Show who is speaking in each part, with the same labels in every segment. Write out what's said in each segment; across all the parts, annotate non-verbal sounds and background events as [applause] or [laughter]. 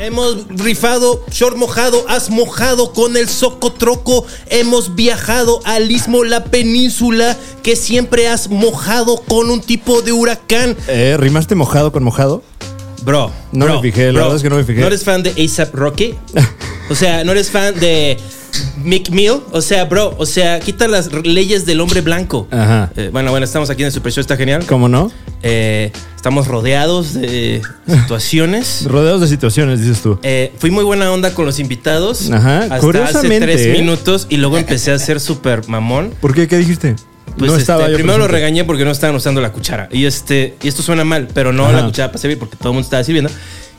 Speaker 1: Hemos rifado, short mojado, has mojado con el socotroco. Hemos viajado al istmo, la península, que siempre has mojado con un tipo de huracán.
Speaker 2: Eh, ¿Rimaste mojado con mojado?
Speaker 1: Bro,
Speaker 2: No
Speaker 1: bro,
Speaker 2: me fijé, la
Speaker 1: bro,
Speaker 2: verdad es que no me fijé.
Speaker 1: ¿No eres fan de
Speaker 2: [laughs]
Speaker 1: ASAP Rocky? O sea, ¿no eres fan de Mick Mill? O sea, bro, o sea, quita las leyes del hombre blanco.
Speaker 2: Ajá.
Speaker 1: Eh, bueno, bueno, estamos aquí en el Super Show, está genial.
Speaker 2: ¿Cómo no?
Speaker 1: Eh, estamos rodeados de situaciones.
Speaker 2: Rodeados de situaciones, dices tú.
Speaker 1: Eh, fui muy buena onda con los invitados.
Speaker 2: Ajá,
Speaker 1: hasta
Speaker 2: curiosamente,
Speaker 1: Hace
Speaker 2: ¿eh?
Speaker 1: tres minutos y luego empecé a ser súper mamón.
Speaker 2: ¿Por qué? ¿Qué dijiste?
Speaker 1: Pues este,
Speaker 2: yo
Speaker 1: primero lo
Speaker 2: presente.
Speaker 1: regañé porque no estaban usando la cuchara. Y este, y esto suena mal, pero no
Speaker 2: Ajá.
Speaker 1: la cuchara para servir porque todo el mundo estaba sirviendo.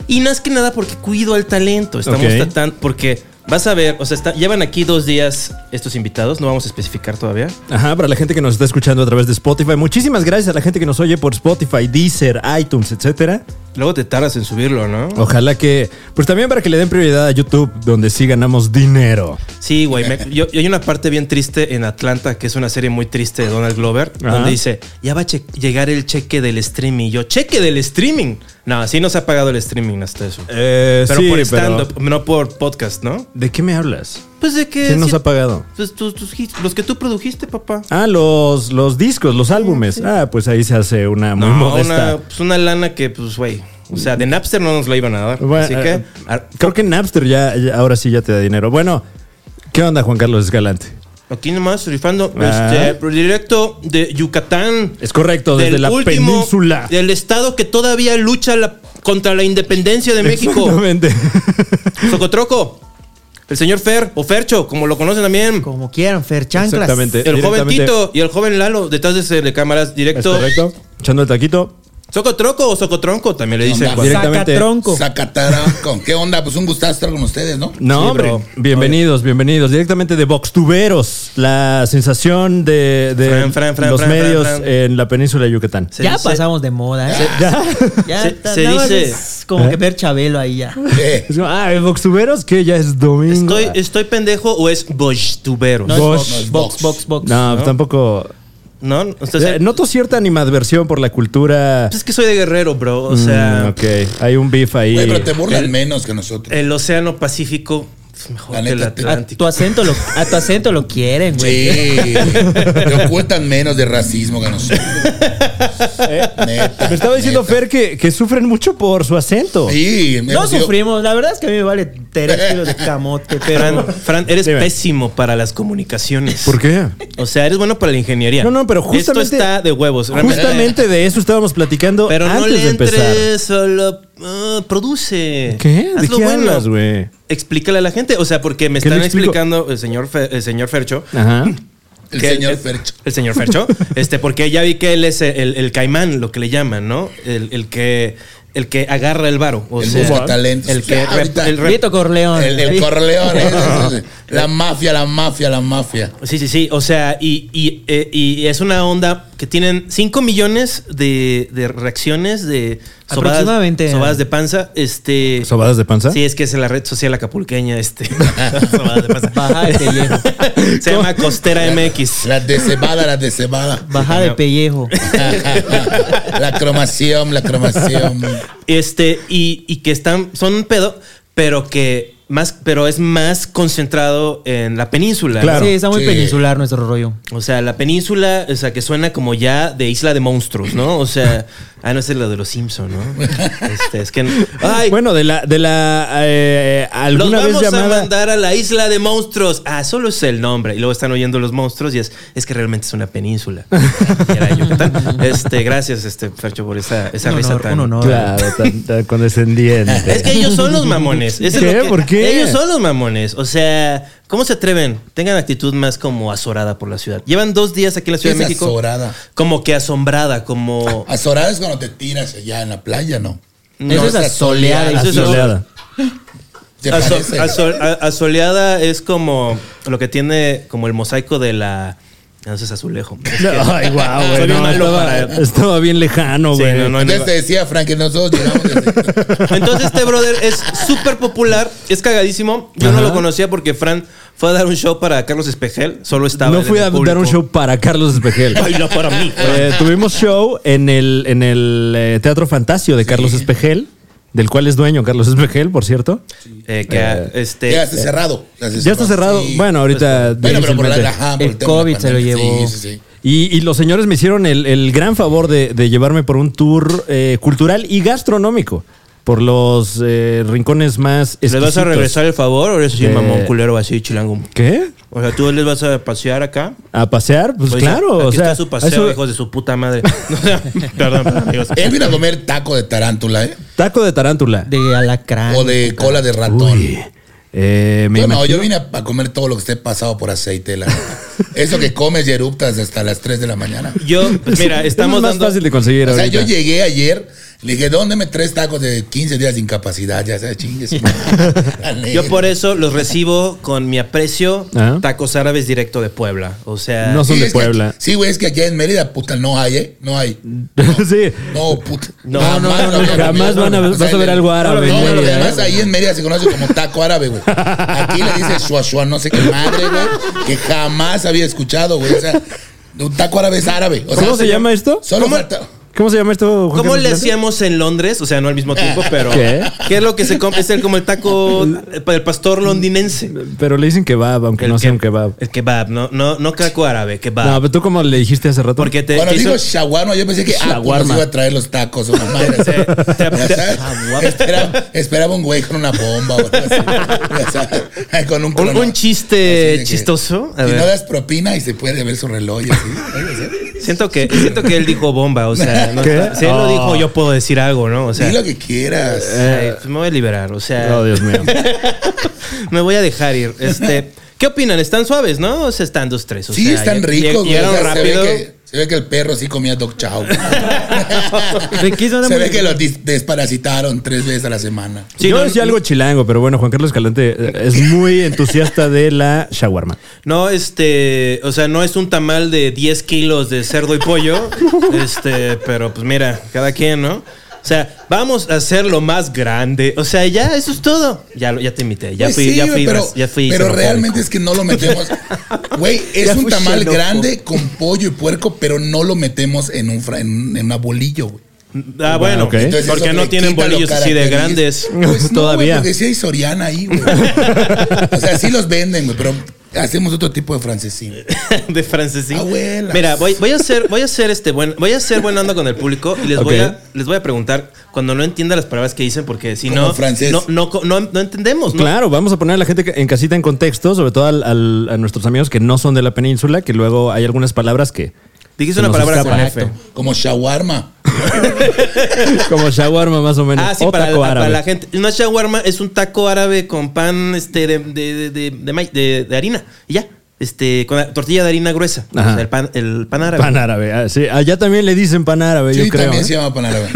Speaker 1: Y no es que nada porque cuido al talento. Estamos
Speaker 2: Ok.
Speaker 1: tratando, porque vas a ver, o sea, está- llevan aquí dos días estos invitados, no vamos a especificar todavía.
Speaker 2: Ajá, para la gente que nos está escuchando a través de Spotify. Muchísimas gracias a la gente que nos oye por Spotify, Deezer, iTunes, etcétera.
Speaker 1: Luego te tardas en subirlo, ¿no?
Speaker 2: Ojalá que. Pues también para que le den prioridad a YouTube, donde sí ganamos dinero.
Speaker 1: Sí, güey. me- yo, yo hay una parte bien triste en Atlanta, que es una serie muy triste de Donald Glover,
Speaker 2: Ajá.
Speaker 1: donde dice, ya va a che- llegar el cheque del streaming. Y yo, cheque del streaming. No, así no se ha pagado el streaming hasta eso.
Speaker 2: Eh,
Speaker 1: pero
Speaker 2: sí,
Speaker 1: por
Speaker 2: pero-
Speaker 1: stand-up, no por podcast, ¿no?
Speaker 2: ¿De qué me hablas?
Speaker 1: Pues de que...
Speaker 2: ¿Quién nos
Speaker 1: si-
Speaker 2: ha pagado?
Speaker 1: pues tus, tus hits, los que tú produjiste, papá.
Speaker 2: Ah, los, los discos, los álbumes. Ah, pues ahí se hace una muy
Speaker 1: No,
Speaker 2: modesta.
Speaker 1: una, pues una lana que, pues, güey. O sea, de Napster no nos la iban a dar.
Speaker 2: Bueno,
Speaker 1: así que...
Speaker 2: eh, creo que Napster ya, ya- ahora sí ya te da dinero. Bueno, ¿qué onda, Juan Carlos Escalante?
Speaker 1: Aquí nomás rifando,
Speaker 2: Ah.
Speaker 1: este, directo de Yucatán.
Speaker 2: Es correcto, desde
Speaker 1: del
Speaker 2: la
Speaker 1: último-
Speaker 2: península.
Speaker 1: Del estado que todavía lucha la- contra la independencia de México.
Speaker 2: Exactamente.
Speaker 1: Socotroco. El señor Fer, o Fercho, como lo conocen también.
Speaker 3: Como quieran, Fer Chanclas.
Speaker 2: Exactamente.
Speaker 1: El joven
Speaker 2: Eh, Directamente.
Speaker 1: Tito y el joven Lalo, detrás de, ese de
Speaker 2: [laughs]
Speaker 1: cámaras,
Speaker 2: Es
Speaker 1: directo.
Speaker 2: correcto. Echando el taquito.
Speaker 1: Socotroco o Socotronco, también le dicen.
Speaker 4: Onda.
Speaker 1: cuando-
Speaker 2: Directamente.
Speaker 3: Sacatronco.
Speaker 4: Zacatarán, ¿qué onda? Pues un gustazo estar con ustedes, ¿no?
Speaker 2: No,
Speaker 1: Sí,
Speaker 2: hombre.
Speaker 1: bro.
Speaker 2: Bienvenidos, bienvenidos. Directamente de Boxtuberos. La sensación de, de
Speaker 1: Fran, Fran, Fran,
Speaker 2: los
Speaker 1: Fran,
Speaker 2: medios
Speaker 1: Fran, Fran.
Speaker 2: en la península de Yucatán.
Speaker 1: Se
Speaker 3: Ya
Speaker 1: dice-
Speaker 3: pasamos de moda, ¿eh?
Speaker 2: ¿Ya?
Speaker 3: Ya
Speaker 1: se-
Speaker 3: está-
Speaker 1: se
Speaker 3: nada más
Speaker 1: dice-
Speaker 3: es como
Speaker 2: ¿Eh?
Speaker 3: que ver Chabelo ahí ya.
Speaker 4: Eh,
Speaker 2: Es como, ah, ¿el Boxtuberos que ya es domingo. Ah.
Speaker 1: ¿Estoy, ¿Estoy pendejo o es bochtubero?
Speaker 3: No
Speaker 1: No,
Speaker 3: es
Speaker 2: Bosch.
Speaker 3: box, box, box, box.
Speaker 2: no, pues tampoco.
Speaker 1: no, o sea,
Speaker 2: Eh, Noto cierta animadversión por la cultura.
Speaker 1: pues es que soy de guerrero, bro. O sea,
Speaker 2: Mm, ok, hay un beef ahí.
Speaker 4: güey, pero te burlan menos que nosotros.
Speaker 1: el océano Pacífico es mejor
Speaker 4: La
Speaker 1: que el
Speaker 4: neta, te-
Speaker 3: A
Speaker 1: Atlántico.
Speaker 3: tu acento lo, a tu acento lo quieren, güey.
Speaker 4: Sí, te ocultan menos de racismo que nosotros. Neta,
Speaker 2: Me estaba diciendo
Speaker 4: neta.
Speaker 2: Fer que, que sufren mucho por su acento.
Speaker 4: Sí, hemos
Speaker 3: No
Speaker 4: sido-
Speaker 3: sufrimos, la verdad es que a mí me vale
Speaker 4: [laughs]
Speaker 3: tres kilos de camote, pero
Speaker 1: Fran, Fran, eres
Speaker 2: Dime.
Speaker 1: pésimo para las comunicaciones.
Speaker 2: ¿Por qué?
Speaker 1: O sea, eres bueno para la ingeniería.
Speaker 2: No, no, pero justamente-
Speaker 1: Esto está de huevos. realmente.
Speaker 2: Justamente de eso estábamos platicando
Speaker 1: Pero
Speaker 2: antes
Speaker 1: no le
Speaker 2: de empezar.
Speaker 1: entres, solo ah, produce.
Speaker 2: ¿Qué? ¿De
Speaker 1: Hazlo
Speaker 2: qué
Speaker 1: bueno.
Speaker 2: hablas, güey?
Speaker 1: Explícale a la gente. O sea, porque me
Speaker 2: ¿Qué le
Speaker 1: están
Speaker 2: explico?
Speaker 1: explicando el señor, Fe- el señor Fercho.
Speaker 2: Ajá.
Speaker 4: El
Speaker 1: que
Speaker 4: señor
Speaker 1: el-
Speaker 4: Fercho.
Speaker 1: El
Speaker 2: [laughs]
Speaker 1: señor Fercho. este, porque ya vi que él es el, el caimán, lo que le llaman, ¿no? El, el que el que agarra el varo. O
Speaker 4: El
Speaker 1: sea,
Speaker 4: busca talentos.
Speaker 1: El que
Speaker 4: Ah,
Speaker 1: rep-
Speaker 4: ahorita.
Speaker 1: el rep-
Speaker 3: Vito Corleón.
Speaker 4: El, el
Speaker 3: [laughs]
Speaker 4: Corleone, eso es- La mafia, la mafia, la mafia.
Speaker 1: Sí, sí, sí. O sea, y, y, eh, y es una onda que tienen 5 millones de, de reacciones de sobadas,
Speaker 3: Aproximadamente.
Speaker 1: sobadas de panza. Este.
Speaker 2: ¿Sobadas de panza?
Speaker 1: Sí, es que es en la red social
Speaker 2: [laughs]
Speaker 1: acapulqueña, este. sobadas de panza.
Speaker 3: Baja de pellejo.
Speaker 1: [laughs] Se llama Costera MX.
Speaker 4: La de cebada, la de cebada.
Speaker 3: Baja de pellejo.
Speaker 4: la cromación, la cromación.
Speaker 1: Este, y, y que están, son un pedo, pero que más, pero es más concentrado en la península. ¿no?
Speaker 2: Claro.
Speaker 3: Sí, está muy
Speaker 4: Sí.
Speaker 3: peninsular nuestro rollo.
Speaker 1: O sea, la península, o sea, que suena como ya de isla de monstruos, ¿no?
Speaker 2: [laughs]
Speaker 1: O sea, ah, no es lo de los Simpson, ¿no? Este, es que. ¡Ay!
Speaker 2: Bueno, de la, de la eh,
Speaker 1: los
Speaker 2: alguna vez
Speaker 1: vamos a
Speaker 2: llamada.
Speaker 1: mandar a la isla de monstruos. Ah, solo es el nombre. Y luego están oyendo los monstruos y es, es que realmente es
Speaker 2: [laughs]
Speaker 1: una península. Y era Yucatán. Este, gracias, este, Fercho, por esa, esa
Speaker 3: Un
Speaker 1: risa
Speaker 3: honor,
Speaker 1: tan.
Speaker 3: un honor.
Speaker 2: Claro, tan, tan condescendiente.
Speaker 1: Es que ellos son los mamones. Eso es
Speaker 2: ¿Qué?
Speaker 1: lo que-
Speaker 2: ¿Por qué?
Speaker 1: Ellos son los mamones. O sea, ¿cómo se atreven? Tengan actitud más como azorada por la ciudad. Llevan dos días aquí en la
Speaker 4: ¿Qué
Speaker 1: Ciudad
Speaker 4: es
Speaker 1: de México.
Speaker 4: azorada? Ah,
Speaker 1: Como que asombrada, como.
Speaker 4: Azorada es cuando te tiras allá en la playa, ¿no?
Speaker 3: Eso es
Speaker 4: esa
Speaker 3: asoleada.
Speaker 1: Eso es
Speaker 3: así.
Speaker 2: Soleada.
Speaker 4: ¿Te
Speaker 1: Aso-
Speaker 4: parece?
Speaker 1: aso- a- asoleada es como lo que tiene como el mosaico de la
Speaker 5: Entonces azulejo.
Speaker 2: [laughs] Ay, guau,
Speaker 1: Soy
Speaker 2: güey.
Speaker 1: bien
Speaker 2: no,
Speaker 1: malo
Speaker 2: estaba,
Speaker 1: para-
Speaker 2: estaba bien lejano,
Speaker 5: Sí,
Speaker 2: güey.
Speaker 5: no, no,
Speaker 4: Entonces te decía, Frank, que nosotros llegamos
Speaker 2: [laughs]
Speaker 4: desde-
Speaker 1: Entonces este brother es súper popular, es cagadísimo. Yo no lo conocía porque Fran fue a dar un show para Carlos Espejel, solo estaba.
Speaker 2: No
Speaker 1: él en
Speaker 2: fui
Speaker 1: el
Speaker 2: a
Speaker 1: público.
Speaker 2: dar un show para Carlos Espejel.
Speaker 1: Baila para mí.
Speaker 2: Eh, tuvimos show en el, en el eh, Teatro Fantasio de Carlos Espejel, del cual es dueño Carlos Espejel, por cierto.
Speaker 1: Eh, que, este,
Speaker 4: Ya está cerrado. Ya está
Speaker 2: Ya está cerrado.
Speaker 4: sí.
Speaker 2: Bueno,
Speaker 1: pues,
Speaker 2: ahorita.
Speaker 4: Bueno, pero por
Speaker 2: difícilmente.
Speaker 4: la, ajá, por
Speaker 3: El
Speaker 4: tema de la
Speaker 3: COVID se lo
Speaker 4: pandemia.
Speaker 3: llevó.
Speaker 4: Sí, sí, sí.
Speaker 2: Y, y los señores me hicieron el, el gran favor de, de llevarme por un tour eh, cultural y gastronómico por los eh, rincones más
Speaker 1: ¿Les
Speaker 2: exquisitos.
Speaker 1: vas a regresar el favor o eres así
Speaker 2: Eh.
Speaker 1: mamón culero así chilango?
Speaker 2: ¿Qué?
Speaker 1: O sea, tú les vas a pasear acá.
Speaker 2: ¿A pasear? Pues
Speaker 1: Oye,
Speaker 2: claro.
Speaker 1: Aquí
Speaker 2: o sea,
Speaker 1: está su paseo,
Speaker 2: eso-
Speaker 1: hijos de su puta
Speaker 2: [laughs]
Speaker 1: madre. O sea, Eh, perdón, perdón, amigos.
Speaker 4: Él vino a comer taco de tarántula, ¿eh?
Speaker 2: Taco de tarántula.
Speaker 3: De alacrán.
Speaker 4: O de cola de ratón.
Speaker 2: Ah, Uy. Eh, me
Speaker 4: Yo no,
Speaker 2: imagino-
Speaker 4: yo vine a, a comer todo lo que esté pasado por aceite.
Speaker 2: [laughs]
Speaker 4: La neta. Eso que comes y eruptas hasta las 3 de la mañana.
Speaker 1: Yo, pues, mira, estamos
Speaker 2: es más
Speaker 1: dando.
Speaker 2: fácil de conseguir
Speaker 4: O sea,
Speaker 2: [laughs]
Speaker 4: yo
Speaker 2: ahorita.
Speaker 4: llegué ayer, le dije, ¿dónde me traes tacos de 15 días de incapacidad? Ya
Speaker 2: [laughs]
Speaker 4: sabes, chingues.
Speaker 1: Yo por eso los recibo con mi aprecio
Speaker 2: Ah.
Speaker 1: tacos árabes directo de Puebla. O sea,
Speaker 2: No son de
Speaker 4: es que-
Speaker 2: Puebla.
Speaker 4: sí, güey, es que aquí en Mérida, puta, no hay, ¿eh? No hay.
Speaker 2: sí.
Speaker 4: No, puta.
Speaker 1: No,
Speaker 4: Jamás
Speaker 1: no,
Speaker 4: lo había
Speaker 2: Jamás
Speaker 4: comido.
Speaker 2: van a,
Speaker 4: O sea,
Speaker 2: vas a ver
Speaker 4: el-
Speaker 2: algo árabe.
Speaker 4: No,
Speaker 2: en
Speaker 4: pero
Speaker 2: Mérida,
Speaker 4: además
Speaker 2: ¿eh?
Speaker 4: ahí en Mérida se conoce como taco árabe, güey. Aquí le dice shua shua, no sé qué madre, güey, que jamás había escuchado, güey. O sea, un taco árabe es árabe. O sea,
Speaker 2: ¿Cómo se llama esto?
Speaker 4: Solo falta-
Speaker 2: ¿Cómo se llama esto? Juan
Speaker 1: ¿cómo
Speaker 2: Carlos
Speaker 1: le
Speaker 2: Escalante?
Speaker 1: hacíamos en Londres? O sea, no al mismo tiempo, pero.
Speaker 2: Eh. ¿Qué?
Speaker 1: ¿Qué? es lo que se come? Es el, como el taco del
Speaker 2: [laughs]
Speaker 1: pastor londinense.
Speaker 2: Pero le dicen kebab, aunque no sea un kebab.
Speaker 1: El kebab, no, no, no taco árabe, kebab.
Speaker 2: No, pero tú como le dijiste hace rato.
Speaker 1: porque te.
Speaker 4: Cuando
Speaker 1: te
Speaker 4: digo
Speaker 1: hizo-
Speaker 4: shawarma, yo pensé que ah, pues
Speaker 2: Shawarma.
Speaker 4: nos iba a traer los tacos o mamá.
Speaker 2: [laughs]
Speaker 4: esperaba, esperaba un güey con una bomba o algo así. Ya sabes, con un,
Speaker 1: un,
Speaker 4: crono.
Speaker 1: un
Speaker 4: Así de
Speaker 1: chiste
Speaker 4: que,
Speaker 1: chistoso. A
Speaker 4: si
Speaker 1: ver.
Speaker 4: no das propina y se puede ver su reloj y así. Oye, ¿sí?
Speaker 1: Siento que, siento que él dijo bomba, o sea, no
Speaker 2: ¿Qué?
Speaker 1: está- si él lo dijo, yo puedo decir algo, ¿no? [laughs] O sea,
Speaker 4: Di lo Ah. que quieras.
Speaker 1: ay, pues me voy a liberar, o sea,
Speaker 2: Oh, Dios mío.
Speaker 1: [laughs] me voy a dejar ir. Este, ¿qué opinan? ¿Están suaves, no? O sea, están dos, tres. O
Speaker 4: Sí,
Speaker 1: sea,
Speaker 4: están
Speaker 1: lleg-
Speaker 4: ricos, güey.
Speaker 1: Llegaron
Speaker 4: O sea, se ve
Speaker 1: rápido.
Speaker 4: que- Se ve que el perro sí comía dog
Speaker 1: [laughs]
Speaker 4: chow. güey.
Speaker 3: Riquísimo,
Speaker 4: se ve
Speaker 3: muy-
Speaker 4: que los dis- desparasitaron tres veces a la semana.
Speaker 1: Sí,
Speaker 2: Yo
Speaker 1: no,
Speaker 2: decía algo chilango, pero bueno, Juan Carlos Escalante eh, es muy entusiasta de la shawarma.
Speaker 1: No, este, o sea, no es un tamal de 10 kilos de cerdo y
Speaker 4: [laughs]
Speaker 1: pollo, este, pero pues mira, cada quien, ¿no? O sea, vamos a hacerlo más grande. O sea, ya, eso es todo. Ya, lo- ya te invité. Ya
Speaker 4: Pues
Speaker 1: fui,
Speaker 4: sí,
Speaker 1: ya
Speaker 4: güey,
Speaker 1: fui,
Speaker 4: pero,
Speaker 1: ras- ya fui.
Speaker 4: pero
Speaker 1: xenofóbico.
Speaker 4: realmente es que no
Speaker 1: [laughs]
Speaker 4: lo metemos. Güey, es
Speaker 3: Ya
Speaker 4: un
Speaker 3: fui
Speaker 4: tamal
Speaker 3: xenófobo.
Speaker 4: grande con pollo y puerco, pero no lo metemos en un fra- en, en una bolillo, güey.
Speaker 1: Ah, bueno,
Speaker 2: ok. Entonces,
Speaker 4: Entonces,
Speaker 1: porque
Speaker 4: eso
Speaker 1: no
Speaker 4: le
Speaker 1: tienen
Speaker 4: quita lo
Speaker 1: bolillos así de
Speaker 4: caracteriza.
Speaker 1: [laughs] grandes.
Speaker 4: Pues no,
Speaker 2: Todavía.
Speaker 4: Todavía. porque sí hay Soriana ahí,
Speaker 1: [laughs]
Speaker 4: güey. o sea, sí los venden, güey, pero hacemos otro tipo de francesín.
Speaker 1: de francesín.
Speaker 4: Abuelas.
Speaker 1: Mira, voy, voy a hacer, voy a hacer este buen, voy a hacer buen onda con el público y les voy
Speaker 2: Ok.
Speaker 1: a, les voy a preguntar cuando no entienda las palabras que dicen porque si
Speaker 4: Como
Speaker 1: no,
Speaker 4: francés.
Speaker 1: no, no, co- no, no entendemos. [laughs] ¿no?
Speaker 2: Claro, vamos a poner a la gente en casita en contexto, sobre todo al- al- a nuestros amigos que no son de la península, que luego hay algunas palabras que.
Speaker 1: Dijiste
Speaker 2: se
Speaker 1: una
Speaker 2: nos
Speaker 1: palabra con
Speaker 2: escapan.
Speaker 1: F.
Speaker 4: Como shawarma.
Speaker 2: [laughs] Como shawarma, más o menos.
Speaker 1: Ah, sí,
Speaker 2: O
Speaker 1: para,
Speaker 2: taco
Speaker 1: para
Speaker 2: árabe.
Speaker 1: la gente. Una shawarma es un taco árabe con pan este de, de, de, de- de ma- de- de harina. Y ya. Este, con la tortilla de harina gruesa.
Speaker 2: Ajá.
Speaker 1: O sea, el pan, el pan árabe.
Speaker 2: Pan árabe. ah, sí, allá también le dicen pan árabe,
Speaker 4: Sí,
Speaker 2: yo creo.
Speaker 4: también
Speaker 2: ¿eh?
Speaker 4: se llama panarabe.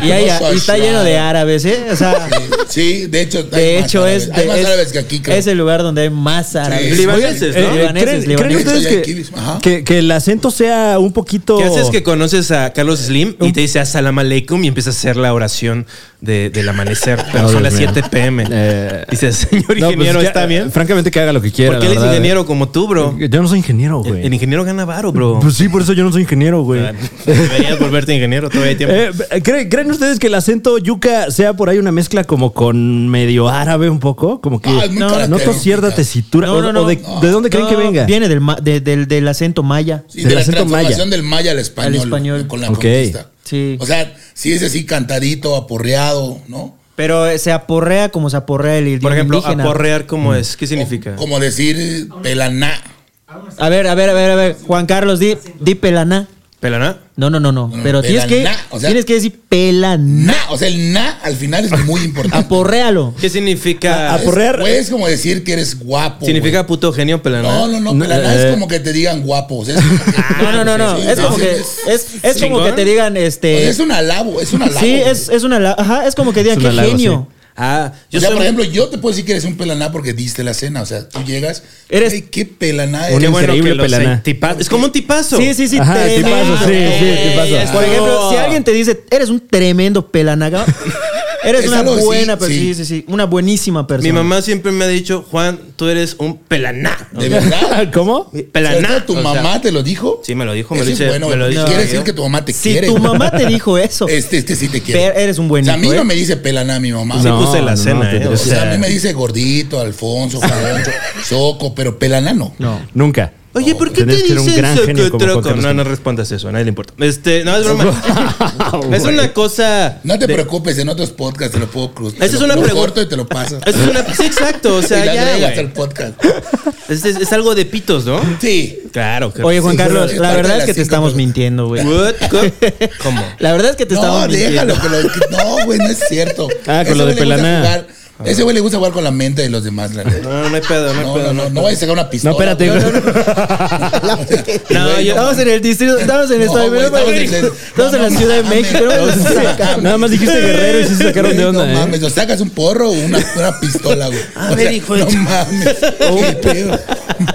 Speaker 3: Y, ahí- y está lleno de árabes, ¿eh? O sea,
Speaker 4: Sí, de hecho, hay
Speaker 3: de
Speaker 4: más
Speaker 3: hecho
Speaker 4: árabes.
Speaker 3: es,
Speaker 4: Hay
Speaker 3: de-
Speaker 4: más
Speaker 3: es-
Speaker 4: árabes que aquí, creo.
Speaker 3: es el lugar donde hay más árabes.
Speaker 4: Sí.
Speaker 1: Libaneses,
Speaker 2: Eh,
Speaker 1: Pues ¿no?
Speaker 2: eh,
Speaker 3: Libaneses,
Speaker 2: ¿creen, creen
Speaker 3: libaneses.
Speaker 2: ustedes
Speaker 4: Hay
Speaker 2: que,
Speaker 4: kiwis, ajá.
Speaker 2: que- que el acento sea un poquito.
Speaker 1: ¿Qué haces que conoces a Carlos Slim y te dice Assalamu alaikum y empiezas a hacer la oración de- del amanecer?
Speaker 2: [laughs]
Speaker 1: Pero
Speaker 2: Oh,
Speaker 1: son
Speaker 2: Dios
Speaker 1: las
Speaker 2: mío.
Speaker 1: 7 pm.
Speaker 2: Eh,
Speaker 1: Dices, señor
Speaker 2: No, pues,
Speaker 1: ingeniero,
Speaker 2: que-
Speaker 1: ¿está bien?
Speaker 2: Francamente, que haga lo que quiera.
Speaker 1: Porque él
Speaker 2: la
Speaker 1: es
Speaker 2: verdad,
Speaker 1: ingeniero como tú, bro.
Speaker 2: eh. Yo no soy ingeniero, güey.
Speaker 1: El ingeniero gana varo, bro.
Speaker 2: [laughs] Pues sí, por eso yo no soy ingeniero, güey. [laughs]
Speaker 1: Deberías volverte ingeniero, todavía hay tiempo.
Speaker 2: Eh, ¿creen, creen ustedes que el acento yuca sea por ahí una mezcla como con medio árabe un poco? Como que
Speaker 4: Ah, es muy
Speaker 2: no, no
Speaker 4: característica.
Speaker 2: con cierta tesitura.
Speaker 3: No,
Speaker 2: o-
Speaker 3: no,
Speaker 2: o
Speaker 3: no.
Speaker 2: de, ¿de dónde creen que
Speaker 3: No,
Speaker 2: venga?
Speaker 3: Viene del, ma- de- del, del acento maya.
Speaker 4: Sí,
Speaker 2: del
Speaker 4: de la
Speaker 2: acento
Speaker 4: transformación
Speaker 2: maya.
Speaker 4: del maya al español.
Speaker 3: Al español.
Speaker 4: Con la
Speaker 2: Ok.
Speaker 4: conquista.
Speaker 3: Sí.
Speaker 4: O sea, sí es así cantadito, aporreado, ¿no?
Speaker 3: Pero eh, se aporrea como se aporrea el idioma
Speaker 1: Por ejemplo,
Speaker 3: indígena.
Speaker 1: aporrear,
Speaker 2: Mm.
Speaker 1: ¿cómo es? ¿Qué significa?
Speaker 4: Como decir eh, pelaná.
Speaker 3: A ver, a ver, a ver, a ver. Juan Carlos, di, di pelaná.
Speaker 1: ¿Pelaná?
Speaker 3: No, no, no, no.
Speaker 4: No, no,
Speaker 3: Pero tienes que,
Speaker 4: pelaná, o sea-
Speaker 3: tienes que decir pelaná.
Speaker 4: Na, o sea, el na al final es muy importante.
Speaker 3: Aporréalo.
Speaker 1: ¿Qué significa?
Speaker 2: A-
Speaker 4: Es-
Speaker 2: aporrear-
Speaker 4: güey, es como decir que eres guapo.
Speaker 1: ¿Significa
Speaker 4: güey.
Speaker 1: puto genio pelaná?
Speaker 4: No, no, no, pelaná es como que te digan guapo. o sea, es-
Speaker 3: No, no, no, no.
Speaker 4: Sí,
Speaker 3: Es como
Speaker 4: sí,
Speaker 3: que,
Speaker 4: es-
Speaker 3: es, es como
Speaker 1: ¿Chingón?
Speaker 3: que te digan,
Speaker 4: o sea,
Speaker 3: este.
Speaker 4: es un alabo, es un alabo.
Speaker 3: Sí,
Speaker 4: güey.
Speaker 3: es, es una. la- Ajá, es como que digan
Speaker 2: un
Speaker 3: que
Speaker 2: halago,
Speaker 3: genio.
Speaker 1: Ah, yo
Speaker 4: o
Speaker 1: soy
Speaker 4: sea, por
Speaker 1: muy-
Speaker 4: ejemplo, yo te puedo decir que eres un pelaná porque diste la cena. O sea, tú llegas.
Speaker 1: Eres-
Speaker 4: "Ey, qué pelaná
Speaker 2: Un
Speaker 4: eres".
Speaker 2: bueno increíble
Speaker 3: que los
Speaker 2: pelaná.
Speaker 3: tipa-
Speaker 1: Es como un tipazo.
Speaker 3: Sí, sí, sí.
Speaker 2: Ajá,
Speaker 3: tremendo.
Speaker 2: tipazo, sí, sí, tipazo.
Speaker 3: Ya Por
Speaker 1: estuvo.
Speaker 3: ejemplo, si alguien te dice, eres un tremendo
Speaker 4: [laughs]
Speaker 3: pelanaga, eres
Speaker 4: Es
Speaker 3: una
Speaker 4: algo así,
Speaker 3: buena persona.
Speaker 4: sí.
Speaker 3: Sí. sí, sí, una buenísima persona.
Speaker 1: Mi mamá siempre me ha dicho, Juan, tú eres un pelaná.
Speaker 4: De verdad.
Speaker 2: [laughs] ¿Cómo?
Speaker 4: O sea,
Speaker 1: Pelaná.
Speaker 4: Eh, ¿Tu
Speaker 1: O sea,
Speaker 4: mamá te lo dijo?
Speaker 1: Sí, me lo dijo, me
Speaker 4: Eso
Speaker 1: lo
Speaker 4: es
Speaker 1: dice.
Speaker 4: bueno,
Speaker 1: me lo
Speaker 4: porque
Speaker 1: dice
Speaker 4: quiere
Speaker 1: yo.
Speaker 4: decir que tu mamá te
Speaker 3: Si
Speaker 4: quiere.
Speaker 3: tu mamá
Speaker 4: [laughs]
Speaker 3: te dijo eso,
Speaker 4: Este, este sí te quiere.
Speaker 3: Pero eres un buen
Speaker 4: O sea, a mí
Speaker 3: hijo,
Speaker 4: no
Speaker 3: ¿eh?
Speaker 4: me dice pelana mi mamá.
Speaker 1: Sí
Speaker 4: O
Speaker 1: puse la cena,
Speaker 2: te
Speaker 1: eh, o
Speaker 2: interesa.
Speaker 4: sea, a mí me dice gordito,
Speaker 1: [laughs]
Speaker 4: Alfonso, Jaroncho, Soco, pero pelana no.
Speaker 3: no.
Speaker 2: Nunca.
Speaker 1: Oye, ¿por qué te
Speaker 2: Tenías que ser un
Speaker 1: dicen
Speaker 2: gran genio como Juan
Speaker 1: socotroco?
Speaker 2: Carlos
Speaker 1: No, no respondas eso, a nadie le importa. Este, no, es broma. es una cosa.
Speaker 4: No te
Speaker 1: de-
Speaker 4: preocupes, en otros podcasts te lo puedo cruzar.
Speaker 1: Esa es una pregunta-
Speaker 4: corto y te lo paso.
Speaker 1: Es una. Sí, exacto. O sea,
Speaker 4: [laughs] y le
Speaker 1: ya,
Speaker 4: agregas al
Speaker 1: güey.
Speaker 4: podcast.
Speaker 1: Es, es- es algo de pitos, ¿no?
Speaker 4: Sí.
Speaker 1: Claro. que-
Speaker 3: Oye, Juan
Speaker 4: Sí,
Speaker 3: Carlos,
Speaker 4: pero-
Speaker 3: la verdad es que
Speaker 4: Cinco
Speaker 3: te estamos
Speaker 4: cosas.
Speaker 3: mintiendo, güey.
Speaker 1: What? ¿Cómo? ¿Cómo?
Speaker 3: La verdad es que te
Speaker 4: No,
Speaker 3: estamos mintiendo.
Speaker 4: déjalo. Que lo, que- no, güey, no es cierto.
Speaker 2: Ah, con
Speaker 4: Ese
Speaker 2: lo de
Speaker 4: güey le gusta
Speaker 2: Pelaná.
Speaker 4: jugar- Ese güey le gusta jugar con la mente de los demás, la neta.
Speaker 1: No, no hay pedo, no hay
Speaker 4: No,
Speaker 1: pedo.
Speaker 4: no, no, no vayas a sacar una pistola.
Speaker 2: No, espérate.
Speaker 4: güey. [laughs]
Speaker 1: No,
Speaker 4: Güey,
Speaker 1: yo-
Speaker 3: Estamos en el distrito, estamos en el
Speaker 4: No,
Speaker 3: estado de
Speaker 4: güey,
Speaker 3: México,
Speaker 4: estamos
Speaker 3: [laughs]
Speaker 4: en el-
Speaker 3: estamos
Speaker 4: no,
Speaker 3: en la
Speaker 4: no
Speaker 3: Ciudad de
Speaker 4: mames,
Speaker 3: México. no
Speaker 4: no,
Speaker 3: me-
Speaker 4: mames.
Speaker 2: Nada más dijiste guerrero y sí se sacaron de
Speaker 4: Güey,
Speaker 2: onda,
Speaker 4: No
Speaker 2: ¿eh?
Speaker 4: mames, o sacas un porro o una, una pistola, güey.
Speaker 1: A
Speaker 4: O
Speaker 1: ver,
Speaker 4: sea,
Speaker 1: hijo de
Speaker 4: No
Speaker 1: tu-
Speaker 4: mames. Qué pedo.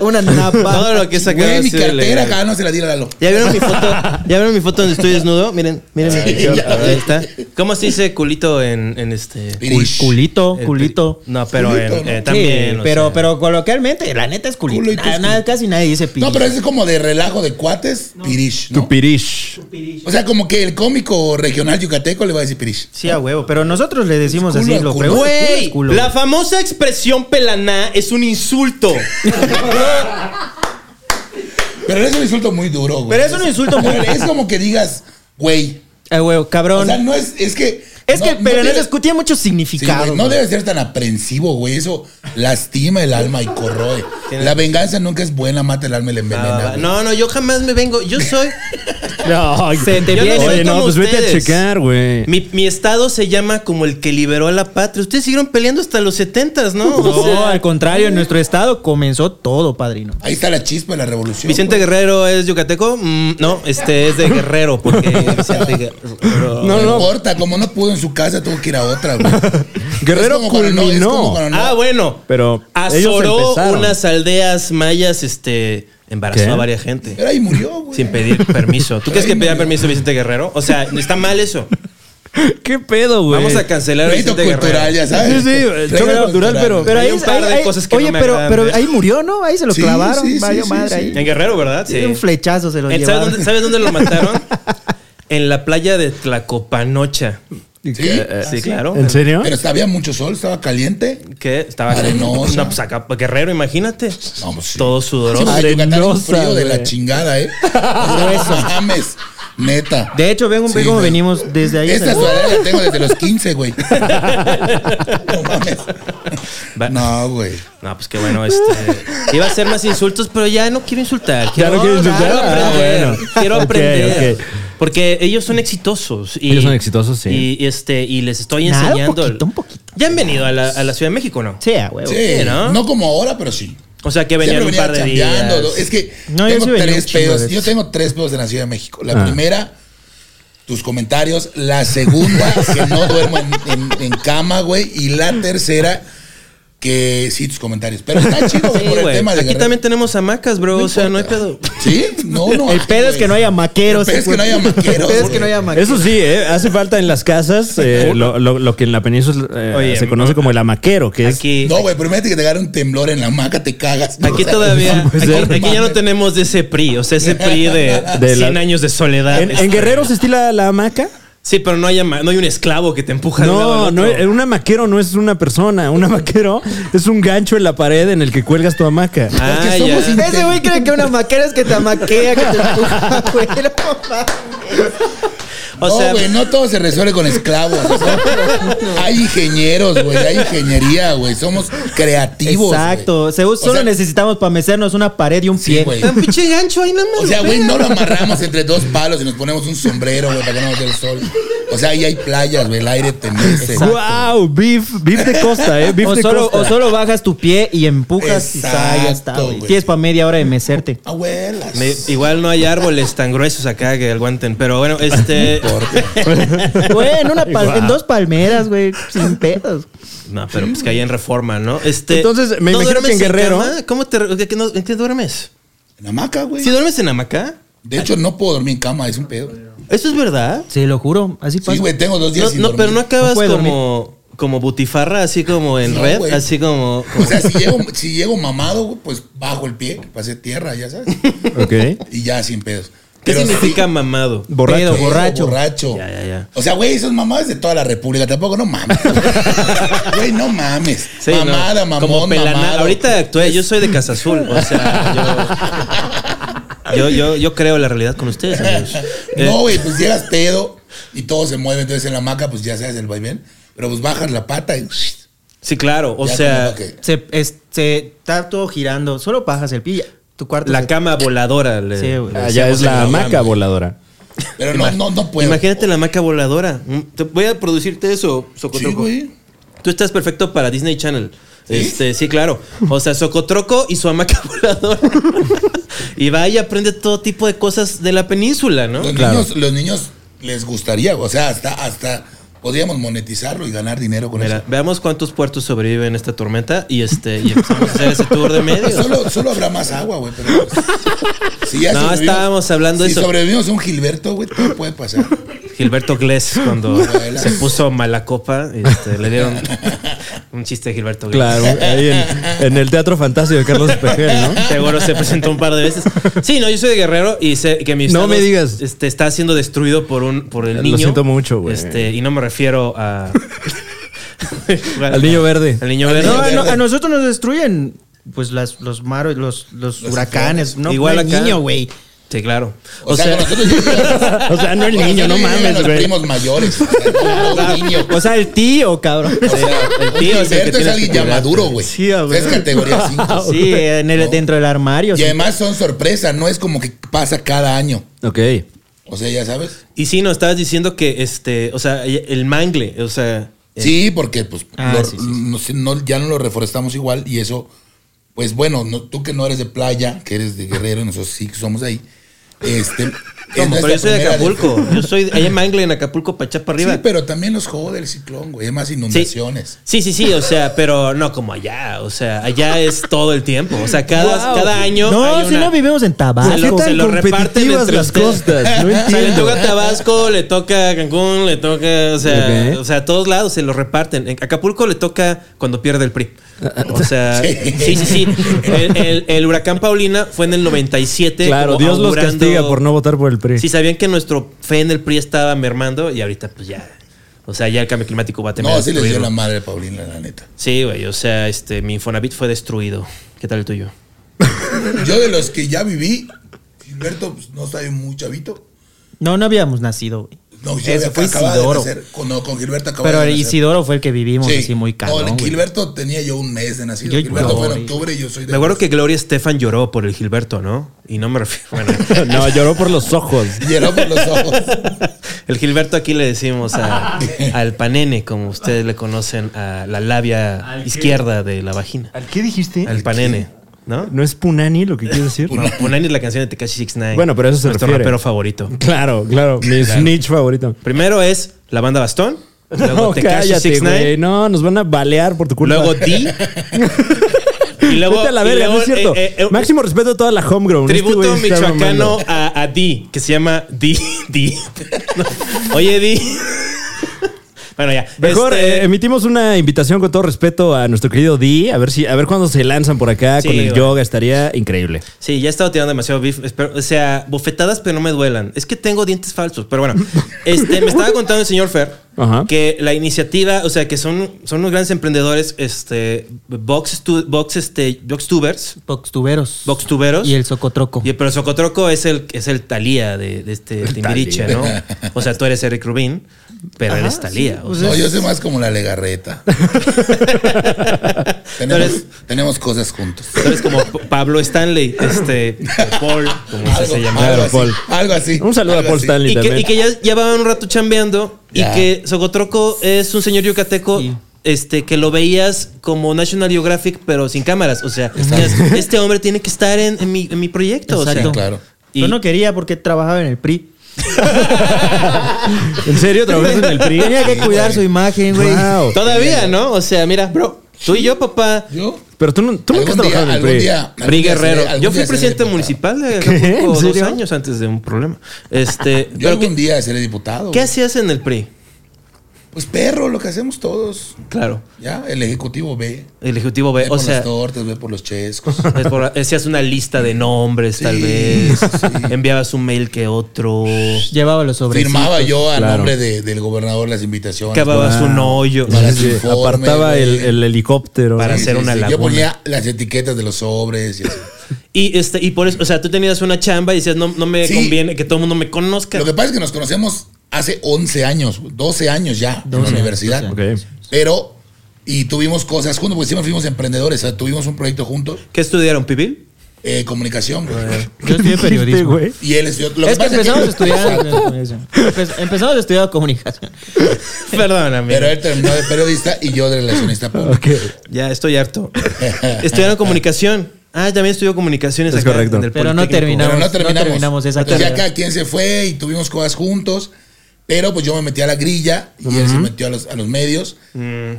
Speaker 3: Una napa.
Speaker 1: Todo lo que he sacado
Speaker 4: Güey,
Speaker 1: ha
Speaker 4: mi
Speaker 1: sido
Speaker 4: cartera
Speaker 1: ilegal.
Speaker 4: acá no se la di a Lalo.
Speaker 1: ¿Ya vieron mi foto? ¿Ya vieron mi foto donde estoy desnudo? Miren, miren. ahí está. ¿Cómo se dice culito en, en este?
Speaker 4: Pirish.
Speaker 3: Culito,
Speaker 1: el
Speaker 3: culito.
Speaker 1: piri- No, pero en-
Speaker 4: Culito, ¿no?
Speaker 1: eh, también.
Speaker 3: Sí,
Speaker 1: o
Speaker 3: pero,
Speaker 1: sea.
Speaker 3: pero coloquialmente, la neta es culito.
Speaker 4: Culito
Speaker 3: Nada-
Speaker 4: es
Speaker 3: nada- casi nadie dice pito.
Speaker 4: No, pero ese es como de relajo de cuates, pirish, ¿no?
Speaker 2: Tu pirish.
Speaker 4: O sea, como que el cómico regional yucateco le va a decir pirish.
Speaker 3: Sí, a huevo. Pero nosotros le decimos
Speaker 4: Es culo,
Speaker 3: así, lo
Speaker 4: culo.
Speaker 3: pregunto.
Speaker 1: Güey,
Speaker 3: es culo,
Speaker 1: la famosa expresión pelaná es un insulto.
Speaker 4: Pero es un insulto muy duro, güey.
Speaker 3: Pero es un insulto muy-
Speaker 4: Pero Es como que digas, güey.
Speaker 3: A huevo,
Speaker 4: O
Speaker 3: cabrón.
Speaker 4: sea, no es, es que.
Speaker 3: es
Speaker 4: no-
Speaker 3: que el
Speaker 4: no
Speaker 3: peronés
Speaker 4: debe-
Speaker 3: escu- tiene mucho
Speaker 4: Sí, güey,
Speaker 3: significado.
Speaker 4: no
Speaker 3: güey.
Speaker 4: debe ser tan aprensivo, güey. Eso lastima el alma y corroe. La venganza nunca es buena, mata el alma y la envenena.
Speaker 1: Ah,
Speaker 4: güey.
Speaker 1: no, no, yo jamás me vengo. Yo soy.
Speaker 2: No,
Speaker 3: Se te
Speaker 1: Yo
Speaker 3: viene.
Speaker 1: no soy
Speaker 2: Oye, no,
Speaker 1: como
Speaker 2: pues vete a
Speaker 1: ustedes.
Speaker 2: checar, güey.
Speaker 1: Mi, mi estado se llama como el que liberó a la patria. Ustedes siguieron peleando hasta los setentas, ¿no? O
Speaker 3: No,
Speaker 1: sea,
Speaker 3: al contrario, en nuestro estado comenzó todo, padrino.
Speaker 4: Ahí está la chispa de la revolución.
Speaker 1: Vicente
Speaker 4: güey.
Speaker 1: Guerrero es yucateco. Mm, no, este es de Guerrero, porque Vicente Guerrero.
Speaker 4: No, importa, como no pudo en su casa, tuvo que ir a otra, güey.
Speaker 2: Guerrero
Speaker 4: Es como cuando no- es
Speaker 2: culminó.
Speaker 4: como cuando no-
Speaker 1: Ah, bueno.
Speaker 2: Pero ellos
Speaker 1: azoró
Speaker 2: empezaron.
Speaker 1: unas aldeas mayas, este, embarazó
Speaker 2: ¿Qué?
Speaker 1: a varias gente.
Speaker 4: Pero ahí murió, güey.
Speaker 1: Sin pedir permiso. ¿Tú crees que pedía permiso Vicente Guerrero? O sea, está mal eso.
Speaker 2: [laughs] ¿Qué pedo, güey?
Speaker 1: Vamos a cancelar a
Speaker 4: Pleito
Speaker 1: Vicente
Speaker 4: cultural,
Speaker 1: Guerrero.
Speaker 4: ya sabes.
Speaker 2: Sí, sí,
Speaker 4: Pleito
Speaker 2: choque cultural, pero-
Speaker 3: Pero
Speaker 1: Hay
Speaker 3: ahí,
Speaker 1: un par de
Speaker 3: ahí-
Speaker 1: cosas que
Speaker 3: oye,
Speaker 1: no me
Speaker 3: pero,
Speaker 1: agradan,
Speaker 3: pero
Speaker 1: ¿eh?
Speaker 3: ahí murió, ¿no? Ahí se lo
Speaker 4: Sí,
Speaker 3: clavaron,
Speaker 4: sí, sí,
Speaker 3: valió
Speaker 4: sí,
Speaker 3: madre
Speaker 4: sí.
Speaker 3: ahí.
Speaker 1: En Guerrero, ¿verdad? Sí.
Speaker 3: Un flechazo se lo
Speaker 1: Eh, ¿Sabes
Speaker 3: llevaron.
Speaker 1: dónde, sabes dónde lo mataron? En la playa de Tlacopanocha.
Speaker 4: Sí,
Speaker 2: Eh,
Speaker 1: Sí, claro.
Speaker 2: ¿En serio?
Speaker 4: pero había mucho sol, estaba caliente.
Speaker 1: Que estaba
Speaker 4: Arenosa.
Speaker 1: No, pues acá, Guerrero, imagínate.
Speaker 4: No, pues sí.
Speaker 1: Todo
Speaker 4: Sí,
Speaker 1: sudoroso.
Speaker 4: porque Yucatán es un frío de la
Speaker 2: güey.
Speaker 4: chingada, ¿eh? No mames, neta.
Speaker 3: De hecho, ven, un- ven
Speaker 4: Sí,
Speaker 3: cómo
Speaker 4: güey.
Speaker 3: venimos desde ahí.
Speaker 4: Esta
Speaker 3: hasta-
Speaker 4: sudadera la tengo desde los 15, güey. No mames.
Speaker 1: Va- no.
Speaker 4: No, güey.
Speaker 1: pues qué bueno. Este, iba a hacer más insultos, pero ya no quiero insultar. Quiero,
Speaker 2: no quieres insultar?
Speaker 1: Quiero
Speaker 2: Ah,
Speaker 1: aprender.
Speaker 2: bueno.
Speaker 1: Quiero
Speaker 2: Ok,
Speaker 1: aprender.
Speaker 2: ok.
Speaker 1: Porque ellos son exitosos. Y,
Speaker 2: Ellos son exitosos, sí.
Speaker 1: Y, y este, y les estoy
Speaker 3: Nada, un
Speaker 1: enseñando.
Speaker 3: poquito, un poquito.
Speaker 1: Ya han venido a la, a la Ciudad de México, ¿no?
Speaker 3: Sí, a huevo.
Speaker 4: Sí,
Speaker 1: ¿no?
Speaker 4: ¿no? como ahora, pero sí.
Speaker 1: O sea, que venían un
Speaker 4: Siempre
Speaker 1: par de
Speaker 4: venía chambeando.
Speaker 1: días.
Speaker 4: ¿no? Es que
Speaker 3: No, yo
Speaker 4: tengo
Speaker 3: sí venía
Speaker 4: tres
Speaker 3: un chingo de
Speaker 4: pedos.
Speaker 3: veces.
Speaker 4: Yo tengo tres pedos en la Ciudad de México. La
Speaker 2: Ah.
Speaker 4: primera, tus comentarios.
Speaker 3: [laughs]
Speaker 4: La segunda, que no duermo en, en- en cama, güey. Y la tercera, que sí, tus comentarios. Pero está
Speaker 3: [laughs]
Speaker 4: chido, güey,
Speaker 1: Sí,
Speaker 4: por el
Speaker 1: güey.
Speaker 4: tema de
Speaker 1: Aquí
Speaker 4: Guerrero.
Speaker 1: también tenemos hamacas, bro. o sea, no hay pedo.
Speaker 4: Sí, no,
Speaker 1: [laughs]
Speaker 4: no.
Speaker 3: El
Speaker 4: hay,
Speaker 3: pedo es
Speaker 4: güey.
Speaker 3: que no haya maqueros.
Speaker 4: El pedo es que no
Speaker 3: [laughs]
Speaker 4: haya
Speaker 3: El
Speaker 4: maqueros,
Speaker 3: pedo es que no
Speaker 4: güey.
Speaker 3: haya maqueros.
Speaker 2: Eso sí, ¿eh? hace falta en las casas eh, lo, lo- lo que en la península eh,
Speaker 1: Oye,
Speaker 2: se conoce como el amaquero, que es...
Speaker 1: Aquí,
Speaker 4: No, güey, pero imagínate que te agarre un temblor en la hamaca, te cagas.
Speaker 1: aquí
Speaker 4: O sea,
Speaker 1: todavía.
Speaker 4: no puede
Speaker 1: aquí,
Speaker 4: ser.
Speaker 1: aquí ya no tenemos de ese PRI. O sea, ese PRI de,
Speaker 2: De la-
Speaker 1: 100 años de soledad.
Speaker 2: ¿En,
Speaker 1: Este,
Speaker 2: en Guerrero se estila la hamaca?
Speaker 1: Sí, pero no hay, ama- no hay un esclavo que te empuja. de un lado
Speaker 2: No,
Speaker 1: al
Speaker 2: no, eh,
Speaker 1: otro.
Speaker 2: un hamaquero no es una persona. Un hamaquero es un gancho en la pared en el que cuelgas tu hamaca.
Speaker 1: Ah,
Speaker 4: Porque somos
Speaker 1: ya.
Speaker 4: in-
Speaker 3: Ese güey cree que una maquera es que [laughs] te amaquea, que te empuja, güey. [laughs] No mames.
Speaker 1: O sea,
Speaker 4: no, güey, no todo se resuelve con esclavos. o sea, [laughs] hay ingenieros, güey, hay ingeniería, güey. Somos creativos.
Speaker 3: Exacto.
Speaker 4: güey.
Speaker 3: Se-
Speaker 4: O
Speaker 3: solo
Speaker 4: sea,
Speaker 3: necesitamos para mecernos una pared y un
Speaker 4: Sí,
Speaker 3: pie.
Speaker 4: güey.
Speaker 1: un pinche gancho ahí nada más.
Speaker 4: O sea,
Speaker 1: güey.
Speaker 4: güey, no lo amarramos entre dos palos y nos ponemos un sombrero, güey, para que no nos dé el sol. O sea, ahí hay playas, güey. El aire te mece. güey.
Speaker 6: ¡Wow! Beef, beef de costa, ¿eh? Beef
Speaker 3: O
Speaker 6: de
Speaker 3: solo,
Speaker 6: costa.
Speaker 3: o solo bajas tu pie y empujas y sa- ya está,
Speaker 4: Exacto,
Speaker 3: güey.
Speaker 4: güey.
Speaker 3: Tienes para media hora de
Speaker 4: [laughs]
Speaker 3: mecerte.
Speaker 4: Abuelas.
Speaker 1: Me- igual no hay árboles tan gruesos acá que aguanten, pero bueno, este.
Speaker 3: Güey, en, una pal- en dos palmeras, güey, sin pedos.
Speaker 1: no, pero pues que ahí en reforma, ¿no? Este,
Speaker 2: Entonces, me
Speaker 1: ¿no
Speaker 2: imagino que en
Speaker 1: duermes
Speaker 2: Guerrero-
Speaker 1: cama? ¿Cómo te, re- que no- en qué duermes?
Speaker 4: En hamaca, güey.
Speaker 1: ¿Si duermes en hamaca?
Speaker 4: De hecho, no puedo dormir en cama, es un pedo.
Speaker 1: ¿Eso es verdad?
Speaker 3: Se lo juro, así pasa.
Speaker 4: Sí, güey, tengo dos días
Speaker 1: No,
Speaker 4: sin
Speaker 1: no,
Speaker 4: dormir.
Speaker 1: pero no acabas
Speaker 3: No puede
Speaker 1: como, como butifarra, así como en
Speaker 4: No,
Speaker 1: red,
Speaker 4: güey.
Speaker 1: así como.
Speaker 4: O sea, si llego, si llego mamado, güey, pues bajo el pie, pasé tierra, ya sabes.
Speaker 2: Ok.
Speaker 4: Y ya sin pedos.
Speaker 1: ¿Qué
Speaker 4: Pero
Speaker 1: significa
Speaker 4: sí,
Speaker 1: mamado?
Speaker 3: Pedo,
Speaker 2: Borracho.
Speaker 4: pedo,
Speaker 3: borracho.
Speaker 4: Borracho.
Speaker 1: Ya, ya, ya.
Speaker 4: O sea, güey, esos mamadas de toda la República, tampoco no mames. [laughs] güey. Güey, no mames.
Speaker 1: Sí, ¿no?
Speaker 4: Mamada, mamón,
Speaker 1: Como pelana-
Speaker 4: mamado.
Speaker 1: Ahorita actué, yo soy de Casa Azul. O sea, yo, yo, yo, yo creo la realidad con ustedes, amigos. Eh,
Speaker 4: [laughs] [laughs] No, güey, pues llegas pedo y todo se mueve, entonces en la hamaca, pues ya se hace el vaivén. Pero pues bajas la pata y. [laughs]
Speaker 1: sí, claro. O
Speaker 4: ya
Speaker 1: sea,
Speaker 4: como que-
Speaker 3: Se, es- se está todo girando. Solo bajas el pie. y ya, Tu cuarto.
Speaker 1: la
Speaker 3: se-
Speaker 1: cama voladora. le-
Speaker 3: Sí, güey.
Speaker 2: Allá Ah, es Pues, la hamaca voladora.
Speaker 4: Pero no, no, no puedo.
Speaker 1: Imagínate la maca voladora. Mm, Te voy a producirte eso,
Speaker 4: Sí,
Speaker 1: Socotroco.
Speaker 4: güey.
Speaker 1: Tú estás perfecto para Disney Channel. Este, sí, claro. O sea, Socotroco y su hamaca [laughs] voladora. y va y aprende todo tipo de cosas de la península, ¿no?
Speaker 4: Los,
Speaker 2: Claro.
Speaker 4: niños, los niños les gustaría, o sea, hasta, hasta podríamos monetizarlo y ganar dinero con
Speaker 1: Mira,
Speaker 4: eso.
Speaker 1: veamos cuántos puertos sobreviven a esta tormenta y este y empezamos a hacer ese tour de medio.
Speaker 2: [laughs]
Speaker 4: Solo, solo habrá más agua, güey. Pero pues, si ya
Speaker 1: No,
Speaker 4: sobrevivimos-
Speaker 1: estábamos hablando de
Speaker 4: si
Speaker 1: eso.
Speaker 4: sobrevivimos a un Gilberto, güey, todo puede pasar.
Speaker 1: Gilberto Glés cuando
Speaker 4: Abuela.
Speaker 1: se puso mala copa, este,
Speaker 2: [laughs]
Speaker 1: le dieron un chiste a Gilberto Glés.
Speaker 2: Claro, ahí en, en el Teatro Fantástico de Carlos Espejel, ¿no?
Speaker 1: [laughs] Seguro se presentó un par de veces. Sí, no, yo soy de Guerrero y sé que
Speaker 2: No
Speaker 1: mi estado,
Speaker 2: me digas.
Speaker 1: Este, está siendo destruido por un por el
Speaker 2: Lo
Speaker 1: niño.
Speaker 2: siento mucho, güey.
Speaker 1: Este, y no me refiero a
Speaker 2: [laughs] Al niño verde.
Speaker 1: Al niño
Speaker 4: Al
Speaker 1: verde.
Speaker 4: niño
Speaker 3: No, a,
Speaker 4: verde.
Speaker 3: no- a nosotros nos destruyen pues las, los maros, los, los
Speaker 4: Los
Speaker 3: huracanes. No,
Speaker 1: Igual
Speaker 3: Igual al
Speaker 1: acá.
Speaker 3: niño, güey.
Speaker 1: Sí, claro. [laughs]
Speaker 4: O, sea, con nosotros
Speaker 2: O sea, no [laughs] el
Speaker 4: con
Speaker 2: niño,
Speaker 4: nosotros
Speaker 2: no
Speaker 4: llegan
Speaker 2: mames,
Speaker 4: los
Speaker 2: güey. pues,
Speaker 4: primos mayores. O sea, no, un niño.
Speaker 3: O sea, el tío, cabrón.
Speaker 4: O [laughs] sea,
Speaker 1: el
Speaker 4: un
Speaker 1: tío es el que
Speaker 4: Gilberto es
Speaker 1: tienes
Speaker 4: alguien
Speaker 1: que
Speaker 4: ya
Speaker 1: cuidar.
Speaker 4: maduro, güey.
Speaker 3: Sí, a
Speaker 4: O sea, es
Speaker 3: ver.
Speaker 4: categoría 5.
Speaker 3: [laughs] Sí, en el, dentro del armario.
Speaker 4: Y
Speaker 3: sí.
Speaker 4: además son sorpresas, no es como que pasa cada año.
Speaker 2: Ok.
Speaker 4: O sea, ya sabes.
Speaker 1: Y sí, no, estabas diciendo que este, o sea, el mangle, o sea,
Speaker 4: Sí, porque pues
Speaker 3: Eh, Ah,
Speaker 4: lo-
Speaker 3: sí, sí,
Speaker 4: no sé, no- ya no lo reforestamos igual y eso, pues bueno, no- tú que no eres de playa, que eres de Guerrero, nosotros sí que somos ahí.
Speaker 3: [laughs]
Speaker 4: Este, es
Speaker 1: ¿Cómo?
Speaker 4: nuestra
Speaker 1: eh, Pero yo soy de
Speaker 4: primera
Speaker 1: Acapulco.
Speaker 4: defen-
Speaker 1: Yo soy.
Speaker 4: [laughs]
Speaker 1: Hay mangle en Acapulco, Pachapa arriba.
Speaker 4: Sí, pero también los jode del ciclón, güey. Hay más inundaciones.
Speaker 1: Sí, sí, sí, o sea, pero no como allá, o sea, allá es todo el tiempo, o sea, cada, cada año hay
Speaker 3: No, si
Speaker 1: una-
Speaker 3: no vivimos en Tabasco.
Speaker 1: se lo,
Speaker 2: Pues, ¿Qué
Speaker 1: Ah, se
Speaker 2: tan
Speaker 1: lo reparten
Speaker 2: competitivas
Speaker 1: entre
Speaker 2: las
Speaker 1: ustedes. [laughs]
Speaker 2: costas? No
Speaker 1: O sea, le
Speaker 2: entiendo.
Speaker 1: toca a Tabasco, le toca a Cancún, le toca, o sea,
Speaker 2: Ok.
Speaker 1: o sea, a todos lados se lo reparten. En Acapulco le toca cuando pierde el PRI.
Speaker 2: [laughs]
Speaker 1: O sea,
Speaker 4: Sí.
Speaker 1: sí, sí, sí. El, el- el huracán Paulina fue en el 97.
Speaker 2: Claro,
Speaker 1: como
Speaker 2: Dios los
Speaker 1: augurando-
Speaker 2: castiga por no votar por el PRI.
Speaker 1: Sí, sabían que nuestro fe en el PRI estaba mermando y ahorita pues ya. O sea, ya el cambio climático va a tener.
Speaker 4: No, sí les dio la madre a Paulina, la neta.
Speaker 1: Sí, güey, o sea, este, mi Infonavit fue destruido. ¿Qué tal el tuyo?
Speaker 4: Yo de los que ya viví, Gilberto, pues no soy muy chavito.
Speaker 3: No, no habíamos nacido, güey.
Speaker 4: No, yo
Speaker 3: Ese
Speaker 4: acá-
Speaker 3: fue
Speaker 4: acababa de
Speaker 3: Isidoro.
Speaker 4: nacer. Con, no, con Gilberto acababa
Speaker 3: Pero
Speaker 4: de nacer.
Speaker 3: Isidoro fue el que vivimos
Speaker 4: Sí.
Speaker 3: así muy
Speaker 4: No,
Speaker 3: cabrón. güey.
Speaker 4: Gilberto tenía yo un mes de nacido.
Speaker 3: Yo
Speaker 4: Gilberto fue en
Speaker 3: lloré.
Speaker 4: octubre y yo soy de
Speaker 1: Me acuerdo que Gloria Estefan lloró por el Gilberto, ¿no? Y no me refiero. Bueno,
Speaker 2: [laughs] No, lloró por los ojos.
Speaker 4: [laughs] Lloró por los
Speaker 1: [laughs]
Speaker 4: ojos.
Speaker 1: el Gilberto aquí le
Speaker 2: [laughs]
Speaker 1: decimos a- al panene, como ustedes le conocen, a la labia izquierda de la vagina.
Speaker 2: ¿Al qué dijiste?
Speaker 1: Al panene,
Speaker 2: [laughs]
Speaker 1: ¿no?
Speaker 2: ¿No es punani lo que quieres decir?
Speaker 1: No, Punani es la canción de Tekashi 69.
Speaker 2: Bueno, pero a eso se
Speaker 1: Nuestro
Speaker 2: refiere.
Speaker 1: rapero favorito.
Speaker 2: Claro, claro. Mi snitch favorito.
Speaker 1: Primero es la banda Bastón. Luego
Speaker 2: No,
Speaker 1: Tekashi
Speaker 2: cállate,
Speaker 1: 69.
Speaker 2: güey. No, nos van a balear por tu culpa. [laughs]
Speaker 1: Luego D. y luego.
Speaker 2: Vete a la
Speaker 1: y
Speaker 2: verga,
Speaker 1: luego,
Speaker 2: no es cierto.
Speaker 1: eh, eh, eh,
Speaker 2: Máximo respeto a toda la homegrown.
Speaker 1: Tributo
Speaker 2: Este güey está
Speaker 1: michoacano
Speaker 2: mamando.
Speaker 1: a, a Di, que se llama Di. Di.
Speaker 2: [laughs]
Speaker 1: No. Oye, Di. bueno, ya.
Speaker 2: Mejor
Speaker 1: Este,
Speaker 2: eh, emitimos una invitación con todo respeto a nuestro querido Di, a ver si a ver cuándo se lanzan por acá
Speaker 1: Sí,
Speaker 2: con el
Speaker 1: güey.
Speaker 2: yoga, estaría increíble.
Speaker 1: Sí, ya he estado tirando demasiado beef. espero- o sea, bofetadas, pero no me duelan. Es que tengo dientes falsos. Pero bueno, este, me estaba contando el señor Fer
Speaker 2: Ajá.
Speaker 1: que la iniciativa, o sea, que son, son unos grandes emprendedores, este, box, tu- box, este, box tubers,
Speaker 3: Boxtuberos.
Speaker 1: box tuberos.
Speaker 3: Y el Socotroco.
Speaker 1: Y, pero Socotroco es el, es el Talía de, de este Timbiriche, ¿no? O sea, tú eres Eric Rubin. Pero
Speaker 3: Ajá,
Speaker 1: eres Talía.
Speaker 3: sí,
Speaker 1: o
Speaker 3: pues
Speaker 1: sea.
Speaker 4: No, yo soy más como
Speaker 1: [laughs]
Speaker 4: la legarreta. tenemos, tenemos cosas juntos.
Speaker 1: Tú eres como P- Pablo Stanley, este, o Paul, como se,
Speaker 4: Algo,
Speaker 1: se llama.
Speaker 2: Claro,
Speaker 4: algo así,
Speaker 2: Paul.
Speaker 4: algo así.
Speaker 2: Un saludo a
Speaker 4: algo
Speaker 2: Paul
Speaker 4: así.
Speaker 2: Stanley
Speaker 1: Y que,
Speaker 2: también.
Speaker 1: y que ya, ya va un rato chambeando
Speaker 4: Ya.
Speaker 1: y que Socotroco es un señor yucateco este, que lo veías como National Geographic pero sin cámaras. O sea, decías, este hombre tiene que estar en, en mi, en mi proyecto. o sea.
Speaker 4: Sí, claro.
Speaker 1: Y-
Speaker 3: Yo no quería porque trabajaba en el PRI.
Speaker 2: ¿En serio? ¿Trabajaste en el PRI?
Speaker 3: Tenía que
Speaker 4: Sí,
Speaker 3: cuidar
Speaker 4: güey.
Speaker 3: su imagen, güey.
Speaker 2: Wow.
Speaker 1: Todavía, ¿no? O sea, mira, bro, tú y yo, papá,
Speaker 4: Yo.
Speaker 2: Pero tú, no- tú nunca has
Speaker 4: algún día,
Speaker 2: trabajado en el
Speaker 4: algún
Speaker 2: PRI.
Speaker 4: día- algún
Speaker 1: PRI
Speaker 4: día seré-
Speaker 1: Guerrero.
Speaker 4: algún
Speaker 1: Yo fui
Speaker 4: día seré
Speaker 1: presidente
Speaker 4: diputado.
Speaker 1: municipal de
Speaker 2: ¿Qué? ¿En
Speaker 1: Acapulco dos
Speaker 2: serio?
Speaker 1: años antes de un problema. Este,
Speaker 4: Yo
Speaker 1: pero
Speaker 4: algún
Speaker 1: ¿qué,
Speaker 4: día seré diputado.
Speaker 1: ¿qué
Speaker 4: güey.
Speaker 1: hacías en el PRI?
Speaker 4: Pues perro, lo que hacemos todos.
Speaker 1: Claro,
Speaker 4: Ya, el ejecutivo ve.
Speaker 1: el Ejecutivo
Speaker 4: Ve
Speaker 1: B.
Speaker 4: por
Speaker 1: O sea,
Speaker 4: las tortas, ve por los
Speaker 1: [laughs]
Speaker 4: chescos.
Speaker 1: es por- eh, hacías una lista de nombres,
Speaker 4: Sí,
Speaker 1: tal vez.
Speaker 4: sí.
Speaker 1: Enviabas un mail que otro.
Speaker 3: Llevaba los sobres.
Speaker 4: Firmaba yo a
Speaker 2: Claro.
Speaker 4: nombre de- del gobernador las invitaciones.
Speaker 1: Cavabas
Speaker 2: Wow.
Speaker 1: un hoyo.
Speaker 4: Para
Speaker 2: Sí,
Speaker 4: su informe,
Speaker 2: apartaba
Speaker 4: güey.
Speaker 2: el, el helicóptero.
Speaker 1: Para
Speaker 4: Sí,
Speaker 1: hacer
Speaker 4: sí,
Speaker 1: una
Speaker 4: sí. Yo
Speaker 1: laguna.
Speaker 4: ponía las etiquetas de los sobres. y así.
Speaker 1: Y, este, y por eso, o sea, tú tenías una chamba y decías, no, no me
Speaker 4: Sí.
Speaker 1: conviene que todo el mundo me conozca.
Speaker 4: Lo que pasa es que nos conocemos hace 11 años, 12 años ya en la universidad.
Speaker 2: Ok.
Speaker 4: Pero, y tuvimos cosas juntos, porque siempre fuimos emprendedores. o sea, tuvimos un proyecto juntos,
Speaker 1: ¿Qué estudiaron,
Speaker 4: [laughs]
Speaker 1: Pibil?
Speaker 4: eh, comunicación. güey.
Speaker 3: Yo
Speaker 2: [laughs]
Speaker 3: estudié
Speaker 2: Dijiste,
Speaker 3: periodismo.
Speaker 2: güey.
Speaker 4: Y él estudió. Lo
Speaker 3: Es que
Speaker 4: pasa
Speaker 3: empezamos
Speaker 4: [laughs]
Speaker 3: a estudiar comunicación. Empe- Empezamos a estudiar comunicación.
Speaker 1: Perdóname.
Speaker 4: Pero él terminó de periodista y yo de relacionista público.
Speaker 2: Ok.
Speaker 1: Ya, estoy
Speaker 4: [laughs]
Speaker 1: harto. Estudiaron comunicación. Ah, también estudió comunicaciones.
Speaker 2: Es
Speaker 1: acá
Speaker 2: correcto.
Speaker 1: en el
Speaker 3: Pero no
Speaker 1: Politécnico.
Speaker 3: terminamos.
Speaker 4: Pero no
Speaker 3: no
Speaker 4: terminamos.
Speaker 3: terminamos esa
Speaker 4: Entonces, ya
Speaker 3: carrera.
Speaker 4: cada quien se fue y tuvimos cosas juntos. Pero pues yo me metí a la grilla y él se metió a los, a los medios.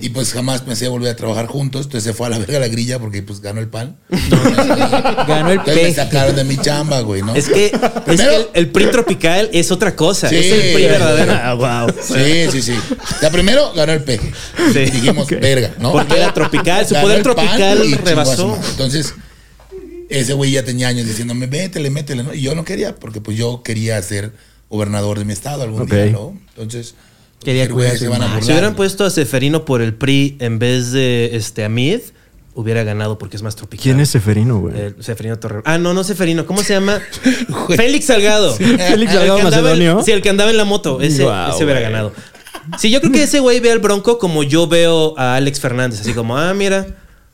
Speaker 4: Y pues jamás pensé volver a trabajar juntos. Entonces se fue a la verga la grilla porque pues ganó el
Speaker 3: [laughs]
Speaker 4: pan.
Speaker 3: Ganó el E.
Speaker 4: Entonces me
Speaker 3: pez.
Speaker 4: sacaron de mi chamba, güey, ¿no?
Speaker 1: Es que, es
Speaker 4: Primero-
Speaker 1: que el, el PRI tropical es otra cosa.
Speaker 4: Sí.
Speaker 1: Es el PRI
Speaker 4: [laughs]
Speaker 1: verdadero.
Speaker 7: Ah, wow.
Speaker 4: Sí, sí, sí. La primero ganó el peje.
Speaker 1: Sí.
Speaker 4: Dijimos, verga, ¿no?
Speaker 1: Porque era tropical, su
Speaker 4: Ganó
Speaker 1: poder
Speaker 4: el pan
Speaker 1: tropical
Speaker 4: y chingó a su
Speaker 1: rebasó.
Speaker 4: madre. Entonces, ese güey ya tenía años diciéndome, métele, métele. ¿no? Y yo no quería, porque pues yo quería ser gobernador de mi estado algún
Speaker 2: Ok.
Speaker 4: día, ¿no? Entonces,
Speaker 3: Quería
Speaker 4: dije, güey,
Speaker 3: cuidar
Speaker 4: se
Speaker 3: su
Speaker 4: van a burlar.
Speaker 1: Si hubieran puesto a Seferino por el PRI en vez de este, a Mid, hubiera ganado porque es más tropical.
Speaker 2: ¿Quién es Seferino, güey?
Speaker 1: El Seferino Torre. Ah, no, no Seferino. ¿Cómo
Speaker 2: [laughs]
Speaker 1: se llama? Félix Salgado. Ah,
Speaker 2: Félix
Speaker 1: El
Speaker 2: Salgado
Speaker 1: que andaba en-
Speaker 2: Macedonio.
Speaker 1: sí, el que andaba en la moto. Ese,
Speaker 2: Guau,
Speaker 1: ese hubiera
Speaker 2: güey.
Speaker 1: ganado. Sí, yo creo que ese güey ve al Bronco como yo veo a Alex Fernández. Así como, ah, mira.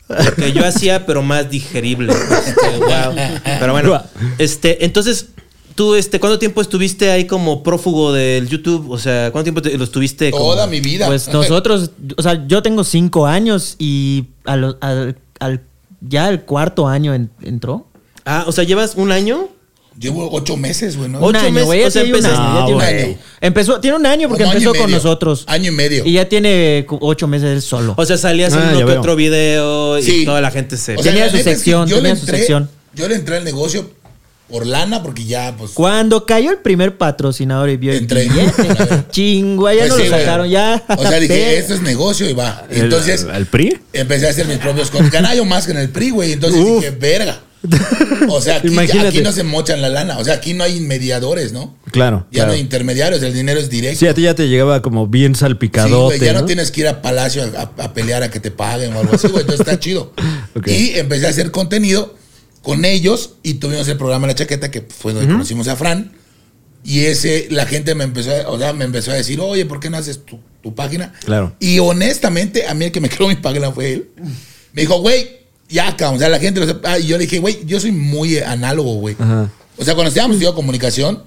Speaker 1: Lo que yo hacía, pero más digerible. Este, guau. Pero bueno.
Speaker 2: Guau.
Speaker 1: Este, entonces, tú, este, ¿cuánto tiempo estuviste ahí como prófugo del YouTube? O sea, ¿cuánto tiempo te- lo estuviste como-
Speaker 4: Toda mi vida.
Speaker 3: Pues nosotros, o sea, yo tengo cinco años y a lo- al, al- ya el cuarto año en- entró.
Speaker 1: Ah, o sea, ¿llevas un año?
Speaker 4: Llevo ocho meses, güey, ¿no?
Speaker 1: Ocho
Speaker 3: Un año,
Speaker 1: meses,
Speaker 3: güey. ya
Speaker 1: o sea,
Speaker 3: tiene un
Speaker 1: empezaste-
Speaker 3: año, ya
Speaker 2: Ah,
Speaker 3: tiene un
Speaker 4: bueno.
Speaker 3: año. Empezó, tiene un año porque
Speaker 4: Como año y
Speaker 3: empezó con
Speaker 4: medio.
Speaker 3: nosotros.
Speaker 4: Año y medio.
Speaker 3: Y ya tiene cu- ocho meses él solo.
Speaker 1: O sea, salías
Speaker 2: Ah,
Speaker 1: en
Speaker 2: ya
Speaker 1: uno que
Speaker 2: veo.
Speaker 1: otro video y
Speaker 4: Sí.
Speaker 1: toda la gente se...
Speaker 4: O
Speaker 3: Tenía
Speaker 4: la
Speaker 3: su
Speaker 4: neta es que
Speaker 3: sección,
Speaker 4: yo le
Speaker 3: tenía su
Speaker 4: entré-
Speaker 3: sección.
Speaker 4: Yo le entré al negocio por lana porque ya, pues...
Speaker 3: Cuando cayó el primer patrocinador y vio el
Speaker 4: Entré. [laughs]
Speaker 3: billete, chingua, Ah, ya
Speaker 4: pues
Speaker 3: no
Speaker 4: sí,
Speaker 3: lo
Speaker 4: güey.
Speaker 3: sacaron, ya.
Speaker 4: O
Speaker 3: [laughs]
Speaker 4: sea, dije,
Speaker 3: Pero-
Speaker 4: esto es negocio y va.
Speaker 2: El-
Speaker 4: Entonces,
Speaker 2: ¿Al PRI?
Speaker 4: Empecé a hacer mis propios cosas. Ganayo más que en el PRI, güey. Entonces
Speaker 2: Uf.
Speaker 4: dije,
Speaker 3: [laughs]
Speaker 4: verga. O sea, aquí,
Speaker 2: Imagínate.
Speaker 4: aquí no se mochan la lana. O sea, aquí no hay mediadores, ¿no?
Speaker 2: Claro.
Speaker 4: Ya
Speaker 2: claro.
Speaker 4: no hay intermediarios. El dinero es directo.
Speaker 2: Sí, a ti ya te llegaba como bien
Speaker 4: Sí,
Speaker 2: salpicadote.
Speaker 4: güey, ya no,
Speaker 2: ¿no?
Speaker 4: tienes que ir a Palacio a, a- a pelear a que te paguen o algo así, güey. Entonces está chido.
Speaker 2: [laughs] Ok.
Speaker 4: Y empecé a hacer contenido con ellos y tuvimos el programa La Chaqueta, que fue donde conocimos a Fran. Y ese, la gente me empezó, a, o sea, me empezó a decir, oye, ¿por qué no haces tu, tu página?
Speaker 2: Claro.
Speaker 4: Y honestamente, a mí el que me [laughs] creó mi página fue él. Me dijo, güey, ya, cabrón. O sea, la gente lo sepa. Y yo le dije, güey, yo soy muy eh, análogo, güey.
Speaker 2: Ajá.
Speaker 4: O sea, cuando estábamos estudiando comunicación,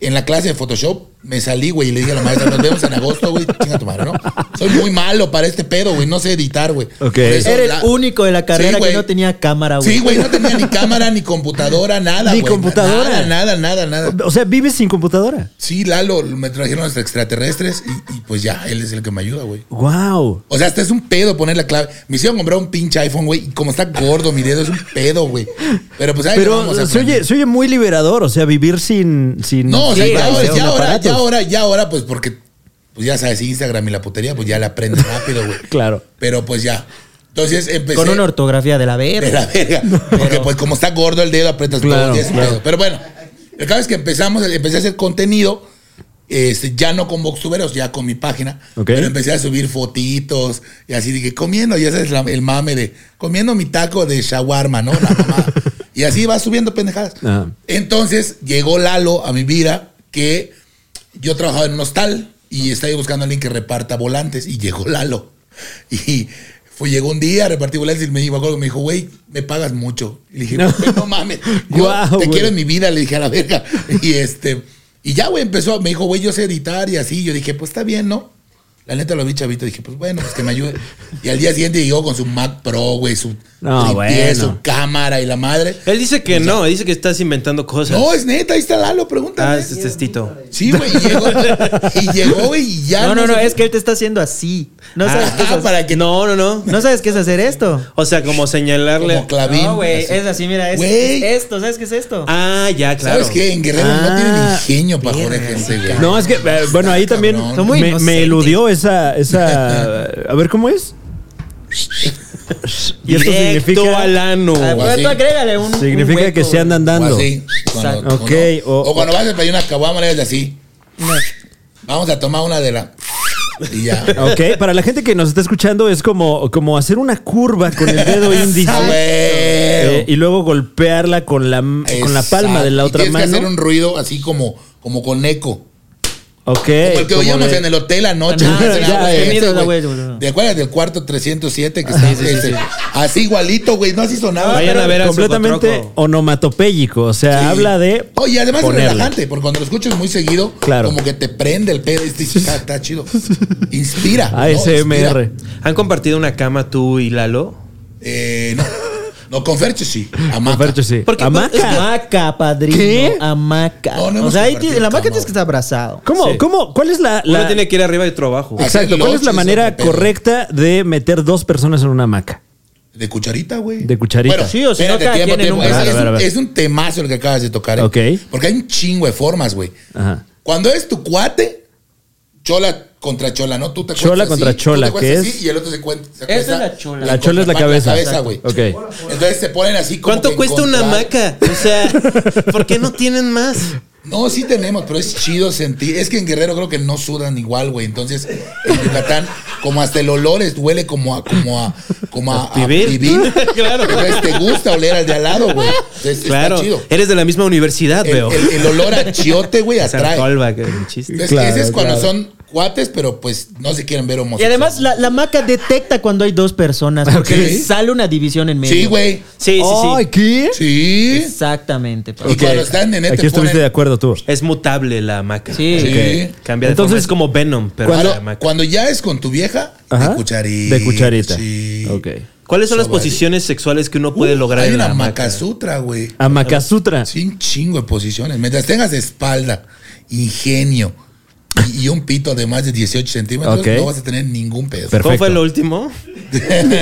Speaker 4: en la clase de Photoshop, me salí, güey, y le dije a la maestra, nos vemos en agosto, güey, chinga tu madre, ¿no? Soy muy malo para este pedo, güey, no sé editar, güey.
Speaker 2: Ok.
Speaker 4: Por eso
Speaker 3: Era el
Speaker 4: la-
Speaker 3: único de la carrera que
Speaker 4: güey.
Speaker 3: no tenía cámara, güey.
Speaker 4: Sí, güey, no tenía ni cámara, ni computadora, nada,
Speaker 2: Ni
Speaker 4: güey.
Speaker 2: computadora.
Speaker 4: Nada, nada, nada, nada.
Speaker 2: O sea, vives sin computadora.
Speaker 4: Sí, Lalo, me trajeron los extraterrestres y, y pues ya, él es el que me ayuda, güey.
Speaker 2: Wow.
Speaker 4: O sea, hasta es un pedo poner la clave. Me hicieron comprar un pinche iPhone, güey, y como está gordo mi dedo, es un pedo, güey. Pero pues ahí le
Speaker 2: Pero
Speaker 4: vamos a
Speaker 2: se
Speaker 4: aprender.
Speaker 2: oye, se oye muy liberador, o sea, vivir sin. sin
Speaker 4: No, o sea,
Speaker 2: sin
Speaker 4: ya, ahora,
Speaker 2: aparatos,
Speaker 4: ya,
Speaker 2: sin
Speaker 4: ahora,
Speaker 2: aparatos.
Speaker 4: ya ahora, ya ahora, pues porque, pues ya sabes, Instagram y la putería, pues ya la aprendes rápido, güey.
Speaker 2: Claro.
Speaker 4: Pero pues ya. Entonces empecé.
Speaker 3: Con una ortografía de la
Speaker 4: pues de
Speaker 3: verga.
Speaker 4: la verga. Porque pues como está gordo el dedo, aprietas
Speaker 2: Claro,
Speaker 4: todo. y es un
Speaker 2: claro.
Speaker 4: pedo. Pero bueno, el caso es que empezamos, empecé a hacer contenido. Este, ya no con boxtuberos, ya con mi página.
Speaker 2: Ok.
Speaker 4: Pero empecé a subir fotitos y así dije, comiendo, ya sabes la- el mame de comiendo mi taco de shawarma, ¿no? La
Speaker 2: [laughs]
Speaker 4: mamá. y así va subiendo pendejadas.
Speaker 2: Ah.
Speaker 4: Entonces llegó Lalo a mi vida que yo trabajaba en un hostal y estaba yo buscando a alguien que reparta volantes y llegó Lalo. Y fue, llegó un día, repartí volantes y me dijo, me acuerdo que me dijo, güey, me pagas mucho. Y le dije, no, mames, yo
Speaker 2: Guau,
Speaker 4: te
Speaker 2: güey.
Speaker 4: quiero en mi vida, le dije a la verga. Y este, y ya, güey, empezó, me dijo, güey, yo sé editar y así. Yo dije, pues está bien, ¿no? La neta lo vi chavito, dije, pues bueno, pues que me ayude. Y al día siguiente llegó con su Mac Pro, güey, su
Speaker 2: No,
Speaker 4: tripié,
Speaker 2: bueno.
Speaker 4: su cámara y la madre.
Speaker 1: Él dice que no, dice que estás inventando cosas.
Speaker 4: No, es neta, ahí está Lalo,
Speaker 1: ah,
Speaker 4: pregúntale.
Speaker 1: es este es Tito.
Speaker 4: Sí, güey, y llegó, y llegó, güey, y ya.
Speaker 3: No, no, no,
Speaker 4: sé- Ah,
Speaker 3: es que él te está haciendo así. No sabes qué es
Speaker 4: Ajá,
Speaker 3: hacer-
Speaker 4: para que no.
Speaker 1: No, no, no.
Speaker 3: no sabes qué es hacer esto.
Speaker 1: O sea, como señalarle.
Speaker 4: Como clavín.
Speaker 3: No, güey,
Speaker 4: así.
Speaker 3: es así, mira, es,
Speaker 4: Güey.
Speaker 3: es esto, ¿sabes qué es esto?
Speaker 1: Ah, ya, claro.
Speaker 4: ¿Sabes qué? En Guerrero no
Speaker 2: Ah,
Speaker 4: tienen ingenio para joder gente, güey.
Speaker 2: No, es que, eh, bueno, ahí
Speaker 4: Está
Speaker 2: también
Speaker 4: cabrón.
Speaker 3: Son muy
Speaker 2: me, me
Speaker 3: inocentes.
Speaker 2: eludió esa, esa... A ver, ¿cómo es? Y esto
Speaker 1: Directo
Speaker 2: significa...
Speaker 1: al ano.
Speaker 3: Ah, pues,
Speaker 4: así.
Speaker 3: tú agrégale un.
Speaker 2: Significa
Speaker 3: un hueco,
Speaker 2: que se andan
Speaker 4: O
Speaker 2: dando.
Speaker 4: así. Cuando,
Speaker 2: Ok,
Speaker 4: cuando-
Speaker 2: o-
Speaker 4: o, cuando vas a pedir una caguama, le haces así. Vamos a tomar una de la. Y
Speaker 2: [laughs]
Speaker 4: ya. Ah,
Speaker 2: Ok, para la gente que nos está escuchando es como, como hacer una curva con el
Speaker 4: [laughs]
Speaker 2: dedo índice
Speaker 4: Ah, güey.
Speaker 2: eh, y luego golpearla con la, con la palma de la
Speaker 4: Exacto. Y
Speaker 2: otra
Speaker 4: Tienes que hacer
Speaker 2: mano.
Speaker 4: un ruido así como, como con eco.
Speaker 2: Ok.
Speaker 4: Como el que
Speaker 2: Eh, como
Speaker 4: oíamos
Speaker 2: de-
Speaker 4: en el hotel anoche.
Speaker 3: Ah,
Speaker 4: Ese,
Speaker 3: ya,
Speaker 4: güey,
Speaker 3: qué miedo,
Speaker 4: ese,
Speaker 3: güey.
Speaker 4: güey. ¿Te acuerdas del cuarto 307 que
Speaker 2: Ah,
Speaker 4: está ese? así igualito, güey? No así sonaba.
Speaker 1: Vayan a ver al
Speaker 2: completamente
Speaker 1: Socotroco.
Speaker 2: onomatopéyico. O sea,
Speaker 4: Sí.
Speaker 2: habla de.
Speaker 4: Oye, además
Speaker 2: ponerle.
Speaker 4: es relajante, porque cuando lo escuchas muy seguido,
Speaker 2: Claro.
Speaker 4: como que te prende el pedo. y dices, "Ah, está chido. Inspira. ¿no?
Speaker 2: ASMR.
Speaker 4: Inspira.
Speaker 1: ¿Han compartido una cama tú y Lalo?
Speaker 4: Eh, no. No, con Fercho sí. Hamaca.
Speaker 2: Fercho, sí.
Speaker 1: Porque-
Speaker 2: Hamaca.
Speaker 3: Hamaca, padrino.
Speaker 2: ¿Qué?
Speaker 3: Hamaca.
Speaker 4: No, no hemos
Speaker 3: o sea, ahí
Speaker 4: compartido
Speaker 3: ti- la hamaca
Speaker 4: cama,
Speaker 3: tienes que estar abrazado.
Speaker 2: ¿Cómo,
Speaker 1: Sí.
Speaker 2: cómo, ¿Cuál es la. la-
Speaker 1: Uno tiene que ir arriba y otro abajo.
Speaker 4: Ah.
Speaker 2: Exacto. ¿Cuál es la
Speaker 4: Hacerlo,
Speaker 2: manera
Speaker 4: sí, es otro pedo.
Speaker 2: correcta de meter dos personas en una hamaca?
Speaker 4: De cucharita, güey.
Speaker 2: De cucharita.
Speaker 3: Sí, o si no, cada quien en un
Speaker 4: Es,
Speaker 2: brazo.
Speaker 4: es
Speaker 2: A ver, a ver.
Speaker 4: es un temazo el que acabas de tocar. ¿eh?
Speaker 2: Ok.
Speaker 4: Porque hay un chingo de formas, güey.
Speaker 2: Ajá.
Speaker 4: Cuando es tu cuate, chola contra chola, ¿no? Tú te
Speaker 2: Chola
Speaker 4: acuestas
Speaker 2: contra
Speaker 4: así, tú te
Speaker 2: chola,
Speaker 4: acuestas
Speaker 2: ¿qué
Speaker 4: así
Speaker 2: es?
Speaker 4: Y el otro se cuenta.
Speaker 3: Esa es la chola.
Speaker 2: La chola es la cabeza.
Speaker 4: güey.
Speaker 2: Ok.
Speaker 4: Entonces se ponen así como
Speaker 1: ¿Cuánto
Speaker 4: que
Speaker 1: cuesta una
Speaker 4: encontrar-
Speaker 1: hamaca? O sea, ¿por qué no tienen más?
Speaker 4: No, sí tenemos, pero es chido sentir. Es que en Guerrero creo que no sudan igual, güey. Entonces, en Yucatán, como hasta el olor es- huele como a, como a, como a, a
Speaker 1: Pibil.
Speaker 2: [laughs]
Speaker 1: Claro.
Speaker 4: Entonces te gusta oler al de al lado, güey. Entonces,
Speaker 1: Claro,
Speaker 4: está chido.
Speaker 1: eres de la misma universidad,
Speaker 4: El,
Speaker 1: veo.
Speaker 4: el- el olor a chiote, güey, atrae. Entonces,
Speaker 1: Santolva, que es un chiste.
Speaker 4: ese es
Speaker 2: Claro,
Speaker 4: cuando
Speaker 2: claro.
Speaker 4: son cuates, pero pues no se quieren ver
Speaker 3: Y
Speaker 4: homosexuales.
Speaker 3: además, la, la hamaca detecta cuando hay dos personas porque
Speaker 4: Ok.
Speaker 3: les sale una división en medio.
Speaker 4: Sí, güey.
Speaker 1: Sí, sí,
Speaker 2: Ay,
Speaker 1: sí.
Speaker 2: ¿qué?
Speaker 4: Sí.
Speaker 3: Exactamente. pa.
Speaker 4: Y cuando están en este
Speaker 2: Aquí estuviste de acuerdo tú.
Speaker 1: Es mutable la hamaca.
Speaker 3: Sí.
Speaker 4: Sí.
Speaker 1: Cambia de
Speaker 2: Entonces-
Speaker 1: Entonces, es como Venom, pero
Speaker 4: Cuando,
Speaker 1: la hamaca.
Speaker 4: cuando ya es con tu vieja,
Speaker 2: Ajá.
Speaker 4: de cucharita.
Speaker 2: De cucharita.
Speaker 4: Sí.
Speaker 2: Ok.
Speaker 1: ¿Cuáles son las
Speaker 4: Sobari.
Speaker 1: posiciones sexuales que uno puede
Speaker 4: Uh,
Speaker 1: lograr
Speaker 4: Hay
Speaker 1: en la
Speaker 4: una
Speaker 1: hamaca?
Speaker 4: macasutra, güey.
Speaker 2: Amakasutra.
Speaker 4: Sí, un chingo de posiciones. Mientras tengas espalda, ingenio y, y un pito de más de 18 centímetros,
Speaker 2: Ok.
Speaker 4: no vas a tener ningún pedo. [laughs]
Speaker 2: Perfecto.
Speaker 1: ¿Cómo fue lo último?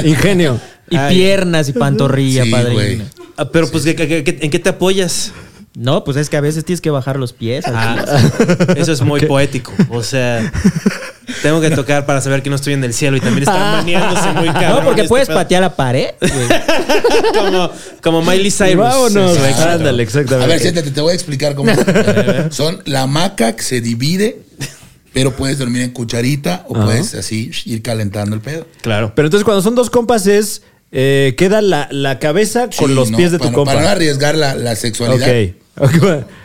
Speaker 2: Ingenio.
Speaker 3: Y
Speaker 1: Ay.
Speaker 3: piernas y pantorrilla,
Speaker 4: Sí,
Speaker 3: padrino.
Speaker 4: güey.
Speaker 1: Ah, pero pues, ¿qué- qué- qué- en qué te apoyas?
Speaker 3: No, pues es que a veces tienes que bajar los pies. [laughs]
Speaker 1: Ah, eso es muy poético. O sea, tengo que tocar para saber que no estoy en el cielo y también están maniándose muy cabrón.
Speaker 3: Ah. [laughs] no, porque
Speaker 1: este
Speaker 3: puedes
Speaker 1: pedo.
Speaker 3: patear la pared.
Speaker 1: [laughs] como, como Miley Cyrus.
Speaker 2: Vámonos.
Speaker 1: Sí, exacto.
Speaker 2: Ándale,
Speaker 4: A
Speaker 2: exactamente.
Speaker 4: ver, siéntate, te voy a
Speaker 2: [laughs]
Speaker 4: explicar cómo son. La hamaca que se divide, pero puedes dormir en cucharita o
Speaker 2: Ajá.
Speaker 4: puedes así ir calentando el pedo.
Speaker 2: [laughs]
Speaker 1: Claro.
Speaker 2: Pero entonces cuando son dos compas es. eh, queda la, la cabeza
Speaker 4: Sí,
Speaker 2: con los
Speaker 4: ¿no?
Speaker 2: pies de tu
Speaker 4: para,
Speaker 2: compa.
Speaker 4: Para no arriesgar la, la sexualidad.
Speaker 2: ok.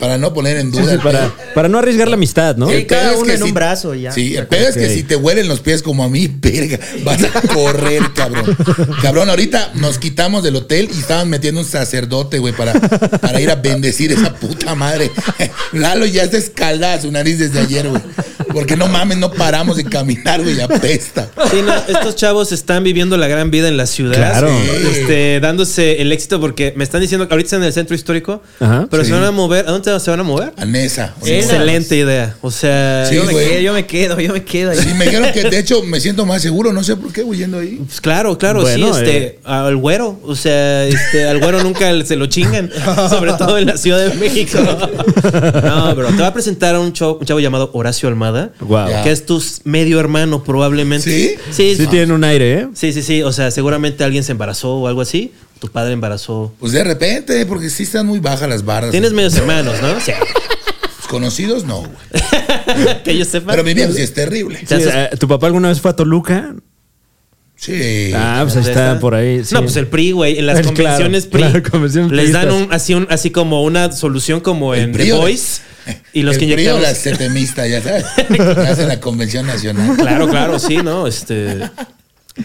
Speaker 4: Para no poner en
Speaker 2: Sí,
Speaker 4: duda.
Speaker 2: sí,
Speaker 4: el
Speaker 2: para,
Speaker 4: pedo.
Speaker 2: para no arriesgar la amistad, ¿no?
Speaker 4: El
Speaker 3: cada
Speaker 4: pedo es
Speaker 3: uno
Speaker 4: que
Speaker 3: en un
Speaker 4: si-
Speaker 3: brazo y ya.
Speaker 4: Sí, el pedo es que
Speaker 2: Ok.
Speaker 4: si te huelen los pies como a mí, [laughs] verga, vas a correr, cabrón. Cabrón, ahorita nos quitamos del hotel y estaban metiendo un sacerdote, güey, para, para ir a bendecir esa puta madre. [laughs] Lalo ya está escaldada su nariz desde ayer, güey. Porque no mames, no paramos de caminar, güey, apesta.
Speaker 1: Sí, no, estos chavos están viviendo la gran vida en la ciudad.
Speaker 2: Claro.
Speaker 1: Este, dándose el éxito porque me están diciendo que ahorita están en el centro histórico,
Speaker 2: Ajá.
Speaker 1: pero
Speaker 4: Sí.
Speaker 1: se van a mover. ¿A dónde se van a mover?
Speaker 4: Anesa.
Speaker 3: Sí,
Speaker 4: oye,
Speaker 1: Excelente idea. O sea,
Speaker 4: Sí,
Speaker 3: yo, me
Speaker 4: güey.
Speaker 3: quedo, yo me quedo, yo me quedo ahí.
Speaker 4: Sí, me dijeron que de hecho me siento más seguro, no sé por qué, güey, yendo ahí.
Speaker 1: Pues claro, claro,
Speaker 2: Bueno,
Speaker 1: sí, este,
Speaker 2: eh.
Speaker 1: al güero, o sea, este, al güero nunca se lo
Speaker 4: [laughs]
Speaker 1: chingan, sobre todo en la Ciudad de México. No, pero te va a presentar a un, chavo, un chavo llamado Horacio Almada,
Speaker 2: Guau.
Speaker 4: Ya.
Speaker 1: que es tu medio hermano probablemente.
Speaker 4: ¿Sí?
Speaker 1: Sí,
Speaker 2: Sí
Speaker 1: sí,
Speaker 2: tienen un aire, ¿eh?
Speaker 1: sí, sí, sí, o sea, seguramente alguien se embarazó o algo así, tu padre embarazó.
Speaker 4: Pues de repente, porque sí están muy bajas las barras.
Speaker 1: Tienes
Speaker 4: güey.
Speaker 1: medios hermanos, ¿no? O
Speaker 4: [laughs]
Speaker 1: sea,
Speaker 4: Los Conocidos, no, güey.
Speaker 1: que yo sepa.
Speaker 4: Pero mi viejo sí es terrible.
Speaker 2: Sí,
Speaker 1: haces-
Speaker 2: eh, ¿Tu papá alguna vez fue a Toluca?
Speaker 4: Sí.
Speaker 2: Ah, pues ahí está, por ahí. sí.
Speaker 1: No, pues el PRI, güey. En
Speaker 2: [laughs]
Speaker 1: las
Speaker 2: El- claro,
Speaker 1: convenciones PRI.
Speaker 2: claro, convenciones
Speaker 1: les dan
Speaker 2: priistas.
Speaker 1: un, así, un, así como una solución como
Speaker 4: El
Speaker 1: en
Speaker 4: PRI,
Speaker 1: The
Speaker 4: güey.
Speaker 1: Voice.
Speaker 8: Y los
Speaker 4: [laughs] el
Speaker 8: que
Speaker 4: PRI o
Speaker 8: inyectamos.
Speaker 4: la setemista,
Speaker 2: [laughs]
Speaker 4: ya sabes. que hace la convención
Speaker 8: [laughs]
Speaker 4: nacional.
Speaker 8: Claro, claro, sí, ¿no? Este.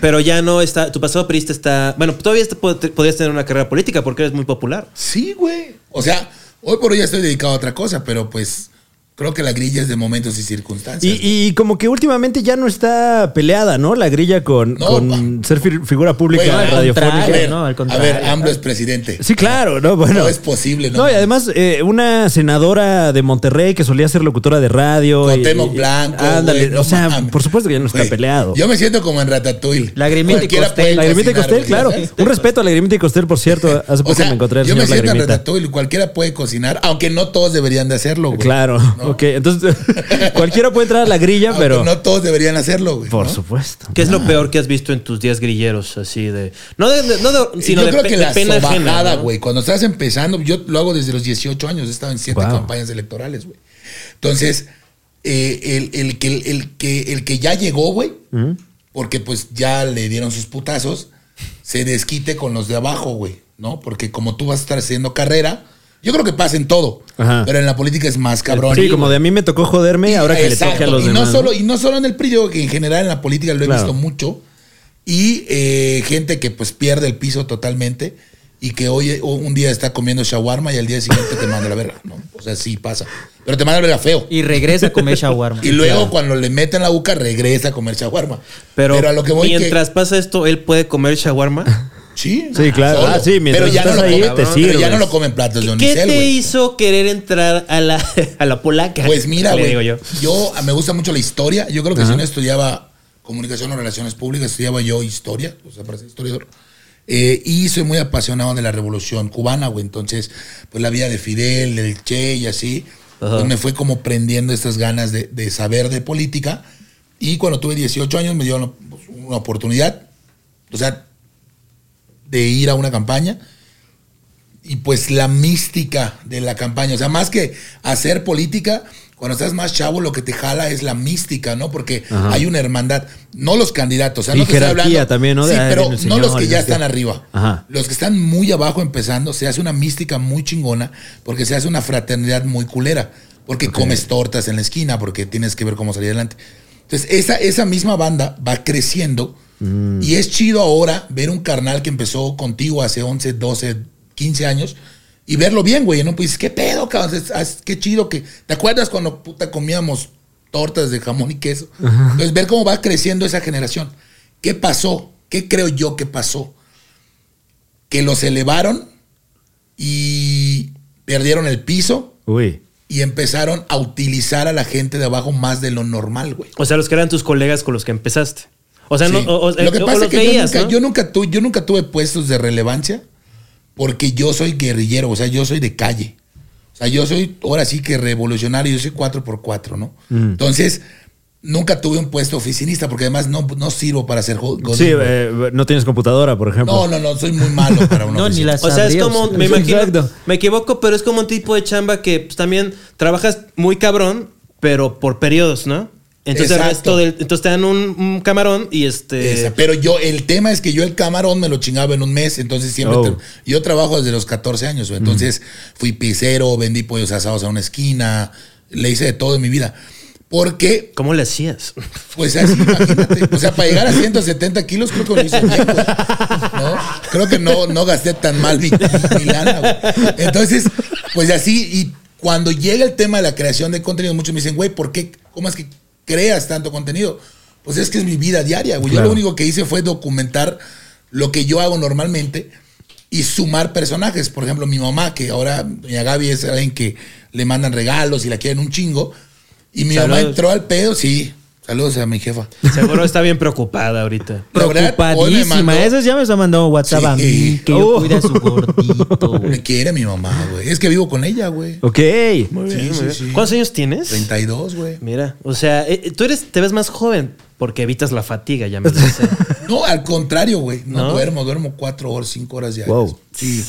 Speaker 8: Pero ya no está. Tu pasado perista está. Bueno, todavía está- pod- te- podrías tener una carrera política porque eres muy popular.
Speaker 4: Sí, güey. O sea, hoy por hoy ya estoy dedicado a otra cosa, pero pues creo que la grilla es de momentos y circunstancias.
Speaker 2: Y, y como que últimamente ya no está peleada, ¿no? La grilla con,
Speaker 4: No,
Speaker 2: con ser fi- figura pública
Speaker 4: Güey, al
Speaker 2: radiofónica.
Speaker 4: a ver,
Speaker 3: no, al
Speaker 4: a
Speaker 3: contrario.
Speaker 4: ver, AMLO es presidente.
Speaker 2: Sí, claro, ¿no? Bueno.
Speaker 4: No es posible, ¿no?
Speaker 2: No, y además, eh, una senadora de Monterrey que solía ser locutora de radio. y-
Speaker 4: Cuauhtémoc
Speaker 2: y-
Speaker 4: Blanco.
Speaker 2: Ándale,
Speaker 4: güey, no
Speaker 2: o sea,
Speaker 4: mames.
Speaker 2: por supuesto que ya no está
Speaker 4: Güey,
Speaker 2: peleado.
Speaker 4: Yo me siento como en Ratatouille.
Speaker 3: Lagrimita y
Speaker 4: Cualquiera
Speaker 3: Costel.
Speaker 4: puede
Speaker 2: Lagrimita y
Speaker 4: cocinar,
Speaker 2: Costel,
Speaker 4: güey,
Speaker 2: claro.
Speaker 4: ¿sabes?
Speaker 2: Un respeto a Lagrimita y Costel, por cierto.
Speaker 4: [laughs]
Speaker 2: Hace poco
Speaker 4: O sea,
Speaker 2: me encontré al
Speaker 4: yo me
Speaker 2: señor
Speaker 4: siento en
Speaker 2: Lagrimita.
Speaker 4: Ratatouille. Cualquiera puede cocinar, aunque no todos deberían de hacerlo, güey. [laughs]
Speaker 2: Claro, ok. Entonces, [laughs] cualquiera puede entrar a la grilla,
Speaker 4: Aunque
Speaker 2: pero.
Speaker 4: Ah, no todos deberían hacerlo, güey.
Speaker 2: por
Speaker 4: ¿no?
Speaker 2: supuesto.
Speaker 8: ¿Qué es
Speaker 4: Ah.
Speaker 8: lo peor que has visto en tus días grilleros? Así de. No de. de- no de- sino
Speaker 4: yo
Speaker 8: de,
Speaker 4: creo
Speaker 8: pe-
Speaker 4: que
Speaker 8: de
Speaker 4: la
Speaker 8: pena ajena,
Speaker 4: sobajada,
Speaker 8: ¿no?
Speaker 4: güey. Cuando estás empezando, yo lo hago desde los 18 años, he estado en siete
Speaker 2: Wow.
Speaker 4: campañas electorales, güey. Entonces, eh, el, el que, el, que, el que ya llegó, güey, porque pues ya le dieron sus putazos, se desquite con los de abajo, güey, ¿no? Porque como tú vas a estar haciendo carrera, yo creo que pasa en todo,
Speaker 2: Ajá.
Speaker 4: pero en la política es más cabrón.
Speaker 2: Sí, como de a mí me tocó joderme, [laughs]
Speaker 4: Y-
Speaker 2: ahora que le
Speaker 4: exacto,
Speaker 2: toque a los
Speaker 4: y
Speaker 2: demás.
Speaker 4: No
Speaker 2: ¿no?
Speaker 4: solo, y no solo en el PRI, yo creo que en general en la política lo he
Speaker 2: Claro.
Speaker 4: visto mucho. Y eh, gente que pues pierde el piso totalmente y que hoy eh, un día está comiendo shawarma y al día siguiente te manda a la verga. ¿no? O sea, sí pasa. Pero te manda a la verga feo.
Speaker 3: Y regresa a comer shawarma.
Speaker 4: [laughs] Y luego cuando le meten la boca regresa a comer shawarma.
Speaker 8: Pero,
Speaker 4: a lo que voy que-
Speaker 8: mientras pasa esto, él puede comer shawarma.
Speaker 4: sí,
Speaker 2: Sí, claro.
Speaker 4: solo.
Speaker 2: Ah, sí, mientras
Speaker 4: pero ya
Speaker 2: estás
Speaker 4: no lo
Speaker 2: ahí,
Speaker 4: comen,
Speaker 2: te
Speaker 4: pero ya
Speaker 2: sirves.
Speaker 4: no lo comen platos de
Speaker 8: ¿Qué
Speaker 4: unicel,
Speaker 8: te
Speaker 4: güey.
Speaker 8: hizo querer entrar a la, [laughs] a la polaca?
Speaker 4: Pues mira,
Speaker 8: Le
Speaker 4: güey.
Speaker 8: digo
Speaker 4: yo.
Speaker 8: yo.
Speaker 4: ah, me gusta mucho la historia. Yo creo que si no estudiaba comunicación o relaciones públicas, estudiaba yo historia, o sea, para ser historiador. Eh, y soy muy apasionado de la revolución cubana, güey. Entonces, pues la vida de Fidel, del Che y así, pues me fue como prendiendo estas ganas de, de saber de política. Y cuando tuve 18 años me dieron pues, una oportunidad, o sea, de ir a una campaña y pues la mística de la campaña. O sea, más que hacer política, cuando estás más chavo, lo que te jala es la mística, ¿no? Porque hay una hermandad. No los candidatos. O sea,
Speaker 2: Y
Speaker 4: no te estoy
Speaker 2: jerarquía
Speaker 4: hablando-
Speaker 2: también, ¿no? De,
Speaker 4: Sí,
Speaker 2: ah,
Speaker 4: pero
Speaker 2: viene el
Speaker 4: no los
Speaker 2: señor,
Speaker 4: que
Speaker 2: y
Speaker 4: ya
Speaker 2: este.
Speaker 4: están arriba.
Speaker 2: Ajá.
Speaker 4: Los que están muy abajo empezando, se hace una mística muy chingona porque se hace una fraternidad muy culera. Porque comes tortas en la esquina, porque tienes que ver cómo salir adelante. Entonces, esa, esa misma banda va creciendo.
Speaker 2: Mm.
Speaker 4: Y es chido ahora ver un carnal que empezó contigo hace 11, 12, 15 años y verlo bien, güey. No, pues, qué pedo, cabrón. Es- es- Qué chido que. ¿Te acuerdas cuando puta comíamos tortas de jamón y queso? Entonces, ver cómo va creciendo esa generación. ¿Qué pasó? ¿Qué creo yo que pasó? que los elevaron y perdieron el piso
Speaker 2: Uy.
Speaker 4: y empezaron a utilizar a la gente de abajo más de lo normal, güey.
Speaker 8: O sea, los que eran tus colegas con los que empezaste. O sea, no,
Speaker 4: Sí.
Speaker 8: o- o-
Speaker 4: lo que
Speaker 8: o
Speaker 4: pasa
Speaker 8: los
Speaker 4: es que
Speaker 8: veías,
Speaker 4: yo, nunca,
Speaker 8: ¿no?
Speaker 4: yo, nunca tuve, yo nunca tuve puestos de relevancia porque yo soy guerrillero, o sea, yo soy de calle. O sea, yo soy ahora sí que revolucionario, yo soy 4x4, ¿no?
Speaker 2: Mm.
Speaker 4: Entonces, nunca tuve un puesto oficinista porque además no, no sirvo para ser jo- godín,
Speaker 2: Sí,
Speaker 4: güey.
Speaker 2: eh, no pues. tienes computadora, por ejemplo.
Speaker 4: No, no, no, soy muy malo
Speaker 8: [laughs]
Speaker 4: para una
Speaker 3: No, ni
Speaker 4: oficina.
Speaker 3: las
Speaker 8: O sea, es
Speaker 3: sabría
Speaker 8: como, [laughs]
Speaker 3: usar.
Speaker 8: me imagino,
Speaker 2: Exacto.
Speaker 8: me equivoco, pero es como un tipo de chamba que pues, también trabajas muy cabrón, pero por periodos, ¿no? Entonces, el
Speaker 4: Exacto.
Speaker 8: resto del, entonces te dan un, un camarón y este...
Speaker 4: Esa, Pero yo, el tema es que yo el camarón me lo chingaba en un mes, entonces siempre.
Speaker 2: Oh.
Speaker 4: tra- yo trabajo desde los 14 años, güey, entonces fui pizzero, vendí pollos asados a una esquina, le hice de todo en mi vida. Porque,
Speaker 8: ¿Cómo le hacías?
Speaker 4: pues así, imagínate. O sea, para llegar a 170 kilos, creo que lo hice bien, güey, ¿no? Creo que no, no gasté tan mal mi, mi- mi lana, güey. Entonces, pues así, y cuando llega el tema de la creación de contenido, muchos me dicen, güey, ¿por qué? ¿Cómo es que creas tanto contenido? Pues es que es mi vida diaria, güey. Yo
Speaker 2: Claro.
Speaker 4: lo único que hice fue documentar lo que yo hago normalmente y sumar personajes. Por ejemplo, mi mamá, que ahora doña Gaby es alguien que le mandan regalos y la quieren un chingo. Y mi mamá
Speaker 8: Saludos.
Speaker 4: entró al pedo, sí. Saludos a mi jefa.
Speaker 8: [laughs] Seguro está bien preocupada ahorita.
Speaker 4: La verdad, hoy me mandó-
Speaker 3: Preocupadísima. Esos ya me están mandando WhatsApp a mí.
Speaker 4: Sí. Uh.
Speaker 3: Que yo cuide a su gordito, güey.
Speaker 4: Me quiere mi mamá, güey. Es que vivo con ella, güey.
Speaker 2: Ok.
Speaker 4: Sí, sí, sí.
Speaker 8: ¿Cuántos años tienes?
Speaker 4: 32, güey.
Speaker 8: Mira, o sea, eh, eh, tú eres, te ves más joven porque evitas la fatiga, ya me lo
Speaker 4: [laughs]
Speaker 8: sé.
Speaker 4: No, al contrario, güey. No,
Speaker 8: ¿No?
Speaker 4: duermo, duermo cuatro horas, cinco horas diarias.
Speaker 2: Wow.
Speaker 4: Sí.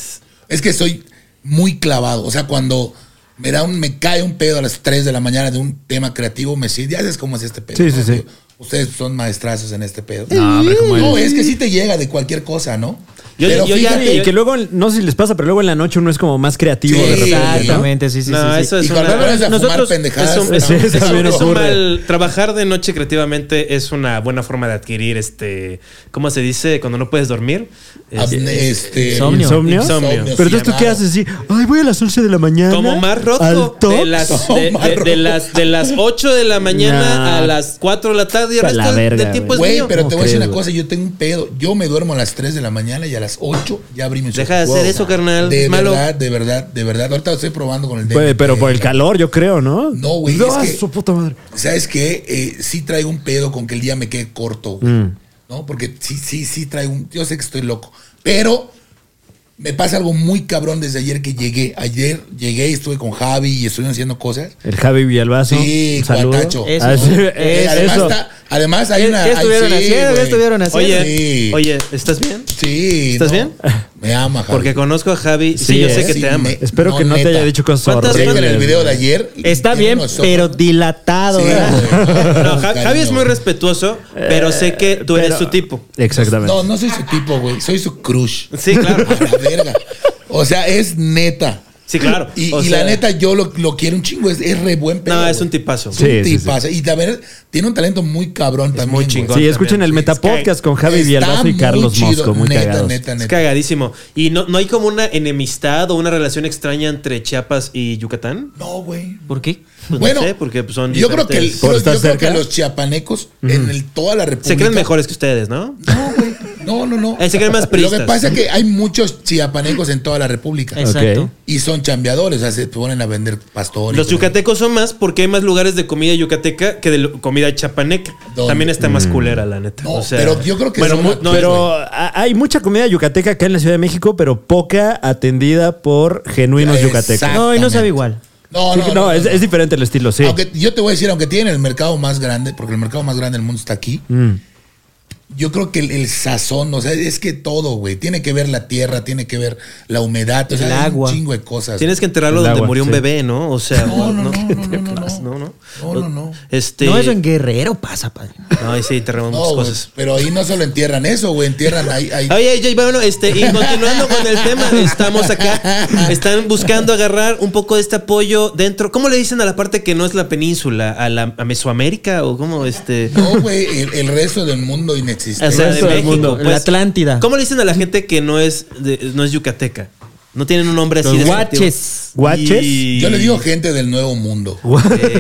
Speaker 4: Es que soy muy clavado. O sea, cuando me da un, me cae un pedo a las 3 de la mañana de un tema creativo, me siento, ya sabes cómo es este pedo.
Speaker 2: Sí, sí,
Speaker 4: ¿no?
Speaker 2: sí.
Speaker 4: Ustedes son maestrazos en este pedo.
Speaker 2: No, hombre, ¿cómo
Speaker 4: No,
Speaker 2: eres?
Speaker 4: es que sí te llega de cualquier cosa, ¿no?
Speaker 1: Yo,
Speaker 4: Pero
Speaker 1: yo ya.
Speaker 4: fíjate
Speaker 2: Y que luego, no sé si les pasa, pero luego en la noche uno es como más creativo
Speaker 4: Sí.
Speaker 2: de repente.
Speaker 3: Exactamente, sí, sí,
Speaker 1: No,
Speaker 3: sí, sí.
Speaker 1: eso es
Speaker 4: Y cuando
Speaker 1: una-
Speaker 4: pones a fumar
Speaker 3: nosotros-
Speaker 4: pendejadas. pues,
Speaker 1: Eso-
Speaker 4: está-
Speaker 1: eso-
Speaker 2: Sí,
Speaker 1: eso-
Speaker 2: también
Speaker 1: eso
Speaker 2: ocurre.
Speaker 1: mal- trabajar de noche creativamente es una buena forma de adquirir este, ¿cómo se dice? Cuando no puedes dormir. Es-
Speaker 4: Abne- este,
Speaker 3: Insomnio.
Speaker 2: ¿Insomnio?
Speaker 1: Insomnio.
Speaker 4: Insomnio, Pues,
Speaker 2: Pero
Speaker 4: sí,
Speaker 2: entonces tú qué
Speaker 4: amado.
Speaker 2: haces así, ay, voy a las 11 de la mañana.
Speaker 1: Como más roto.
Speaker 2: Al top.
Speaker 1: De las, de,
Speaker 4: Omar
Speaker 1: de- de
Speaker 4: Rocco.
Speaker 1: las, de las 8 de la mañana
Speaker 2: Nah.
Speaker 1: a las 4 de la tarde y el
Speaker 9: Pa' la
Speaker 1: resto del-
Speaker 9: verga,
Speaker 1: del tiempo es
Speaker 4: Güey,
Speaker 1: mío.
Speaker 4: pero te voy a decir
Speaker 9: crees,
Speaker 4: una cosa, yo tengo un pedo. Yo me duermo a las 3 de la mañana y a las 8 ya abrí mis
Speaker 1: Deja de hacer eso, carnal.
Speaker 4: De
Speaker 1: Es malo.
Speaker 4: verdad, de verdad, de verdad. Ahorita lo estoy probando con el dedo.
Speaker 2: Güey, pero por el calor, yo creo, ¿no?
Speaker 4: No, güey,
Speaker 2: No,
Speaker 4: es que-
Speaker 2: su puta madre.
Speaker 4: ¿Sabes qué? Eh, sí traigo un pedo con que el día me quede corto, güey.
Speaker 2: Mm.
Speaker 4: ¿No? Porque sí, sí, sí traigo un... Yo sé que estoy loco. Pero me pasa algo muy cabrón desde ayer que llegué. Ayer llegué y estuve con Javi y estuvimos haciendo cosas.
Speaker 2: El Javi Villalbazo.
Speaker 4: Sí,
Speaker 2: un saludo.
Speaker 4: cuatacho.
Speaker 3: Eso.
Speaker 2: Ah, sí,
Speaker 4: Eh,
Speaker 2: eh,
Speaker 4: además,
Speaker 2: eso.
Speaker 4: está- además hay
Speaker 1: Eh,
Speaker 3: ¿Qué-
Speaker 4: una...
Speaker 3: qué
Speaker 4: ay,
Speaker 3: estuvieron
Speaker 4: sí,
Speaker 3: haciendo? ¿Qué
Speaker 4: güey.
Speaker 3: estuvieron haciendo?
Speaker 1: Oye,
Speaker 4: Sí.
Speaker 1: oye, ¿estás bien?
Speaker 4: Sí.
Speaker 1: ¿Estás
Speaker 4: no.
Speaker 1: bien?
Speaker 4: Me ama, Javi.
Speaker 1: Porque conozco a Javi. Sí,
Speaker 2: Sí,
Speaker 1: yo sé
Speaker 2: eh.
Speaker 1: que
Speaker 4: Sí,
Speaker 1: te ama.
Speaker 4: me-
Speaker 2: Espero que no
Speaker 4: neta.
Speaker 2: te haya dicho cosas
Speaker 1: ¿Cuántas-
Speaker 4: Chequen
Speaker 2: horribles.
Speaker 4: el video de ayer.
Speaker 3: Está
Speaker 4: Tiene
Speaker 3: bien,
Speaker 4: unos ojos-
Speaker 3: pero dilatado,
Speaker 4: Sí,
Speaker 3: ¿verdad?
Speaker 4: güey.
Speaker 1: No, Ja- Javi es
Speaker 4: Cariño.
Speaker 1: muy respetuoso, pero sé que tú
Speaker 2: Eh,
Speaker 1: eres
Speaker 2: Pero-
Speaker 1: su tipo.
Speaker 2: Exactamente.
Speaker 4: No, no soy su tipo, güey. Soy su crush.
Speaker 1: Sí, claro.
Speaker 4: [laughs] A la verga. O sea, es neta.
Speaker 1: Sí, claro.
Speaker 4: Y,
Speaker 1: O
Speaker 4: y
Speaker 1: sea,
Speaker 4: la neta, yo lo, lo quiero un chingo. Es, es re buen pedo.
Speaker 1: No, es
Speaker 4: güey.
Speaker 1: un tipazo.
Speaker 4: Es un
Speaker 2: Sí, sí, sí.
Speaker 4: tipazo. Y a ver, tiene un talento muy cabrón también.
Speaker 1: muy
Speaker 4: güey.
Speaker 1: chingón.
Speaker 2: Sí, escuchen el
Speaker 1: Exactamente.
Speaker 2: Metapodcast con Javi
Speaker 4: Está
Speaker 2: Villalbazo y
Speaker 4: muy
Speaker 2: Carlos
Speaker 4: chido,
Speaker 2: Mosco, muy
Speaker 4: neta,
Speaker 2: cagados.
Speaker 4: neta,
Speaker 1: Es
Speaker 4: neta.
Speaker 1: cagadísimo. ¿Y no, no hay como una enemistad o una relación extraña entre Chiapas y Yucatán?
Speaker 4: No, güey.
Speaker 3: ¿Por qué?
Speaker 1: Pues
Speaker 4: Bueno,
Speaker 1: no sé, porque pues, son
Speaker 4: Yo creo que, el-
Speaker 1: diferentes.
Speaker 2: Por
Speaker 4: yo-
Speaker 2: estar
Speaker 4: yo creo que
Speaker 2: cerca.
Speaker 4: los chiapanecos en el, toda la República
Speaker 1: se creen mejores que ustedes, ¿no?
Speaker 4: No, güey. No, no, no.
Speaker 1: Eh, se creen más
Speaker 4: Lo
Speaker 1: priistas.
Speaker 4: que pasa es que hay muchos chiapanecos en toda la República.
Speaker 3: Exacto.
Speaker 2: Ok.
Speaker 4: Y son chambeadores, o sea, se ponen a vender pastores.
Speaker 1: Los yucatecos son más porque hay más lugares de comida yucateca que de lo- comida chapaneca.
Speaker 4: ¿Dónde?
Speaker 1: También está más culera, la neta.
Speaker 4: Mm. No,
Speaker 1: O sea,
Speaker 4: pero yo creo que
Speaker 1: bueno,
Speaker 4: son
Speaker 1: mu-
Speaker 4: las-
Speaker 1: no,
Speaker 2: Pero a- hay mucha comida yucateca acá en la Ciudad de México, pero poca atendida por genuinos
Speaker 4: Exacto.
Speaker 2: yucatecos.
Speaker 3: No, y no sabe igual.
Speaker 4: No,
Speaker 2: Sí,
Speaker 4: no,
Speaker 2: que-
Speaker 4: no,
Speaker 2: no, es, es diferente el estilo, sí.
Speaker 4: Aunque yo te voy a decir, aunque tienen el mercado más grande, porque el mercado más grande del mundo está aquí,
Speaker 2: Mm.
Speaker 4: yo creo que el, el sazón, o sea, es que todo, güey. Tiene que ver la tierra, tiene que ver la humedad, o sea,
Speaker 3: El
Speaker 4: hay
Speaker 3: agua.
Speaker 4: un chingo de cosas.
Speaker 1: Tienes que enterrarlo
Speaker 2: El
Speaker 1: donde
Speaker 2: agua,
Speaker 1: murió un
Speaker 2: sí.
Speaker 1: bebé, ¿no? O sea,
Speaker 4: No, no, no, no,
Speaker 1: ¿Qué
Speaker 4: no, no,
Speaker 1: pasa? [laughs] no,
Speaker 4: no.
Speaker 1: no.
Speaker 4: No, no, no.
Speaker 1: Este,
Speaker 3: No, eso en Guerrero pasa, padre.
Speaker 1: No, ahí sí enterramos
Speaker 4: No,
Speaker 1: muchas
Speaker 4: güey,
Speaker 1: cosas.
Speaker 4: pero ahí no solo entierran eso, güey, entierran ahí. ahí-
Speaker 1: Oye, oye, bueno, este, y continuando con el tema, estamos acá, están buscando agarrar un poco de este apoyo dentro. ¿Cómo le dicen a la parte que no es la península? ¿A, la, a Mesoamérica o cómo este?
Speaker 4: No, güey, el, el resto del mundo
Speaker 1: O
Speaker 4: inexistente.
Speaker 1: sea, de
Speaker 2: resto del
Speaker 1: México,
Speaker 2: mundo.
Speaker 1: pues.
Speaker 3: la Atlántida.
Speaker 1: ¿Cómo le dicen a la gente que no es, de- no es yucateca? No tienen un nombre así
Speaker 3: Los
Speaker 1: de
Speaker 3: guaches.
Speaker 2: ¿Guaches?
Speaker 4: Yo le digo gente del nuevo mundo.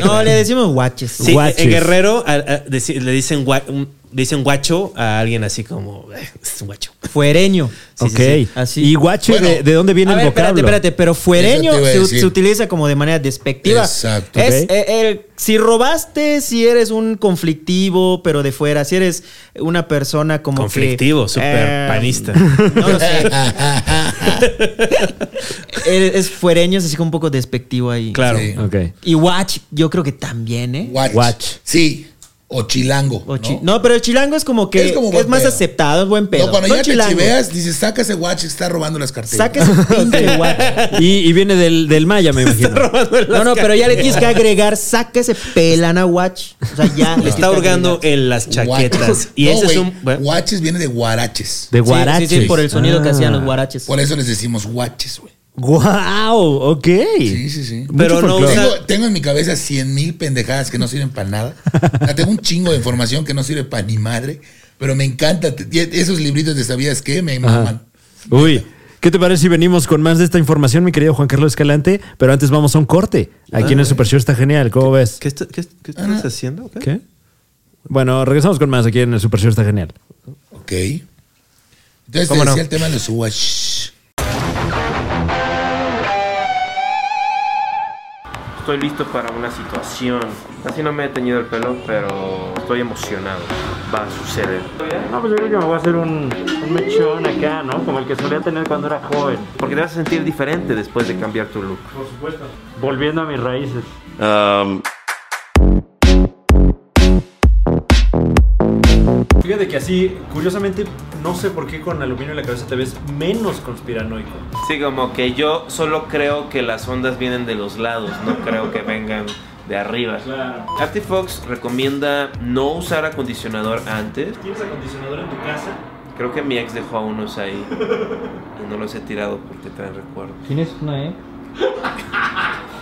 Speaker 3: No, le decimos guaches.
Speaker 1: eh, Sí,
Speaker 2: Guaches.
Speaker 1: en Guerrero a- a- deci- le dicen, gua- un- le dicen guacho a alguien así como, "Eh, es un guacho.
Speaker 3: Fuereño.
Speaker 1: Sí,
Speaker 2: ok.
Speaker 1: sí, sí.
Speaker 3: Así.
Speaker 2: ¿Y guache
Speaker 4: Bueno.
Speaker 2: de, de dónde viene
Speaker 3: a
Speaker 2: el
Speaker 3: ver, espérate,
Speaker 2: vocablo?
Speaker 3: espérate, pero fuereño
Speaker 4: Eso te iba a
Speaker 3: se,
Speaker 4: decir.
Speaker 3: se utiliza como de manera despectiva.
Speaker 4: Exacto.
Speaker 3: Es,
Speaker 2: Ok.
Speaker 3: eh, el- si robaste, si eres un conflictivo, pero de fuera, si eres una persona como que,
Speaker 1: Conflictivo, súper
Speaker 3: eh,
Speaker 1: panista.
Speaker 3: No lo
Speaker 4: [laughs]
Speaker 3: sé. Eres- es fuereño, es así como un poco despectivo ahí.
Speaker 1: Claro.
Speaker 4: Sí.
Speaker 2: Ok.
Speaker 3: Y watch, yo creo que también, ¿eh?
Speaker 4: Guach.
Speaker 2: Guach.
Speaker 4: Sí, o chilango.
Speaker 3: O chi-
Speaker 4: ¿no?
Speaker 3: ¿no? pero el chilango es como que
Speaker 4: Es
Speaker 3: es,
Speaker 4: como buen
Speaker 3: más
Speaker 4: pedo.
Speaker 3: aceptado, es buen pedo.
Speaker 4: No, cuando
Speaker 3: Son
Speaker 4: ya
Speaker 3: chilangos.
Speaker 4: te chiveas, dices, saca ese guach que está robando las carteras.
Speaker 3: Saca ese
Speaker 4: [laughs]
Speaker 2: [laughs]
Speaker 3: pinche guacho.
Speaker 2: Y, y viene del, del maya, me imagino.
Speaker 3: No, no, pero ya le tienes que agregar, saca ese pelana watch.
Speaker 2: [laughs]
Speaker 3: O sea, ya.
Speaker 1: Le está hurgando en las chaquetas. Y ese es un. bueno,
Speaker 4: Guaches viene de guaraches.
Speaker 2: De
Speaker 3: Sí,
Speaker 2: guaraches.
Speaker 3: Sí, sí, por el sonido que
Speaker 2: Ah.
Speaker 3: hacían los guaraches.
Speaker 4: Por eso les decimos guaches, güey.
Speaker 2: ¡Guau! ok.
Speaker 4: Sí, sí, sí.
Speaker 2: Mucho
Speaker 1: Pero no
Speaker 2: folclore.
Speaker 1: usa-
Speaker 4: Tengo, tengo en mi cabeza cien mil pendejadas que no sirven para nada. O sea, tengo un chingo de información que no sirve para ni madre. Pero me encanta. T- Esos libritos de sabías qué me maman.
Speaker 2: Uy. ¿Qué te parece si venimos con más de esta información, mi querido Juan Carlos Escalante? Pero antes vamos a un corte. Aquí en el Super Show está genial. ¿Cómo ves?
Speaker 1: ¿Qué, está- qué- qué estás haciendo? ¿Qué?
Speaker 2: ¿Qué? Bueno, regresamos con más aquí en el Super Show está genial.
Speaker 4: Ok. Entonces te
Speaker 1: ¿Cómo no?
Speaker 4: decía el tema de los guaches.
Speaker 10: Estoy listo para una situación. Así no me he teñido el pelo, pero estoy emocionado. Va a suceder.
Speaker 11: No, pues yo creo que me voy a hacer un, un mechón acá, ¿no? Como el que solía tener cuando era joven.
Speaker 10: Porque te vas a sentir diferente después de cambiar tu look.
Speaker 11: Volviendo a mis raíces.
Speaker 2: Fíjate que así, curiosamente, no sé por qué con aluminio en la cabeza te ves menos conspiranoico.
Speaker 10: Sí, como que yo solo creo que las ondas vienen de los lados, no creo que vengan de arriba. Artifox recomienda no usar acondicionador antes.
Speaker 11: ¿Tienes acondicionador en tu casa?
Speaker 10: Creo que mi ex dejó a unos ahí. Y no los he tirado porque traen recuerdos.
Speaker 3: ¿Tienes una E?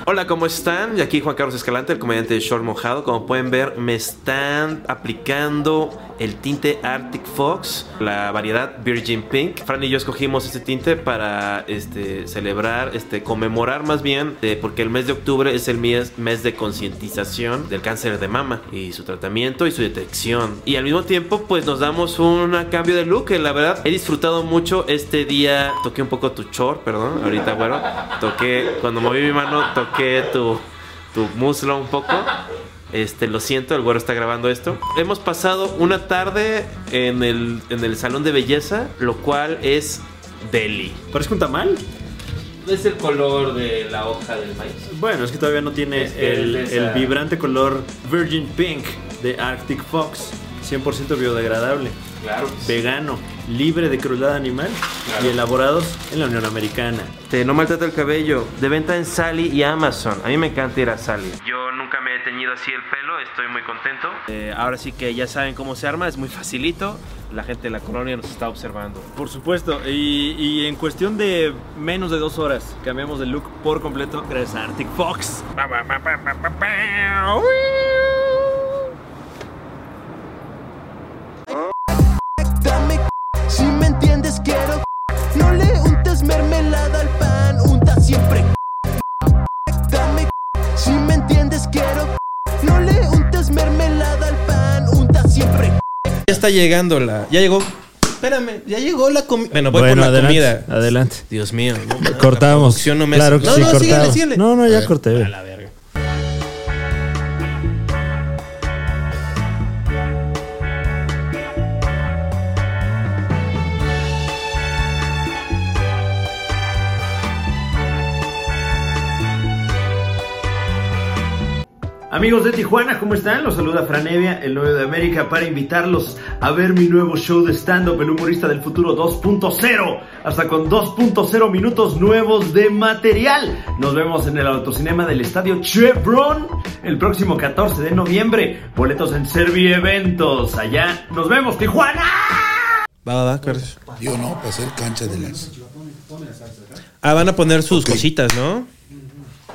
Speaker 10: Hola, ¿cómo están? Y aquí Juan Carlos Escalante, el comediante de Short Mojado. Como pueden ver, me están aplicando el tinte Arctic Fox, la variedad Virgin Pink. Fran y yo escogimos este tinte para este, celebrar, este, conmemorar más bien, eh, porque el mes de octubre es el mes, mes de concientización del cáncer de mama y su tratamiento y su detección. Y al mismo tiempo, pues nos damos un cambio de look. que La verdad, he disfrutado mucho este día. Toqué un poco tu short, perdón, ahorita, bueno. Toqué, cuando moví mi mano, toqué tu, tu muslo un poco. Este, lo siento, el güero está grabando esto. Hemos pasado una tarde en el, en el salón de belleza, lo cual es deli.
Speaker 11: ¿Parece un tamal?
Speaker 10: Es el color de la hoja del maíz.
Speaker 11: Bueno, es que todavía no tiene
Speaker 10: Es que
Speaker 11: el,
Speaker 10: es
Speaker 3: ah,
Speaker 10: esa-
Speaker 11: el vibrante color Virgin Pink de Arctic Fox. 100% biodegradable,
Speaker 10: Claro.
Speaker 11: vegano, libre de crueldad animal
Speaker 10: Claro.
Speaker 11: y elaborados en la Unión Americana.
Speaker 10: Te Este, no maltrata el cabello. De venta en Sally y Amazon. A mí me encanta ir a Sally. Yo nunca me he teñido así el pelo. Estoy muy contento. Eh, ahora sí que ya saben cómo se arma. Es muy facilito. La gente de la colonia nos está observando. Eh,
Speaker 11: Por supuesto, y, y en cuestión de menos de dos horas cambiamos de look por completo gracias a Arctic Fox.
Speaker 12: Dame si me entiendes quiero No le untes mermelada al pan, unta siempre Dame si me entiendes quiero No le untes mermelada al pan, unta siempre
Speaker 1: Ya está llegando la. Ya llegó. Espérame, ya llegó la comida. Bueno, voy
Speaker 2: Bueno,
Speaker 1: por la
Speaker 2: adelante.
Speaker 1: comida.
Speaker 2: Adelante.
Speaker 1: Dios mío. no mames, la
Speaker 2: Cortamos.
Speaker 1: producción no me
Speaker 2: claro
Speaker 1: hace-
Speaker 2: que
Speaker 1: no,
Speaker 2: sí,
Speaker 1: no, síguele,
Speaker 2: cortamos.
Speaker 1: síguele.
Speaker 2: No, no,
Speaker 4: A
Speaker 2: ya
Speaker 4: ver.
Speaker 2: corté.
Speaker 1: A la verga.
Speaker 11: Amigos de Tijuana, ¿cómo están? Los saluda Fran Evia, el novio de América, para invitarlos a ver mi nuevo show de stand-up, El Humorista del Futuro 2.0, hasta con 2.0 minutos nuevos de material. Nos vemos en el autocinema del Estadio Chevron el próximo 14 de noviembre. Boletos en Servi Eventos. Allá nos vemos, Tijuana.
Speaker 1: Va, va, va, Carlos.
Speaker 4: Yo no, para hacer cancha de las.
Speaker 1: Ah, van a poner sus
Speaker 4: Ok.
Speaker 1: cositas, ¿no?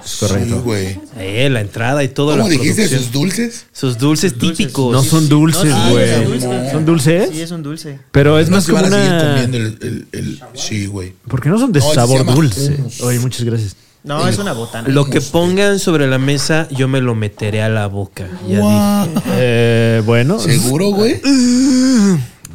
Speaker 4: Sí, güey.
Speaker 1: Eh, la entrada y todo.
Speaker 4: ¿Cómo
Speaker 1: la
Speaker 4: dijiste
Speaker 1: producción.
Speaker 4: sus dulces?
Speaker 1: Sus dulces típicos.
Speaker 2: No son dulces,
Speaker 3: No, sí,
Speaker 2: güey.
Speaker 3: son dulces.
Speaker 2: ¿Son dulces?
Speaker 3: Sí, es un dulce.
Speaker 2: Pero es
Speaker 4: No
Speaker 2: más
Speaker 4: se
Speaker 2: como
Speaker 4: van a seguir
Speaker 2: una.
Speaker 4: comiendo el. el- el- Sí, güey.
Speaker 2: Porque no son de
Speaker 4: No, se
Speaker 2: sabor
Speaker 4: llama
Speaker 2: dulce.
Speaker 4: hummus.
Speaker 2: Oye, muchas gracias.
Speaker 4: [laughs]
Speaker 3: No, es una botana.
Speaker 1: Lo que pongan sobre la mesa, yo me lo meteré a la boca. Ya dije.
Speaker 2: Eh, bueno.
Speaker 4: ¿Seguro, güey?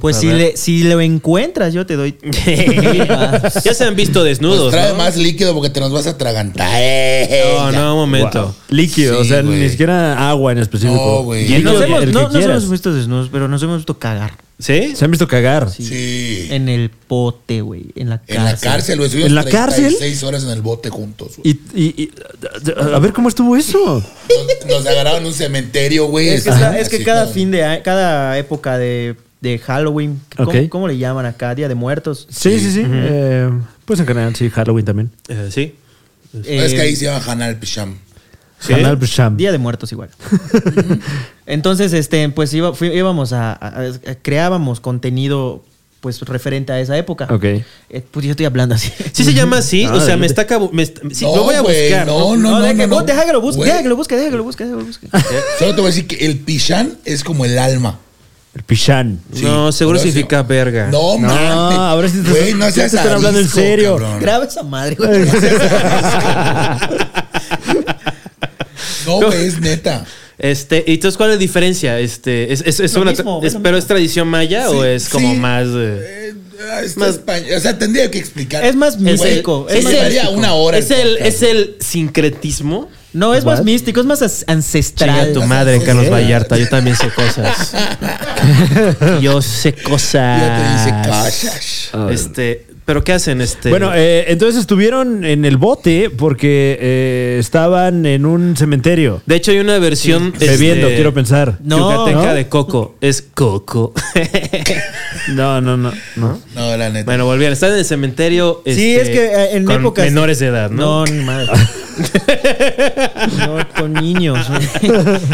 Speaker 3: Pues si, le, si lo encuentras, yo te
Speaker 2: [laughs]
Speaker 3: doy. [laughs]
Speaker 1: [laughs] ya se han visto
Speaker 4: Pues
Speaker 1: desnudos.
Speaker 4: trae
Speaker 1: ¿no?
Speaker 4: más líquido porque te nos vas a eh, atragantar.
Speaker 1: No, no, un momento.
Speaker 2: Wow. Líquido,
Speaker 4: Sí,
Speaker 2: o sea, ni
Speaker 4: güey.
Speaker 2: siquiera agua en específico.
Speaker 4: No, güey.
Speaker 2: Líquido,
Speaker 3: Nos hemos-
Speaker 2: el que
Speaker 3: no, nos
Speaker 2: quieras.
Speaker 3: hemos visto desnudos, pero nos hemos visto cagar.
Speaker 1: ¿Sí?
Speaker 2: Se han visto cagar.
Speaker 4: Sí.
Speaker 3: En el pote, güey. En la cárcel.
Speaker 4: En la cárcel, güey. Estuvimos
Speaker 2: ¿En la cárcel?
Speaker 4: 36 horas en el bote juntos,
Speaker 2: [laughs]
Speaker 4: güey.
Speaker 2: Y, y- y- a ver cómo estuvo eso.
Speaker 4: Nos, nos agarraron en un cementerio, güey.
Speaker 3: Es que,
Speaker 4: Así,
Speaker 3: está- es que
Speaker 4: así,
Speaker 3: cada
Speaker 4: no.
Speaker 3: fin de a- cada época de, de Halloween, ¿cómo,
Speaker 2: Ok.
Speaker 3: cómo le llaman acá? Día de Muertos.
Speaker 2: Sí, sí, sí. Eh, pues en general, sí, Halloween también.
Speaker 1: Eh, sí.
Speaker 4: No, es que
Speaker 3: Eh,
Speaker 4: ahí se llama Hanal Pisham.
Speaker 2: Canal Bisham.
Speaker 3: Día de Muertos igual. Entonces, este, pues iba- fui- íbamos a, a- a- creábamos contenido pues referente a esa época.
Speaker 2: Ok.
Speaker 3: Eh, pues yo estoy hablando
Speaker 4: [laughs]
Speaker 3: así. [laughs]
Speaker 1: Sí se llama así,
Speaker 2: Ah,
Speaker 1: o sea,
Speaker 2: depende.
Speaker 1: me está, acabo- me está- sí,
Speaker 4: No,
Speaker 1: lo voy a
Speaker 4: güey,
Speaker 1: buscar.
Speaker 4: no, no, no,
Speaker 3: deja,
Speaker 4: no,
Speaker 3: no,
Speaker 4: no.
Speaker 3: deja que lo busque,
Speaker 4: Güey.
Speaker 3: deja que lo busque, deja que lo busque, deja que lo busque.
Speaker 4: Solo te voy a decir que el Pisham es como el alma.
Speaker 2: El [laughs]
Speaker 3: [laughs]
Speaker 2: Pichán.
Speaker 4: Sí,
Speaker 1: No, seguro
Speaker 4: pero
Speaker 1: significa
Speaker 4: eso-
Speaker 1: verga.
Speaker 2: No,
Speaker 4: No, mames.
Speaker 2: ahora sí te-
Speaker 4: Güey, no
Speaker 2: ya te
Speaker 4: seas
Speaker 2: están hablando en
Speaker 4: arisco,
Speaker 2: serio.
Speaker 4: cabrón.
Speaker 3: Graba esa
Speaker 2: [laughs]
Speaker 3: madre, güey.
Speaker 4: No, güey, es neta.
Speaker 1: Este, ¿y entonces cuál es la diferencia? Este, es, es, es
Speaker 3: Lo
Speaker 1: una,
Speaker 3: mismo,
Speaker 1: tra- es-
Speaker 3: es lo
Speaker 1: pero
Speaker 3: mismo.
Speaker 1: es tradición maya o
Speaker 4: Sí,
Speaker 1: es como
Speaker 4: sí.
Speaker 1: más eh,
Speaker 4: Eh, ah, está español. O sea, tendría que explicar.
Speaker 3: Es más
Speaker 4: Güey,
Speaker 3: místico,
Speaker 4: se
Speaker 3: es más
Speaker 4: llevaría
Speaker 3: místico.
Speaker 4: una hora.
Speaker 1: es el
Speaker 4: podcast,
Speaker 1: es el sincretismo.
Speaker 3: No, es
Speaker 2: What?
Speaker 3: más místico, es más as- ancestral.
Speaker 4: ma- Sí.
Speaker 1: yo también sé cosas. [laughs] yo sé
Speaker 4: güey. [laughs] Ya te
Speaker 2: Ah,
Speaker 4: dice
Speaker 1: cosas.
Speaker 4: cachas.
Speaker 1: Este, pero ¿qué hacen este?
Speaker 2: Bueno, eh, entonces estuvieron en el bote porque eh, estaban en un cementerio.
Speaker 1: de hecho hay una versión este,
Speaker 2: Bebiendo, quiero pensar.
Speaker 3: No,
Speaker 1: yucateca
Speaker 3: ¿no?
Speaker 1: de coco, es coco. [laughs]
Speaker 2: No, no, no. no.
Speaker 4: No, la neta.
Speaker 1: bueno, volvieron, están en el cementerio
Speaker 3: Sí,
Speaker 1: este,
Speaker 3: es que eh, en
Speaker 1: con
Speaker 3: épocas
Speaker 1: menores de edad, ¿no?
Speaker 2: [laughs]
Speaker 3: No, ni madre. No, con niños. güey.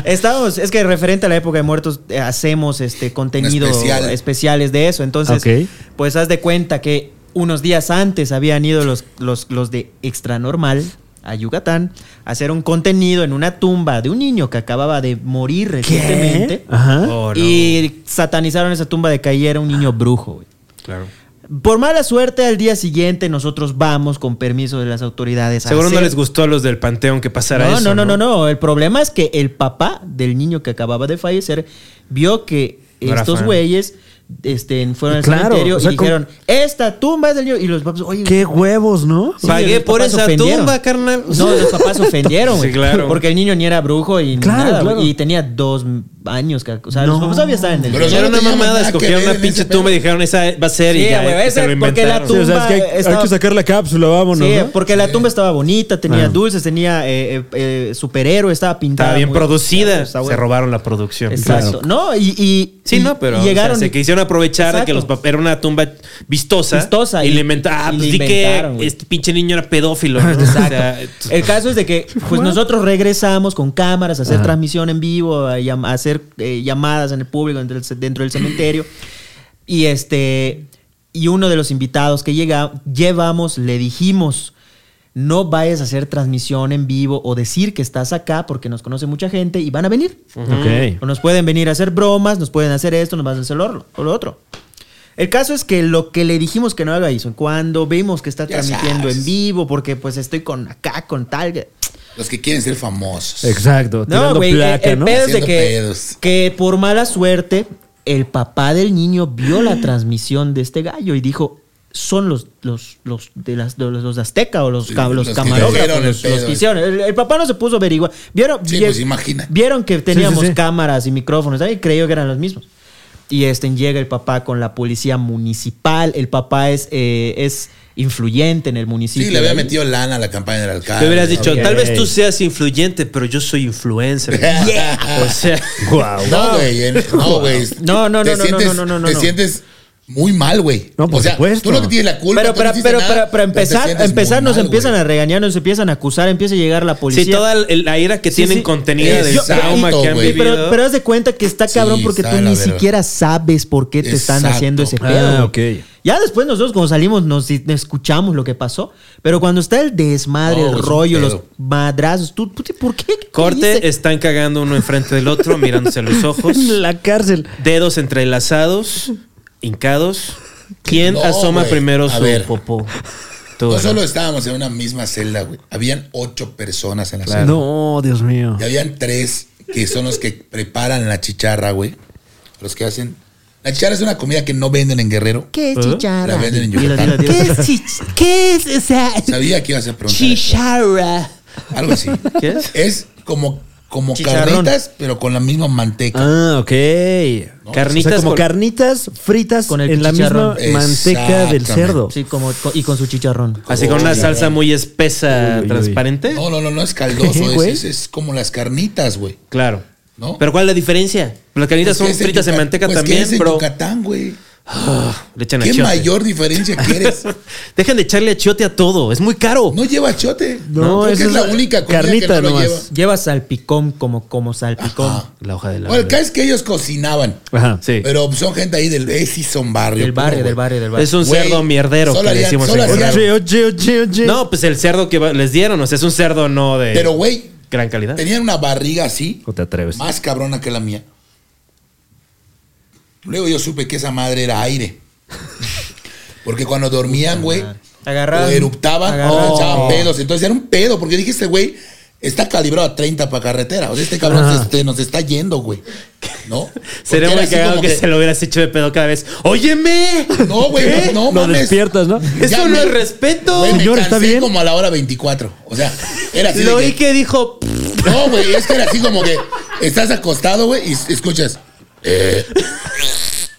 Speaker 3: Estábamos, es que referente a la época de muertos, eh, hacemos este contenido
Speaker 4: Especial.
Speaker 3: especiales de eso. Entonces,
Speaker 2: Ok.
Speaker 3: pues haz de cuenta que unos días antes habían ido los, los, los de Extra Normal a Yucatán a hacer un contenido en una tumba de un niño que acababa de morir recientemente.
Speaker 2: Ajá.
Speaker 3: Oh. Y satanizaron esa tumba de que ahí era un niño brujo, güey. Por mala suerte, al día siguiente nosotros vamos con permiso de las autoridades. a
Speaker 1: Seguro no
Speaker 3: hacer-
Speaker 1: les gustó a los del Panteón que pasara
Speaker 3: no,
Speaker 1: eso.
Speaker 3: No, no, no, no. El problema es que el papá del niño que acababa de fallecer vio que
Speaker 1: No era
Speaker 3: estos
Speaker 1: fan.
Speaker 3: güeyes este, fueron al
Speaker 2: Claro,
Speaker 3: cementerio
Speaker 2: o sea,
Speaker 3: y
Speaker 2: como-
Speaker 3: dijeron, esta tumba es del niño. Y los papás, oye,
Speaker 2: Qué huevos, ¿no?
Speaker 3: sí,
Speaker 1: Pagué
Speaker 3: los
Speaker 1: por
Speaker 3: papás
Speaker 1: esa
Speaker 3: ofendieron.
Speaker 1: tumba, carnal.
Speaker 3: No, los papás se
Speaker 1: [laughs]
Speaker 3: ofendieron,
Speaker 1: Sí,
Speaker 3: güey.
Speaker 1: claro.
Speaker 3: Porque el niño ni era brujo y ni
Speaker 2: Claro,
Speaker 3: nada, güey,
Speaker 2: claro.
Speaker 3: Y tenía dos años. ca- O sea,
Speaker 2: No.
Speaker 3: los papás todavía estaban en el...
Speaker 4: Pero
Speaker 1: Era
Speaker 4: no
Speaker 1: una
Speaker 4: teníamos
Speaker 1: mamada,
Speaker 4: nada que
Speaker 1: escogieron
Speaker 4: ver
Speaker 1: una
Speaker 4: en
Speaker 1: pinche
Speaker 4: ese
Speaker 1: tumba y
Speaker 4: pedo.
Speaker 1: dijeron esa va a ser
Speaker 3: Sí,
Speaker 1: y ya. este
Speaker 3: güey,
Speaker 1: se
Speaker 3: ese-
Speaker 1: lo
Speaker 3: porque la
Speaker 1: inventaron.
Speaker 2: Sí, o sea, es que hay, hay
Speaker 3: Estaba-
Speaker 2: que sacar la cápsula, vámonos.
Speaker 3: Sí,
Speaker 2: ¿no?
Speaker 3: porque la tumba estaba bonita, tenía dulces, tenía eh, eh, eh, superhéroe, estaba pintada.
Speaker 1: Estaba bien
Speaker 3: muy-
Speaker 1: producida.
Speaker 3: Está
Speaker 1: Se
Speaker 3: bueno.
Speaker 1: robaron la producción.
Speaker 3: Exacto. No, y, y-
Speaker 1: Sí,
Speaker 3: y-
Speaker 1: no, pero
Speaker 3: y
Speaker 1: o sea,
Speaker 3: llegaron
Speaker 1: se quisieron aprovechar de que los
Speaker 3: Exacto.
Speaker 1: pap- era una tumba vistosa,
Speaker 3: Vistosa,
Speaker 1: y,
Speaker 3: y-
Speaker 1: le inventaron, ah,
Speaker 3: y le
Speaker 1: pues di que
Speaker 3: inventaron, güey.
Speaker 1: este pinche niño era pedófilo,
Speaker 3: [laughs]
Speaker 1: ¿no? O sea,
Speaker 3: Exacto. El caso es de que pues nosotros regresamos con cámaras a hacer transmisión en vivo, a, llam- a hacer eh, llamadas en el público dentro del, ce- dentro del cementerio. Y este y uno de los invitados que llega, llevamos le dijimos, "No vayas a hacer transmisión en vivo o decir que estás acá porque nos conoce mucha gente y van a venir."
Speaker 2: Ok.
Speaker 3: O nos pueden venir a hacer bromas, nos pueden hacer esto, nos van a hacer lo, o lo otro. El caso es que lo que le dijimos que no haga hizo. Cuando vimos que está
Speaker 4: Ya
Speaker 3: transmitiendo
Speaker 4: sabes.
Speaker 3: en vivo, porque pues estoy con acá, con tal.
Speaker 4: Los que quieren ser famosos.
Speaker 2: Exacto.
Speaker 3: No,
Speaker 2: tirando
Speaker 3: güey, el,
Speaker 2: placa,
Speaker 3: el
Speaker 2: ¿no?
Speaker 3: pedo es de
Speaker 4: Haciendo
Speaker 3: que,
Speaker 4: pedos.
Speaker 3: que por mala suerte, el papá del niño
Speaker 2: [gasps]
Speaker 3: vio la transmisión de este gallo y dijo, son los, los, los, de las, de los, los de Azteca o los,
Speaker 4: Sí,
Speaker 3: ca- los
Speaker 4: los que
Speaker 3: camarógrafos,
Speaker 4: hicieron el
Speaker 3: los, los
Speaker 4: pedo.
Speaker 3: que hicieron. El, el papá no se puso a averiguar. ¿Vieron?
Speaker 4: Sí,
Speaker 3: vie-
Speaker 4: pues, imagina.
Speaker 3: Vieron que teníamos
Speaker 2: Sí, sí, sí.
Speaker 3: cámaras y micrófonos ¿sabes? y creyó que eran los mismos. Y este, llega el papá con la policía municipal. El papá es, eh, es influyente en el
Speaker 4: Sí,
Speaker 3: municipio.
Speaker 4: le había
Speaker 3: Ahí.
Speaker 4: metido lana a la campaña del alcalde.
Speaker 1: Te
Speaker 3: Ah,
Speaker 1: hubieras dicho,
Speaker 2: Ok.
Speaker 1: tal vez tú seas influyente, pero yo soy
Speaker 3: [laughs]
Speaker 1: influencer. O sea,
Speaker 2: Guau.
Speaker 4: No, güey. en- No, güey.
Speaker 3: [laughs] No, no,
Speaker 4: Te
Speaker 3: no, no,
Speaker 4: sientes-
Speaker 3: no, no, no, no,
Speaker 4: Te
Speaker 3: no.
Speaker 4: sientes muy mal, güey.
Speaker 2: No, por
Speaker 4: o sea,
Speaker 2: supuesto.
Speaker 4: tú no te tienes la culpa.
Speaker 3: Pero
Speaker 4: tú no
Speaker 3: para,
Speaker 4: hiciste
Speaker 3: pero,
Speaker 4: nada,
Speaker 3: para, para
Speaker 4: pero te
Speaker 3: empezar,
Speaker 4: sientes
Speaker 3: empezar
Speaker 4: muy
Speaker 3: nos
Speaker 4: mal,
Speaker 3: empiezan
Speaker 4: güey.
Speaker 3: a regañar, nos empiezan a acusar, empieza a llegar la policía. Eh,
Speaker 1: sí, toda el- la ira que
Speaker 3: Sí,
Speaker 1: tienen
Speaker 3: sí.
Speaker 1: contenida del
Speaker 4: Yo-
Speaker 1: trauma que han
Speaker 4: güey.
Speaker 3: Sí,
Speaker 1: vivido.
Speaker 3: pero, pero haz de cuenta que está
Speaker 4: Sí,
Speaker 3: cabrón porque
Speaker 4: está
Speaker 3: tú
Speaker 4: de la
Speaker 3: ni
Speaker 4: verga.
Speaker 3: siquiera sabes por qué te están
Speaker 4: Exacto.
Speaker 3: haciendo ese
Speaker 2: Ah,
Speaker 3: pedo. güey.
Speaker 2: ok.
Speaker 3: Ya después nosotros cuando salimos nos escuchamos lo que pasó, pero cuando está el
Speaker 1: Oh,
Speaker 3: desmadre,
Speaker 4: No,
Speaker 3: el
Speaker 4: es un
Speaker 3: rollo,
Speaker 4: pedo.
Speaker 3: los madrazos, tú, puta, ¿por qué? ¿Qué
Speaker 1: Corte,
Speaker 3: hice?
Speaker 1: están cagando uno enfrente del otro, mirándose a
Speaker 3: [laughs]
Speaker 1: los ojos,
Speaker 2: La cárcel.
Speaker 1: dedos entrelazados, hincados. ¿Quién
Speaker 4: No,
Speaker 1: asoma
Speaker 4: güey.
Speaker 1: primero
Speaker 4: A
Speaker 1: su
Speaker 4: ver.
Speaker 1: popó? Tú,
Speaker 4: No
Speaker 1: ¿verdad?
Speaker 4: solo estábamos en una misma celda, güey. Habían ocho personas en la celda.
Speaker 2: No, Dios mío.
Speaker 4: Y habían tres que son los que preparan la chicharra, güey. Los que hacen. La chicharra es una comida que no venden en Guerrero.
Speaker 3: ¿Qué
Speaker 1: ¿Ah?
Speaker 3: es chicharra?
Speaker 4: La venden en
Speaker 3: Dilo, dilo,
Speaker 4: Yucatán.
Speaker 3: dilo.
Speaker 13: es,
Speaker 4: [laughs]
Speaker 13: chich- ¿Qué es? O sea,
Speaker 4: Sabía que ibas a
Speaker 3: [laughs]
Speaker 4: preguntar.
Speaker 13: chicharra.
Speaker 4: Algo así.
Speaker 1: ¿Qué es?
Speaker 4: Es como, como
Speaker 3: Chicharrón.
Speaker 4: carnitas, pero con la misma manteca.
Speaker 2: Ah, ok. O
Speaker 1: Carnitas
Speaker 2: sea, como
Speaker 1: con-
Speaker 2: carnitas fritas
Speaker 3: Con el
Speaker 2: en la misma
Speaker 3: chicharrón.
Speaker 2: manteca del
Speaker 4: Exactamente.
Speaker 2: cerdo.
Speaker 3: Sí, como, co- y con su chicharrón.
Speaker 1: Así con una
Speaker 4: Uy,
Speaker 1: salsa muy espesa,
Speaker 2: Uy, uy, uy.
Speaker 1: transparente.
Speaker 4: No, no, no, no es caldoso. es,
Speaker 2: Güey.
Speaker 4: es- es como las carnitas, güey.
Speaker 1: Claro.
Speaker 4: ¿No?
Speaker 1: ¿Pero cuál es la diferencia? Las carnitas
Speaker 4: Pues que
Speaker 1: son
Speaker 4: es en
Speaker 1: fritas en
Speaker 4: Yucat-
Speaker 1: manteca
Speaker 4: pues que
Speaker 1: también,
Speaker 4: es en
Speaker 1: bro.
Speaker 4: Yucatán, güey.
Speaker 1: Le echan
Speaker 4: ¿Qué
Speaker 1: achiote.
Speaker 4: mayor
Speaker 1: [laughs]
Speaker 4: diferencia quieres?
Speaker 1: Dejen de echarle achiote a todo, es muy caro.
Speaker 4: No lleva chote.
Speaker 2: No,
Speaker 4: Creo
Speaker 2: esa
Speaker 4: que es
Speaker 2: es
Speaker 4: la
Speaker 2: la
Speaker 4: única comida
Speaker 2: carnita
Speaker 4: que no lo
Speaker 2: nomás.
Speaker 4: lleva.
Speaker 3: Lleva salpicón como, como salpicón.
Speaker 4: Ajá.
Speaker 1: La hoja de la.
Speaker 4: Bueno, el caso es que ellos cocinaban.
Speaker 2: Ajá.
Speaker 1: Sí.
Speaker 4: Pero son gente ahí del eh, sí son barrio.
Speaker 3: Del barrio,
Speaker 4: puro,
Speaker 3: del
Speaker 4: güey.
Speaker 3: barrio, del barrio.
Speaker 1: Es un
Speaker 4: Pues, Güey,
Speaker 1: cerdo mierdero
Speaker 4: solo
Speaker 1: que le
Speaker 4: harían-
Speaker 1: decimos
Speaker 4: solo
Speaker 1: en Guerrero.
Speaker 4: harían-
Speaker 2: Oye, oye, oye, oye.
Speaker 1: No, pues el cerdo que va- les dieron, o sea, es un cerdo no de
Speaker 4: Pero, güey,
Speaker 1: gran calidad.
Speaker 4: tenían una barriga así,
Speaker 2: No te atreves.
Speaker 4: más cabrona que la mía. Luego yo supe que esa madre era aire. Porque cuando dormían, güey,
Speaker 3: Agarraban-
Speaker 4: o eruptaban,
Speaker 3: agarraban-
Speaker 4: o echaban pedos. Entonces era un pedo, porque dije, este güey está calibrado a 30 para carretera. O sea, este cabrón se- este, nos está yendo, güey. ¿No?
Speaker 1: Sería
Speaker 4: Porque
Speaker 1: muy
Speaker 4: era así
Speaker 1: cagado
Speaker 4: como
Speaker 1: que, se lo hubieras hecho de pedo cada vez. ¡Óyeme!
Speaker 4: No, güey, no, no
Speaker 2: [laughs] Lo
Speaker 4: mames.
Speaker 2: despiertas, ¿no?
Speaker 1: ¡Eso
Speaker 4: Ya
Speaker 1: no
Speaker 4: me-
Speaker 1: es respeto!
Speaker 4: Güey, me
Speaker 2: Señor, ¿está
Speaker 4: cansé
Speaker 2: bien?
Speaker 4: como a la hora 24. O sea, era así.
Speaker 1: lo
Speaker 4: de
Speaker 1: oí que dijo. "Pff,
Speaker 4: No, güey, es que era así como que estás acostado, güey, y s- escuchas. Eh,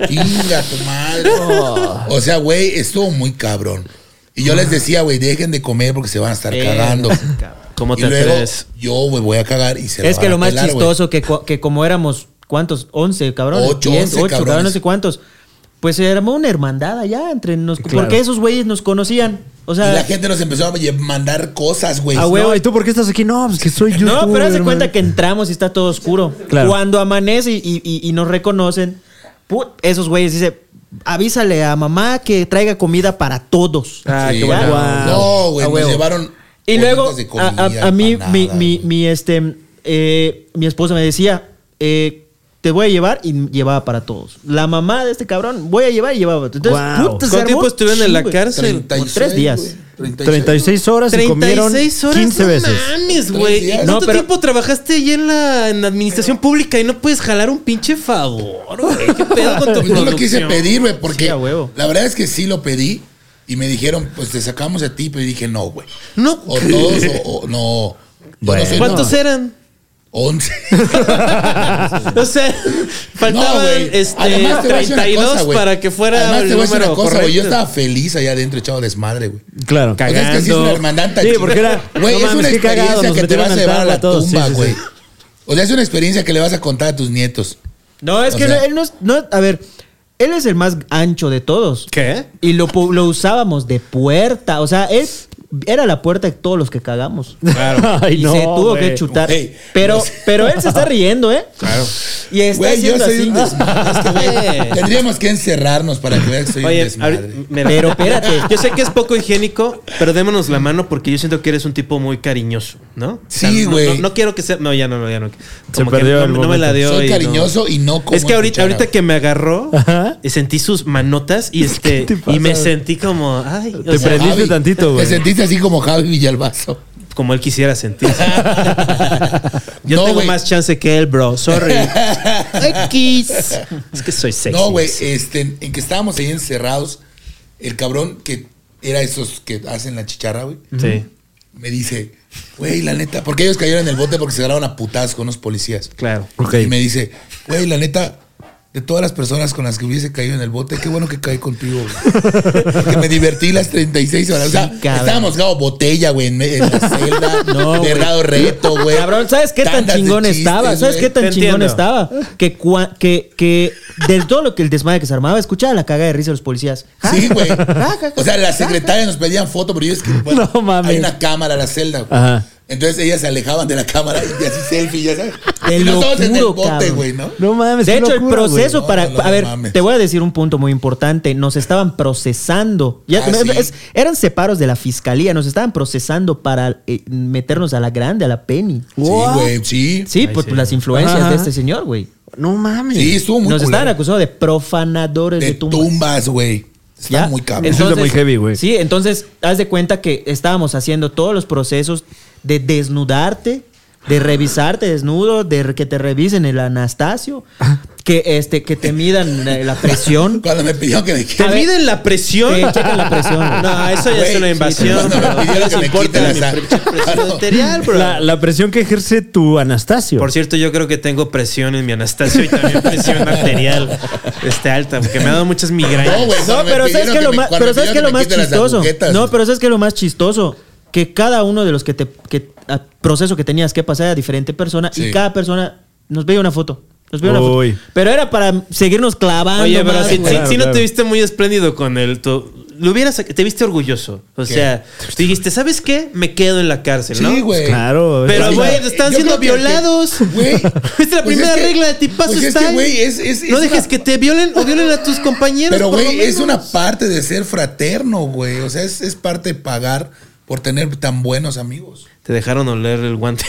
Speaker 4: chinga tu madre. O sea, güey, estuvo muy cabrón. Y yo les decía, güey, dejen de comer porque se van a estar cagando.
Speaker 1: ¿Cómo
Speaker 4: Y
Speaker 1: te
Speaker 4: luego
Speaker 1: atreves?
Speaker 4: yo, güey, voy a cagar y se
Speaker 3: es
Speaker 4: van
Speaker 3: que
Speaker 4: a
Speaker 3: lo más
Speaker 4: pelar, güey.
Speaker 3: chistoso que, cu- que como éramos, ¿cuántos? 11, cabrón.
Speaker 4: Ocho,
Speaker 3: 10,
Speaker 4: once
Speaker 3: 8, cabrón,
Speaker 4: cabrones.
Speaker 3: no sé cuántos. Pues se armó una hermandad allá entre nos,
Speaker 2: Claro.
Speaker 3: porque esos güeyes nos conocían. O
Speaker 4: Y
Speaker 3: sea,
Speaker 4: la gente nos empezó a lle- mandar cosas, güey.
Speaker 3: A huevo.
Speaker 2: No, ¿y tú por qué estás aquí? No, pues que soy yo.
Speaker 3: no, pero haz de cuenta que entramos y está todo oscuro.
Speaker 2: Claro.
Speaker 3: Cuando amanece y, y- y- y nos reconocen, put- esos güeyes dice, avísale a mamá que traiga comida para todos.
Speaker 2: Ah,
Speaker 4: Sí.
Speaker 2: qué bueno.
Speaker 3: Ya.
Speaker 4: No, güey,
Speaker 3: A
Speaker 4: nos
Speaker 3: huevo.
Speaker 4: llevaron.
Speaker 3: Y
Speaker 4: bolitas
Speaker 3: luego,
Speaker 4: de
Speaker 3: a,
Speaker 4: comida,
Speaker 3: a- a mí, mi,
Speaker 4: empanadas,
Speaker 3: mi,
Speaker 4: güey.
Speaker 3: mi, este, eh, mi esposa me decía, eh, te voy a llevar y llevaba para todos. La mamá de este cabrón, voy a llevar y llevaba. Entonces,
Speaker 2: Guau.
Speaker 3: puta, se
Speaker 1: ¿Cuánto
Speaker 3: armó
Speaker 1: tiempo estuvieron en la
Speaker 3: chingo.
Speaker 1: cárcel?
Speaker 3: como tres días.
Speaker 4: güey.
Speaker 2: 36 horas y comieron
Speaker 1: 36 horas.
Speaker 2: 15
Speaker 1: no
Speaker 2: veces.
Speaker 1: mames,
Speaker 4: Tres
Speaker 1: güey. ¿Y
Speaker 4: días.
Speaker 1: ¿Cuánto
Speaker 4: No,
Speaker 3: pero-
Speaker 1: tiempo trabajaste ahí en la en administración pública y no puedes jalar un pinche favor, güey? ¿Qué pedo con
Speaker 4: [laughs]
Speaker 1: tu
Speaker 4: Pues no lo quise
Speaker 1: producción?
Speaker 4: pedir, güey, porque
Speaker 3: Sí, a huevo.
Speaker 4: la verdad es que sí lo pedí y me dijeron, pues te sacamos a ti, pero dije, no, güey.
Speaker 1: No.
Speaker 3: [laughs]
Speaker 4: O todos o, o- no.
Speaker 2: Bueno.
Speaker 1: ¿Cuántos
Speaker 4: ¿Cuántos? [laughs]
Speaker 1: eran?
Speaker 4: 11.
Speaker 1: O sea, faltaban este, 32 para que fuera
Speaker 4: Además,
Speaker 1: el
Speaker 4: te voy a decir
Speaker 1: número
Speaker 4: una cosa, güey. Yo
Speaker 1: correcto.
Speaker 4: estaba feliz allá adentro echado desmadre, güey.
Speaker 2: Claro.
Speaker 4: O sea, es que sí es una hermandad tan
Speaker 2: Sí,
Speaker 4: chida.
Speaker 2: porque era.
Speaker 4: [laughs] Güey,
Speaker 2: no
Speaker 4: es
Speaker 2: mames,
Speaker 4: una
Speaker 2: qué
Speaker 4: experiencia
Speaker 2: cagado, nos
Speaker 4: que te
Speaker 2: metieron
Speaker 4: vas a
Speaker 2: al
Speaker 4: llevar a
Speaker 2: tarro
Speaker 4: la
Speaker 2: todos. Sí,
Speaker 4: tumba,
Speaker 2: sí, sí.
Speaker 4: güey. O sea, es una experiencia que le vas a contar a tus nietos.
Speaker 3: No, es
Speaker 4: O
Speaker 3: que
Speaker 4: sea-
Speaker 3: no- él no, es- no- A ver, él es el más ancho de todos.
Speaker 1: ¿Qué?
Speaker 3: Y lo, pu- lo usábamos de puerta. O sea, es, era la puerta de todos los que cagamos.
Speaker 2: [laughs] Ay,
Speaker 3: y
Speaker 2: no,
Speaker 3: se tuvo
Speaker 2: güey.
Speaker 3: que chutar.
Speaker 4: Güey,
Speaker 1: [laughs]
Speaker 3: pero,
Speaker 4: no sé.
Speaker 3: pero él se está riendo, ¿eh?
Speaker 4: Claro.
Speaker 3: Y está
Speaker 4: Güey, yo
Speaker 3: haciendo
Speaker 4: soy
Speaker 3: así.
Speaker 4: un desmadre. Es
Speaker 3: [laughs]
Speaker 4: que, güey, tendríamos que encerrarnos para que veas que soy un
Speaker 1: Oye,
Speaker 4: desmadre.
Speaker 1: ahorita- mira.
Speaker 3: Pero espérate.
Speaker 1: Yo sé que es poco higiénico, pero démonos la mano porque yo siento que eres un tipo muy cariñoso, ¿no? O sea,
Speaker 4: Sí,
Speaker 1: no-
Speaker 4: güey.
Speaker 1: No, no quiero que sea. No, ya no, ya no. Como
Speaker 2: perdió
Speaker 1: que no,
Speaker 2: el
Speaker 1: no me la
Speaker 2: momento.
Speaker 1: dio.
Speaker 4: Soy
Speaker 1: y no.
Speaker 4: cariñoso y no como
Speaker 1: Es que ahorita,
Speaker 4: cuchara.
Speaker 1: ahorita que me agarró,
Speaker 2: Ajá.
Speaker 1: y sentí sus manotas
Speaker 2: [laughs]
Speaker 1: y este
Speaker 2: te pasa?
Speaker 1: y me sentí como, ay, o
Speaker 2: Te
Speaker 1: sea,
Speaker 2: prendiste tantito, güey.
Speaker 4: Te sentiste así como Javi Villalbazo.
Speaker 1: como él quisiera
Speaker 4: [laughs]
Speaker 1: sentir. Yo
Speaker 4: No,
Speaker 1: tengo
Speaker 4: güey.
Speaker 1: más chance que él, bro.
Speaker 4: [laughs]
Speaker 1: Sorry. X. Es que soy sexy.
Speaker 4: No, güey, este, en que estábamos ahí encerrados, el cabrón que era esos que hacen la chicharra, güey,
Speaker 1: Sí,
Speaker 4: me dice, güey, la neta, porque ellos cayeron en el bote porque se agarraron a putadas con unos policías.
Speaker 1: claro.
Speaker 2: Ok.
Speaker 4: Y me dice, güey, la neta, de todas las personas con las que hubiese caído en el bote, qué bueno que caí contigo, güey. Porque me divertí las 36 horas. O sea,
Speaker 3: cabrón.
Speaker 4: estábamos, gado, botella, güey, en, en la celda,
Speaker 3: No, güey.
Speaker 4: vergado reto, güey.
Speaker 3: Cabrón, ¿sabes qué tan
Speaker 4: Tandas de
Speaker 3: chingón
Speaker 4: chistes,
Speaker 3: estaba? ¿Sabes
Speaker 4: güey.
Speaker 3: qué tan
Speaker 1: Te
Speaker 3: chingón
Speaker 1: entiendo.
Speaker 3: estaba? Que, cua- que, que de todo lo que el desmadre que se armaba, escuchaba la caga de risa de los policías. Ja,
Speaker 4: Sí, güey.
Speaker 3: ja, ja, ja,
Speaker 4: O sea, las
Speaker 3: ja, ja.
Speaker 4: secretarias nos pedían foto, pero yo es que bueno,
Speaker 2: No mames.
Speaker 4: hay una cámara en la celda, güey.
Speaker 2: Ajá.
Speaker 4: Entonces ellas se alejaban de la cámara y así selfie, ya sabes.
Speaker 3: Te
Speaker 4: y
Speaker 3: lo
Speaker 4: nosotros en el
Speaker 3: juro,
Speaker 4: bote,
Speaker 3: cabrón.
Speaker 4: güey, ¿no?
Speaker 2: No mames.
Speaker 3: De
Speaker 2: qué
Speaker 3: hecho, el
Speaker 2: locura, güey.
Speaker 3: proceso
Speaker 4: güey.
Speaker 3: para.
Speaker 4: No, no,
Speaker 3: a ver,
Speaker 4: no mames.
Speaker 3: te voy a decir un punto muy importante. Nos estaban procesando. Ya,
Speaker 4: Ah, sí.
Speaker 3: es- eran separos de la fiscalía. Nos estaban procesando para eh, meternos a la grande, a la penny.
Speaker 4: Sí, güey, sí.
Speaker 3: Sí, por las influencias
Speaker 2: Ajá.
Speaker 3: de este señor, güey.
Speaker 2: No mames.
Speaker 3: [laughs]
Speaker 4: Sí, estuvo muy
Speaker 3: Nos
Speaker 4: culero.
Speaker 3: estaban acusando de profanadores de,
Speaker 4: de
Speaker 3: tumbas.
Speaker 4: tumbas, güey. Está
Speaker 3: ¿ya?
Speaker 4: muy cabrón.
Speaker 2: Eso está muy heavy, güey.
Speaker 3: Sí, entonces, haz de cuenta que estábamos haciendo todos los procesos de desnudarte, de revisarte desnudo, de re- que te revisen el
Speaker 4: [laughs]
Speaker 3: Anastasio, que, este, que te midan eh, la presión.
Speaker 4: Cuando me pidieron que me
Speaker 1: ¿Te
Speaker 4: quiten.
Speaker 3: ver.
Speaker 1: miden la presión?
Speaker 3: Sí, checan la presión, güey.
Speaker 1: No, eso ya
Speaker 4: Güey,
Speaker 1: es una
Speaker 4: sí,
Speaker 1: invasión.
Speaker 4: cuando me
Speaker 1: bro.
Speaker 4: pidieron
Speaker 1: No
Speaker 4: que
Speaker 1: les
Speaker 4: me
Speaker 1: importa
Speaker 4: quiten
Speaker 1: mi
Speaker 4: la
Speaker 1: pre-
Speaker 4: sal.
Speaker 1: presión arterial, bro.
Speaker 2: La, la presión que ejerce tu Anastasio.
Speaker 1: Por cierto, yo creo que tengo presión en mi Anastasio y también presión arterial este, alta, porque me ha dado muchas migrañas.
Speaker 4: No, güey.
Speaker 3: No,
Speaker 4: cuando me
Speaker 3: pero
Speaker 4: pidieron
Speaker 3: ¿sabes qué lo
Speaker 4: me-
Speaker 3: más,
Speaker 4: cuando
Speaker 3: pero
Speaker 4: me
Speaker 3: ¿sabes
Speaker 4: pidieron
Speaker 3: qué lo
Speaker 4: me
Speaker 3: más
Speaker 4: quiten las
Speaker 3: chistoso?
Speaker 4: agujetas,
Speaker 3: No, pero ¿sabes qué lo más chistoso? Que cada uno de los que te que, a- proceso que tenías que pasar era diferente persona
Speaker 4: Sí.
Speaker 3: y cada persona nos veía una foto. Nos veía una
Speaker 2: Uy.
Speaker 3: foto. Pero era para seguirnos clavando.
Speaker 1: Oye, pero
Speaker 3: más,
Speaker 1: si,
Speaker 3: güey.
Speaker 1: si- si no
Speaker 2: Claro.
Speaker 1: te viste muy espléndido con él, tú- lo hubieras, te viste orgulloso. O sea, dijiste, ¿sabes qué? Me quedo en la cárcel, ¿no?
Speaker 4: Sí, güey.
Speaker 2: Claro.
Speaker 1: Pero,
Speaker 4: Sí,
Speaker 1: güey,
Speaker 4: no.
Speaker 1: están
Speaker 4: Yo
Speaker 1: siendo
Speaker 4: creo que-
Speaker 1: violados.
Speaker 3: [laughs]
Speaker 4: Güey.
Speaker 1: es la primera regla de tipazo
Speaker 4: pues es
Speaker 1: style.
Speaker 4: que, güey, es, es, es
Speaker 1: no
Speaker 4: una-
Speaker 1: dejes que te violen o violen a tus compañeros.
Speaker 4: Pero,
Speaker 1: por lo
Speaker 4: güey, es
Speaker 1: menos.
Speaker 4: una parte de ser fraterno, güey. O sea, es, es parte de pagar por tener tan buenos amigos.
Speaker 1: Te dejaron oler el guante.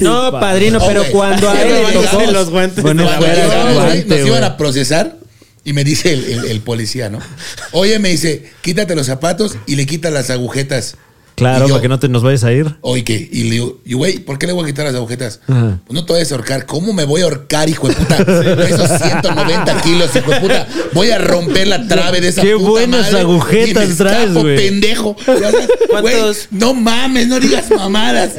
Speaker 3: No, padrino,
Speaker 4: Oh,
Speaker 3: pero
Speaker 4: güey.
Speaker 3: cuando
Speaker 4: [laughs]
Speaker 3: a él le
Speaker 4: Siempre
Speaker 3: tocó.
Speaker 4: van a
Speaker 1: los guantes.
Speaker 2: Bueno,
Speaker 1: de la
Speaker 4: Cuando
Speaker 2: fuera de
Speaker 1: verga.
Speaker 4: íbamos, güey,
Speaker 2: aguante,
Speaker 4: nos iban
Speaker 2: güey.
Speaker 4: a procesar y me dice el, el- el policía, ¿no? Oye, me dice, quítate los zapatos y le quita las agujetas.
Speaker 2: Claro,
Speaker 4: Y yo,
Speaker 2: para que no te nos vayas a ir.
Speaker 4: Oye, ¿qué? Y le digo, y güey, ¿por qué le voy a quitar las agujetas?
Speaker 2: Ajá.
Speaker 4: Pues no te vayas a ahorcar. ¿Cómo me voy a ahorcar, hijo de puta? Esos 190 kilos, hijo de puta. Voy a romper la trave de esa
Speaker 2: Qué
Speaker 4: puta
Speaker 2: buenas
Speaker 4: madre
Speaker 2: agujetas
Speaker 4: y me
Speaker 2: traes,
Speaker 4: escapo,
Speaker 2: güey.
Speaker 4: pendejo. Ya sabes, güey,
Speaker 1: ¿Cuántos?
Speaker 4: no mames, no digas mamadas.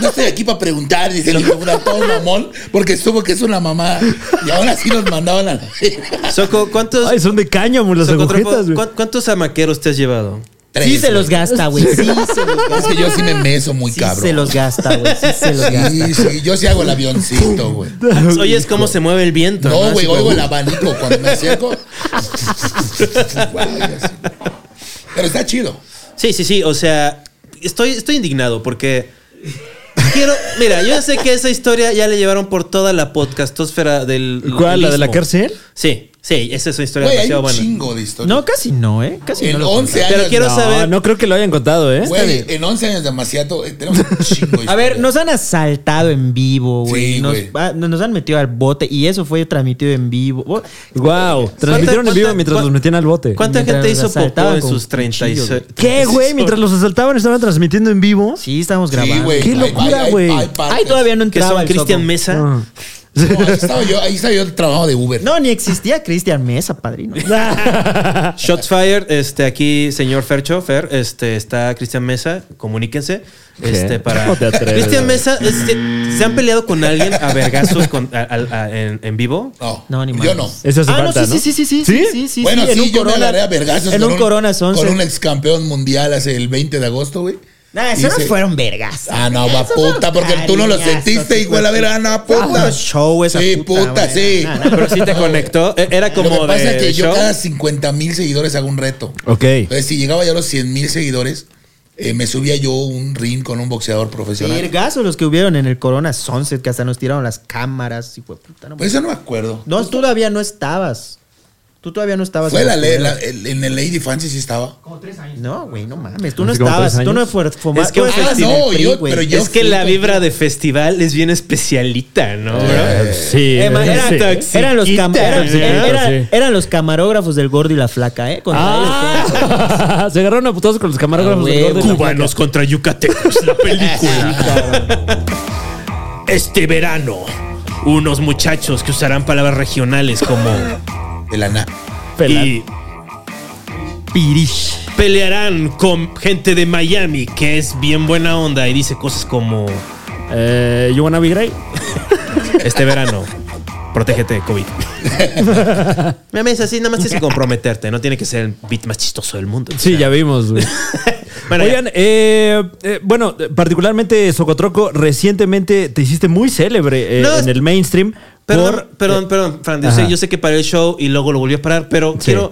Speaker 4: No estoy aquí para preguntar, dice el hijo de puta, todo mamón, porque supo que es una mamada. Y ahora sí nos mandaban a la verga.
Speaker 1: Soco, ¿cuántos,
Speaker 2: Ay, son de cáñamo las
Speaker 1: Socotropo,
Speaker 2: agujetas, güey.
Speaker 1: ¿cuán- ¿cuántos amaqueros te has
Speaker 2: [laughs]
Speaker 1: llevado?
Speaker 4: Tres,
Speaker 3: Sí se los
Speaker 4: güey.
Speaker 3: gasta,
Speaker 4: [laughs]
Speaker 3: güey. Sí se los gasta.
Speaker 4: Es que yo sí me meso muy
Speaker 3: Sí
Speaker 4: cabrón.
Speaker 3: se los gasta, güey. Sí se los gasta.
Speaker 4: Sí, sí, yo sí hago el avioncito, güey.
Speaker 1: Oyes cómo se mueve el viento.
Speaker 4: No,
Speaker 1: Así
Speaker 4: güey,
Speaker 1: como-
Speaker 4: oigo el abanico [laughs] cuando me acerco. Guay, así. Pero está chido.
Speaker 1: Sí, sí, sí. O sea, estoy, estoy indignado porque. Quiero. Mira, yo ya sé que esa historia ya la llevaron por toda la podcastósfera del.
Speaker 2: [laughs] ¿Cuál? ¿La
Speaker 1: del
Speaker 2: de la
Speaker 1: istmo.
Speaker 2: cárcel?
Speaker 1: Sí, sí, esa es una historia
Speaker 4: Güey, hay
Speaker 1: demasiado
Speaker 4: un
Speaker 1: buena.
Speaker 4: chingo de historias.
Speaker 3: No, casi no, ¿eh? Casi no.
Speaker 4: en
Speaker 3: lo
Speaker 4: 11 años.
Speaker 1: Pero quiero
Speaker 2: no,
Speaker 1: saber.
Speaker 2: no creo que lo hayan contado, ¿eh?
Speaker 4: Güey, en 11 años demasiado. eh, tenemos un chingo de
Speaker 3: este A ver,
Speaker 4: historias.
Speaker 3: nos han asaltado en vivo, güey.
Speaker 4: Sí,
Speaker 3: nos,
Speaker 4: güey.
Speaker 3: ah, nos han metido al bote y eso fue transmitido en vivo. Oh,
Speaker 2: Wow. Transmitieron en
Speaker 1: ¿Cuánta-
Speaker 2: vivo
Speaker 1: cuánta-
Speaker 2: mientras los metían al bote.
Speaker 1: ¿Cuánta
Speaker 3: Mientras
Speaker 1: gente hizo
Speaker 3: nos asaltaban
Speaker 1: popó en
Speaker 3: con
Speaker 1: sus 36?
Speaker 3: cuchillo,
Speaker 2: ¿Qué, güey? Mientras los asaltaban estaban transmitiendo en vivo.
Speaker 3: Sí, estamos grabando.
Speaker 4: Sí, güey.
Speaker 2: Qué
Speaker 4: hay-
Speaker 2: locura,
Speaker 4: hay- hay-
Speaker 2: güey.
Speaker 4: hay partes.
Speaker 3: Ay, todavía no
Speaker 1: Que son
Speaker 3: entraba el
Speaker 1: Cristian
Speaker 3: Soco.
Speaker 1: Mesa.
Speaker 2: Ah.
Speaker 4: No, ahí estaba yo, ahí estaba yo el trabajo de Uber.
Speaker 3: No, ni existía Cristian Mesa, padrino.
Speaker 1: Shots fired, este, aquí, señor Fercho, Fer, este, está Cristian Mesa, comuníquense. Este, para.
Speaker 2: ¿Cómo te atreves?
Speaker 1: Cristian Mesa, este, ¿se han peleado con alguien a vergazos con- a- a- a- en, en vivo?
Speaker 4: No,
Speaker 3: No, ni
Speaker 4: yo
Speaker 3: madres.
Speaker 4: no.
Speaker 2: Eso hace
Speaker 3: ah,
Speaker 2: falta,
Speaker 3: no, sí,
Speaker 2: ¿no?
Speaker 3: sí, sí, sí, sí,
Speaker 2: ¿Sí?
Speaker 3: sí, sí, sí,
Speaker 4: bueno,
Speaker 3: en
Speaker 4: sí,
Speaker 3: un
Speaker 4: yo me
Speaker 3: corona,
Speaker 4: agarré a vergazos
Speaker 3: en
Speaker 4: con
Speaker 3: un corona son.
Speaker 4: Con un ex campeón mundial hace el 20 de agosto, güey.
Speaker 3: Nah, eso no
Speaker 4: Dice-
Speaker 3: fueron vergas.
Speaker 4: Ah, no, va
Speaker 3: Eso fueron
Speaker 4: puta, porque tú no lo
Speaker 3: cariñazos,
Speaker 4: sentiste,
Speaker 3: sí,
Speaker 4: igual a ver, ah, no,
Speaker 3: fue un
Speaker 4: puta.
Speaker 3: show esa
Speaker 4: Sí,
Speaker 3: puta,
Speaker 4: puta,
Speaker 3: güey.
Speaker 4: sí.
Speaker 3: Nah, nah,
Speaker 1: Pero sí
Speaker 4: [laughs]
Speaker 1: te conectó. E- Era como
Speaker 4: Lo que pasa
Speaker 1: de
Speaker 4: es que yo
Speaker 1: show.
Speaker 4: cada 50 mil seguidores hago un reto.
Speaker 2: [laughs] Ok.
Speaker 4: Entonces, si llegaba ya a los 100 mil seguidores, eh, me subía yo un ring con un boxeador profesional.
Speaker 3: Vergazos los que hubieron en el Corona Sunset, que hasta nos tiraron las cámaras. Y fue puta, no,
Speaker 4: Pues eso no me acuerdo.
Speaker 3: No, tú todavía no estabas. Tú todavía no estabas.
Speaker 4: Fue
Speaker 3: en
Speaker 4: la,
Speaker 3: los
Speaker 4: ley,
Speaker 3: primeros.
Speaker 4: la- el- en el Lady Fancy sí estaba.
Speaker 3: No, güey, no mames. Tú no
Speaker 2: Hace como
Speaker 3: estabas.
Speaker 2: tres
Speaker 3: Tú no
Speaker 2: años.
Speaker 3: fuer- fumabas.
Speaker 1: Es que
Speaker 3: tú
Speaker 1: un
Speaker 3: estabas
Speaker 4: festival.
Speaker 3: en el
Speaker 4: Ah, No,
Speaker 3: PRI,
Speaker 4: yo-
Speaker 3: güey.
Speaker 4: pero yo-
Speaker 1: Es que la vibra de festival es bien especialita, ¿no? bro?
Speaker 2: Sí.
Speaker 3: Eh, man,
Speaker 2: sí.
Speaker 3: era-
Speaker 1: Toxiquita,
Speaker 3: eran, los cam- eran-
Speaker 1: ¿no?
Speaker 3: eran-
Speaker 2: Sí.
Speaker 3: eran los camarógrafos del gordo y la flaca, ¿eh? Con la-
Speaker 2: Ah, [laughs] se agarraron a putazos con los camarógrafos
Speaker 3: Ah,
Speaker 2: del
Speaker 3: huevo.
Speaker 2: gordo y la flaca.
Speaker 1: Cubanos contra yucatecos, la
Speaker 4: [laughs]
Speaker 1: película. este verano, unos muchachos que usarán palabras regionales como
Speaker 4: De la na.
Speaker 1: y pelearán con gente de Miami que es bien buena onda y dice cosas como
Speaker 2: Eh, you wanna be great?
Speaker 1: este
Speaker 2: [laughs]
Speaker 1: verano. Protégete de COVID. Meme, es así, nada más tienes que comprometerte. No tiene que ser el beat más chistoso del mundo.
Speaker 2: Sí,
Speaker 1: O sea,
Speaker 2: ya vimos, güey.
Speaker 1: [laughs] bueno,
Speaker 2: Oigan, eh, eh, bueno, particularmente Socotroco, recientemente te hiciste muy célebre eh,
Speaker 1: No,
Speaker 2: en el mainstream.
Speaker 1: Perdón,
Speaker 2: por- eh,
Speaker 1: perdón, perdón, Fran. Yo sé,
Speaker 2: ajá.
Speaker 1: yo sé que paré el show y luego lo volví a parar, pero quiero.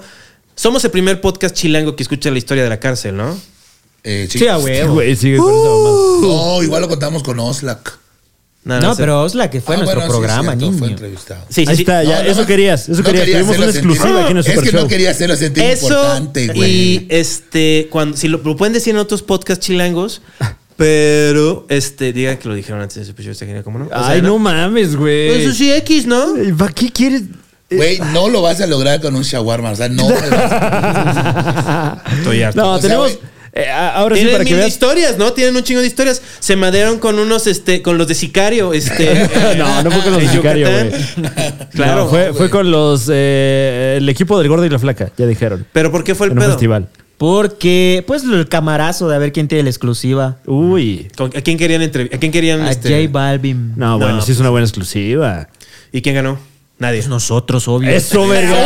Speaker 1: Somos el primer podcast chilango que escucha la historia de la cárcel, ¿no?
Speaker 4: Eh, sí.
Speaker 3: Sí, a huevo.
Speaker 2: Güey, sigue con esa mamada.
Speaker 4: No, igual lo contamos con Oslak.
Speaker 1: Nada
Speaker 3: No,
Speaker 1: más. eh".
Speaker 3: pero es la que fue
Speaker 4: Ah,
Speaker 3: nuestro
Speaker 4: bueno, sí,
Speaker 3: programa,
Speaker 4: cierto, Fue
Speaker 3: niño.
Speaker 4: entrevistado.
Speaker 1: Sí, sí,
Speaker 2: Ahí
Speaker 1: sí.
Speaker 2: está, Ah, ya,
Speaker 4: No, no,
Speaker 2: eso
Speaker 4: no.
Speaker 2: querías, eso
Speaker 4: No
Speaker 2: querías.
Speaker 4: quería
Speaker 2: Tuvimos una
Speaker 4: hacerlo sentir-
Speaker 2: exclusiva aquí en el
Speaker 4: Es
Speaker 2: Super
Speaker 4: que
Speaker 2: Show.
Speaker 4: no quería hacerlo sentir
Speaker 1: Eso.
Speaker 4: importante,
Speaker 1: Y
Speaker 4: güey.
Speaker 1: este, cuando, si lo, lo pueden decir en otros podcasts
Speaker 2: [laughs]
Speaker 1: chilangos, pero este, digan que lo dijeron antes de Super Show, está genial, ¿cómo no? O sea,
Speaker 2: Ay, no mames, güey.
Speaker 1: Eso sí, X, ¿no?
Speaker 2: Eh, ¿Para qué quieres? [laughs]
Speaker 4: Güey,
Speaker 2: eh,
Speaker 4: no lo vas a lograr con un shawarma. O sea, no.
Speaker 1: [laughs] Estoy harto.
Speaker 2: No,
Speaker 4: O sea,
Speaker 2: tenemos.
Speaker 4: güey.
Speaker 2: eh, a- ahora sí,
Speaker 1: Tienen
Speaker 2: para que
Speaker 1: mil
Speaker 2: veas.
Speaker 1: historias, ¿no? Tienen un chingo de historias. Se madearon con unos, este, con los de Sicario, este.
Speaker 2: [laughs] [laughs] No, no fue
Speaker 1: [laughs]
Speaker 2: con los
Speaker 1: en
Speaker 2: de Sicario,
Speaker 1: Yucatán.
Speaker 2: Claro,
Speaker 1: Claro.
Speaker 2: fue, fue con los. eh, el equipo del gordo y la flaca, ya dijeron.
Speaker 1: Pero ¿por qué fue el
Speaker 2: en un
Speaker 1: pedo?
Speaker 2: festival.
Speaker 3: Porque, pues, el camarazo de a ver quién tiene la exclusiva.
Speaker 2: Uy.
Speaker 1: ¿Con- ¿A quién querían entrevistar? ¿A quién querían
Speaker 3: A
Speaker 1: este,
Speaker 3: J Balvin.
Speaker 2: No, bueno,
Speaker 1: No,
Speaker 2: sí es una buena exclusiva.
Speaker 1: ¿Y quién ganó? Nadie.
Speaker 3: Pues nosotros, obvio.
Speaker 2: Eso, verga.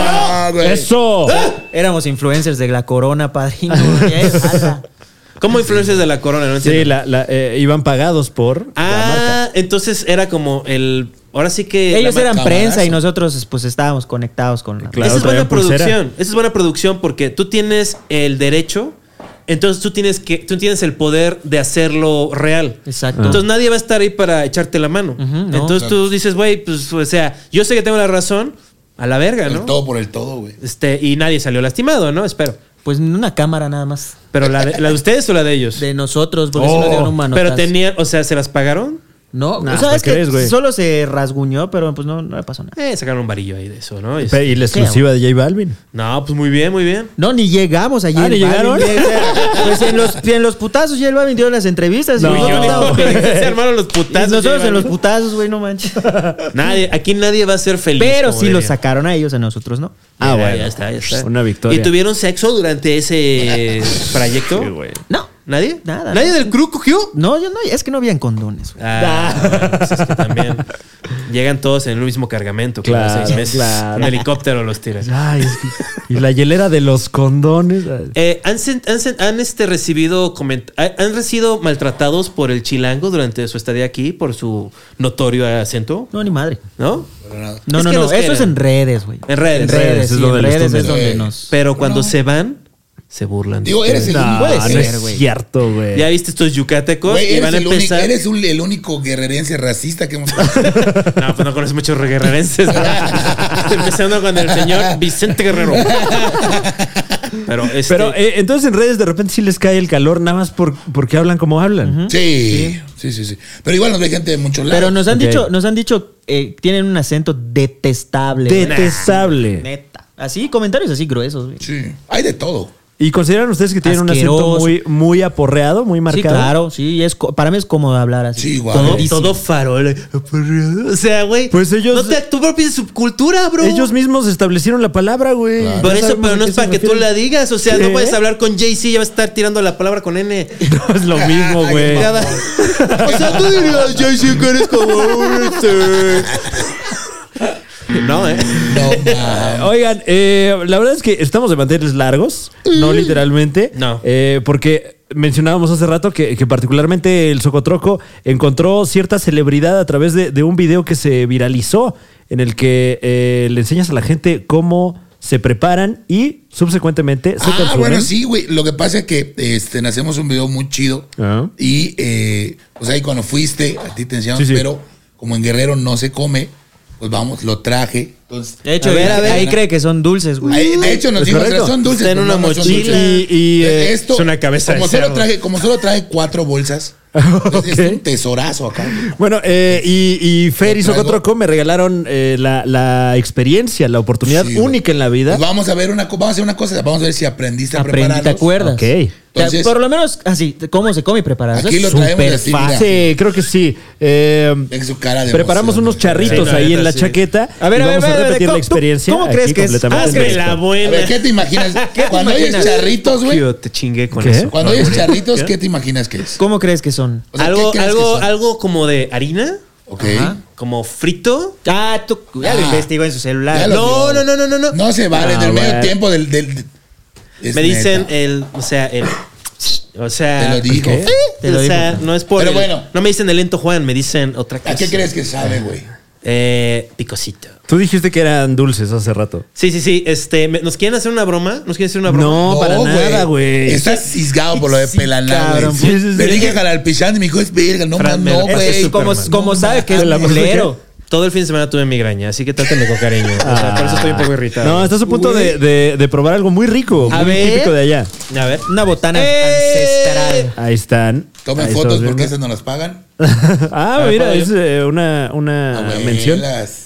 Speaker 4: Ah, güey.
Speaker 2: Eso.
Speaker 3: Ah. Éramos influencers de la corona, padrino. [laughs] ¿Qué? Ala.
Speaker 1: ¿Cómo influencers de la corona? No
Speaker 2: Sí,
Speaker 1: entiendo.
Speaker 2: la, la, eh, iban pagados por la marca.
Speaker 1: Ah, entonces era como el. Ahora sí que.
Speaker 3: Ellos
Speaker 1: la
Speaker 3: eran
Speaker 1: marca-
Speaker 3: prensa y nosotros, pues, estábamos conectados con la...
Speaker 2: Claro,
Speaker 1: Esa es buena
Speaker 2: traían pulsera.
Speaker 1: producción. Esa es buena producción porque tú tienes el derecho. Entonces tú tienes que tú tienes el poder de hacerlo real.
Speaker 3: Exacto. Ah.
Speaker 1: Entonces nadie va a estar ahí para echarte la mano.
Speaker 3: no.
Speaker 1: Entonces tú dices, güey, pues o sea, yo sé que tengo la razón, a la verga,
Speaker 4: El
Speaker 1: ¿no?
Speaker 4: todo por el todo, güey.
Speaker 1: Este, y nadie salió lastimado, ¿no? Espero.
Speaker 3: Pues, una cámara nada más.
Speaker 1: Pero la de, la de ustedes o la de ellos?
Speaker 3: De nosotros, [laughs] porque si no dieron un manotazo.
Speaker 1: Oh, Pero tenían, o sea, ¿se las pagaron?
Speaker 3: No,
Speaker 2: Nah,
Speaker 3: o sea,
Speaker 2: ¿pa'
Speaker 3: es
Speaker 2: qué
Speaker 3: que
Speaker 2: eres, güey?
Speaker 3: solo se rasguñó, pero pues no, no le pasó nada.
Speaker 1: Eh, sacaron un varillo ahí de eso, ¿no? Y-
Speaker 2: Pe- Y la exclusiva de J Balvin.
Speaker 1: no, pues muy bien, muy bien.
Speaker 3: No, ni llegamos ayer.
Speaker 2: Ah, ¿ni
Speaker 3: el
Speaker 2: llegaron?
Speaker 3: Balvin, o sea, [laughs] pues en los, en los putazos ya el Balvin dio las entrevistas.
Speaker 2: No,
Speaker 3: y nosotros,
Speaker 1: Yo digo,
Speaker 3: estábamos-
Speaker 1: "Pero [laughs] se armaron los
Speaker 3: y
Speaker 1: putazos.
Speaker 3: nosotros en
Speaker 1: llevan".
Speaker 3: los putazos, güey, no manches.
Speaker 1: Nadie, aquí nadie va a ser feliz.
Speaker 3: Pero
Speaker 1: como
Speaker 3: sí lo
Speaker 1: diría.
Speaker 3: sacaron a ellos, a nosotros no.
Speaker 2: Ah,
Speaker 1: Mira,
Speaker 2: bueno.
Speaker 1: Ya está, ya está.
Speaker 2: Una victoria.
Speaker 1: ¿Y tuvieron sexo
Speaker 2: [laughs]
Speaker 1: durante ese trayecto?
Speaker 3: No,
Speaker 1: ¿Nadie?
Speaker 3: Nada,
Speaker 1: ¿Nadie
Speaker 3: nada.
Speaker 1: del crew cogió?
Speaker 3: no, yo no, es que no habían condones. güey.
Speaker 1: Ah, bueno, pues es que también llegan todos en el mismo cargamento. cada
Speaker 2: Claro,
Speaker 1: seis meses.
Speaker 2: claro.
Speaker 1: Un helicóptero los tira.
Speaker 2: Ay, es que- y la hielera de los condones. ay.
Speaker 1: Eh, ¿Han, sen- han sen- han, este, recibido coment- ha- han sido maltratados por el chilango durante su estadía aquí por su notorio acento?
Speaker 3: No, ni madre.
Speaker 1: ¿No?
Speaker 4: Pero nada.
Speaker 3: No,
Speaker 1: Es
Speaker 3: no,
Speaker 1: que
Speaker 3: no.
Speaker 1: los
Speaker 3: Eso es
Speaker 1: quieren.
Speaker 3: en redes, güey.
Speaker 1: En redes.
Speaker 3: En redes,
Speaker 2: Es
Speaker 3: sí,
Speaker 2: lo
Speaker 3: en
Speaker 2: del
Speaker 3: redes
Speaker 2: estudio.
Speaker 3: es donde
Speaker 4: Sí.
Speaker 3: nos...
Speaker 1: Pero cuando se van, se burlan. de
Speaker 4: Digo, eres
Speaker 1: ustedes.
Speaker 4: el
Speaker 2: No,
Speaker 4: único.
Speaker 2: no
Speaker 4: eres-
Speaker 2: es cierto, güey.
Speaker 1: Ya viste estos yucatecos
Speaker 4: güey,
Speaker 1: y
Speaker 4: eres
Speaker 1: van a
Speaker 4: el único-
Speaker 1: empezar.
Speaker 4: eres un- el único guerrerense racista que hemos
Speaker 1: [laughs] No, pues no conoces muchos guerrerenses.
Speaker 4: [laughs]
Speaker 1: güey. Empezando con el señor Vicente Guerrero. Pero, este,
Speaker 2: Pero eh, entonces en redes de repente sí les cae el calor nada más por, porque hablan como hablan.
Speaker 4: Sí, sí, sí, sí. Pero igual nos ve gente de muchos lados.
Speaker 3: Pero nos han
Speaker 2: Ok.
Speaker 3: dicho, nos han dicho, eh, tienen un acento detestable. güey.
Speaker 2: Detestable.
Speaker 3: Neta. Así, comentarios así gruesos. güey.
Speaker 4: Sí, hay de todo.
Speaker 2: ¿Y consideran ustedes que tienen un acento
Speaker 3: Asqueroso.
Speaker 2: muy, muy aporreado, muy
Speaker 3: Sí,
Speaker 2: marcado?
Speaker 3: claro, sí. Es, co- para mí es cómodo hablar así.
Speaker 4: Sí, igual.
Speaker 1: todo,
Speaker 3: Clarísimo.
Speaker 1: todo farol. O sea, güey.
Speaker 2: eh, Pues ellos-
Speaker 1: No te, tu propia subcultura, bro.
Speaker 2: Ellos mismos establecieron la palabra, güey.
Speaker 4: Claro.
Speaker 1: Por
Speaker 2: Ya
Speaker 1: eso,
Speaker 2: sabemos
Speaker 1: pero
Speaker 2: a
Speaker 1: no
Speaker 2: qué
Speaker 1: es
Speaker 2: se
Speaker 1: para que tú
Speaker 2: refieren.
Speaker 1: la digas. O sea,
Speaker 2: ¿Qué?
Speaker 1: no puedes hablar con Jay-Z y ya vas a estar tirando la palabra con N.
Speaker 2: [laughs] No es lo
Speaker 1: [laughs]
Speaker 2: mismo, güey. [laughs]
Speaker 1: Cada- o sea, tú dirías, Jay-Z, que eres como un,
Speaker 4: [laughs]
Speaker 1: este". No, ¿eh?
Speaker 2: [laughs]
Speaker 4: No, ah, ma.
Speaker 2: Oigan, eh, la verdad es que estamos de manteles largos, no
Speaker 4: Mm.
Speaker 2: literalmente.
Speaker 1: No.
Speaker 2: eh, porque mencionábamos hace rato que, que particularmente el Socotroco encontró cierta celebridad a través de, de un video que se viralizó en el que eh, le enseñas a la gente cómo se preparan y subsecuentemente se
Speaker 4: Ah,
Speaker 2: consumen.
Speaker 4: bueno, sí, güey. Lo que pasa es que este, hacemos un video muy chido.
Speaker 2: Ah.
Speaker 4: Y, eh, pues ahí cuando fuiste, a ti te enseñamos,
Speaker 2: Sí, sí.
Speaker 4: pero como en Guerrero no se come, pues vamos, lo traje. Entonces,
Speaker 3: De hecho,
Speaker 4: A ver,
Speaker 3: ahí-
Speaker 4: a ver.
Speaker 3: ahí cree que son dulces, güey.
Speaker 4: Ahí, de hecho, nos
Speaker 2: Es
Speaker 4: dijo,
Speaker 2: correcto.
Speaker 4: son dulces.
Speaker 1: Está en
Speaker 4: pero
Speaker 1: una
Speaker 4: no, no son
Speaker 1: mochila
Speaker 4: dulces.
Speaker 2: y, eh,
Speaker 4: Esto,
Speaker 1: es una cabeza de
Speaker 4: como solo,
Speaker 1: cerdo.
Speaker 4: traje, como solo traje cuatro
Speaker 2: [laughs]
Speaker 4: bolsas, entonces
Speaker 2: Ok.
Speaker 4: es un tesorazo acá. güey.
Speaker 2: Bueno, eh, y, y Fer y
Speaker 4: Lo traigo.
Speaker 2: Socotroco me regalaron eh, la, la experiencia, la oportunidad
Speaker 4: Sí, güey.
Speaker 2: única en la vida.
Speaker 4: Pues vamos a ver una, co- vamos a hacer una cosa, vamos a ver si aprendiste a
Speaker 3: Aprendí, ¿te
Speaker 4: prepararlos.
Speaker 3: acuerdas?
Speaker 2: Ok.
Speaker 3: Te-
Speaker 4: Entonces-
Speaker 3: Por lo menos así, cómo se come y preparas.
Speaker 4: Aquí
Speaker 3: Es
Speaker 4: lo traemos
Speaker 3: súper
Speaker 4: así,
Speaker 3: fácil.
Speaker 4: mira.
Speaker 2: Sí, creo que sí. Eh,
Speaker 4: Ven su cara de
Speaker 2: Preparamos
Speaker 4: emoción,
Speaker 2: unos
Speaker 4: güey.
Speaker 2: charritos
Speaker 1: Sí, la
Speaker 2: ahí
Speaker 1: neta,
Speaker 2: en la
Speaker 1: sí.
Speaker 2: chaqueta.
Speaker 3: A ver,
Speaker 2: y
Speaker 3: a ver,
Speaker 2: vamos
Speaker 3: a ver, a ver,
Speaker 2: repetir la
Speaker 3: ¿cómo-
Speaker 2: experiencia.
Speaker 3: cómo crees que es?
Speaker 2: completamente
Speaker 1: Hazme la
Speaker 2: fresca.
Speaker 4: A
Speaker 1: buena.
Speaker 4: ver, [laughs] ¿qué te imaginas? Cuando oyes
Speaker 3: imaginas?
Speaker 4: charritos, güey.
Speaker 1: Yo te chingué con
Speaker 2: ¿Qué? [laughs]
Speaker 1: eso.
Speaker 4: Cuando oyes charritos, ¿qué te imaginas que es?
Speaker 3: ¿Cómo crees que son?
Speaker 4: O sea, ¿qué
Speaker 1: algo,
Speaker 4: crees que
Speaker 1: algo,
Speaker 4: son?
Speaker 1: algo como de harina,
Speaker 4: Ok.
Speaker 3: Ajá.
Speaker 1: como frito.
Speaker 3: Ah, tú ya lo
Speaker 4: Ah.
Speaker 3: investigó en su
Speaker 4: Ya
Speaker 3: celular.
Speaker 4: lo
Speaker 1: No,
Speaker 4: vio.
Speaker 1: no, no, no, no, no.
Speaker 4: No se vale,
Speaker 2: Ah,
Speaker 4: en el medio
Speaker 2: bueno.
Speaker 4: tiempo del... del- del- es
Speaker 1: Me dicen
Speaker 4: neta.
Speaker 1: el, o sea, el, o sea,
Speaker 4: Te lo digo.
Speaker 1: ¿qué?
Speaker 3: Te lo
Speaker 1: o sea,
Speaker 3: digo.
Speaker 1: no es por,
Speaker 4: Pero
Speaker 1: el-
Speaker 4: bueno.
Speaker 1: no me dicen el lento Juan, me dicen otra cosa.
Speaker 4: ¿A qué crees que sabe, güey?
Speaker 1: Eh, picosito.
Speaker 2: Tú dijiste que eran dulces hace rato.
Speaker 1: Sí, sí, sí. Este, me- nos quieren hacer una broma, nos quieren hacer una broma.
Speaker 2: No, para nada, güey.
Speaker 4: Estás cisgado por lo de pelaná,
Speaker 2: cabrón,
Speaker 4: güey.
Speaker 2: sí, sí, sí.
Speaker 4: Le dije al alpichán y me dijo, es verga, no,
Speaker 1: Fran,
Speaker 4: man, no,
Speaker 1: me- ese
Speaker 4: güey.
Speaker 1: es
Speaker 3: Como,
Speaker 1: Superman.
Speaker 3: como sabe que es culero.
Speaker 1: Todo el fin de semana tuve migraña, así que trátenme con cariño. O sea, por eso estoy un poco irritado.
Speaker 2: Ah. No, estás a punto de, de- de probar algo muy rico,
Speaker 3: A
Speaker 2: muy
Speaker 3: ver.
Speaker 2: típico de allá.
Speaker 1: A ver.
Speaker 3: Una botana
Speaker 1: ¡Eh!
Speaker 3: ancestral.
Speaker 2: Ahí están.
Speaker 4: Tomen
Speaker 2: Ahí
Speaker 4: fotos
Speaker 2: estamos
Speaker 4: porque
Speaker 2: viendo.
Speaker 4: esas no las pagan.
Speaker 2: [laughs] ah, mira, es eh, una, una
Speaker 3: Ah,
Speaker 2: mención.
Speaker 4: Abuelas,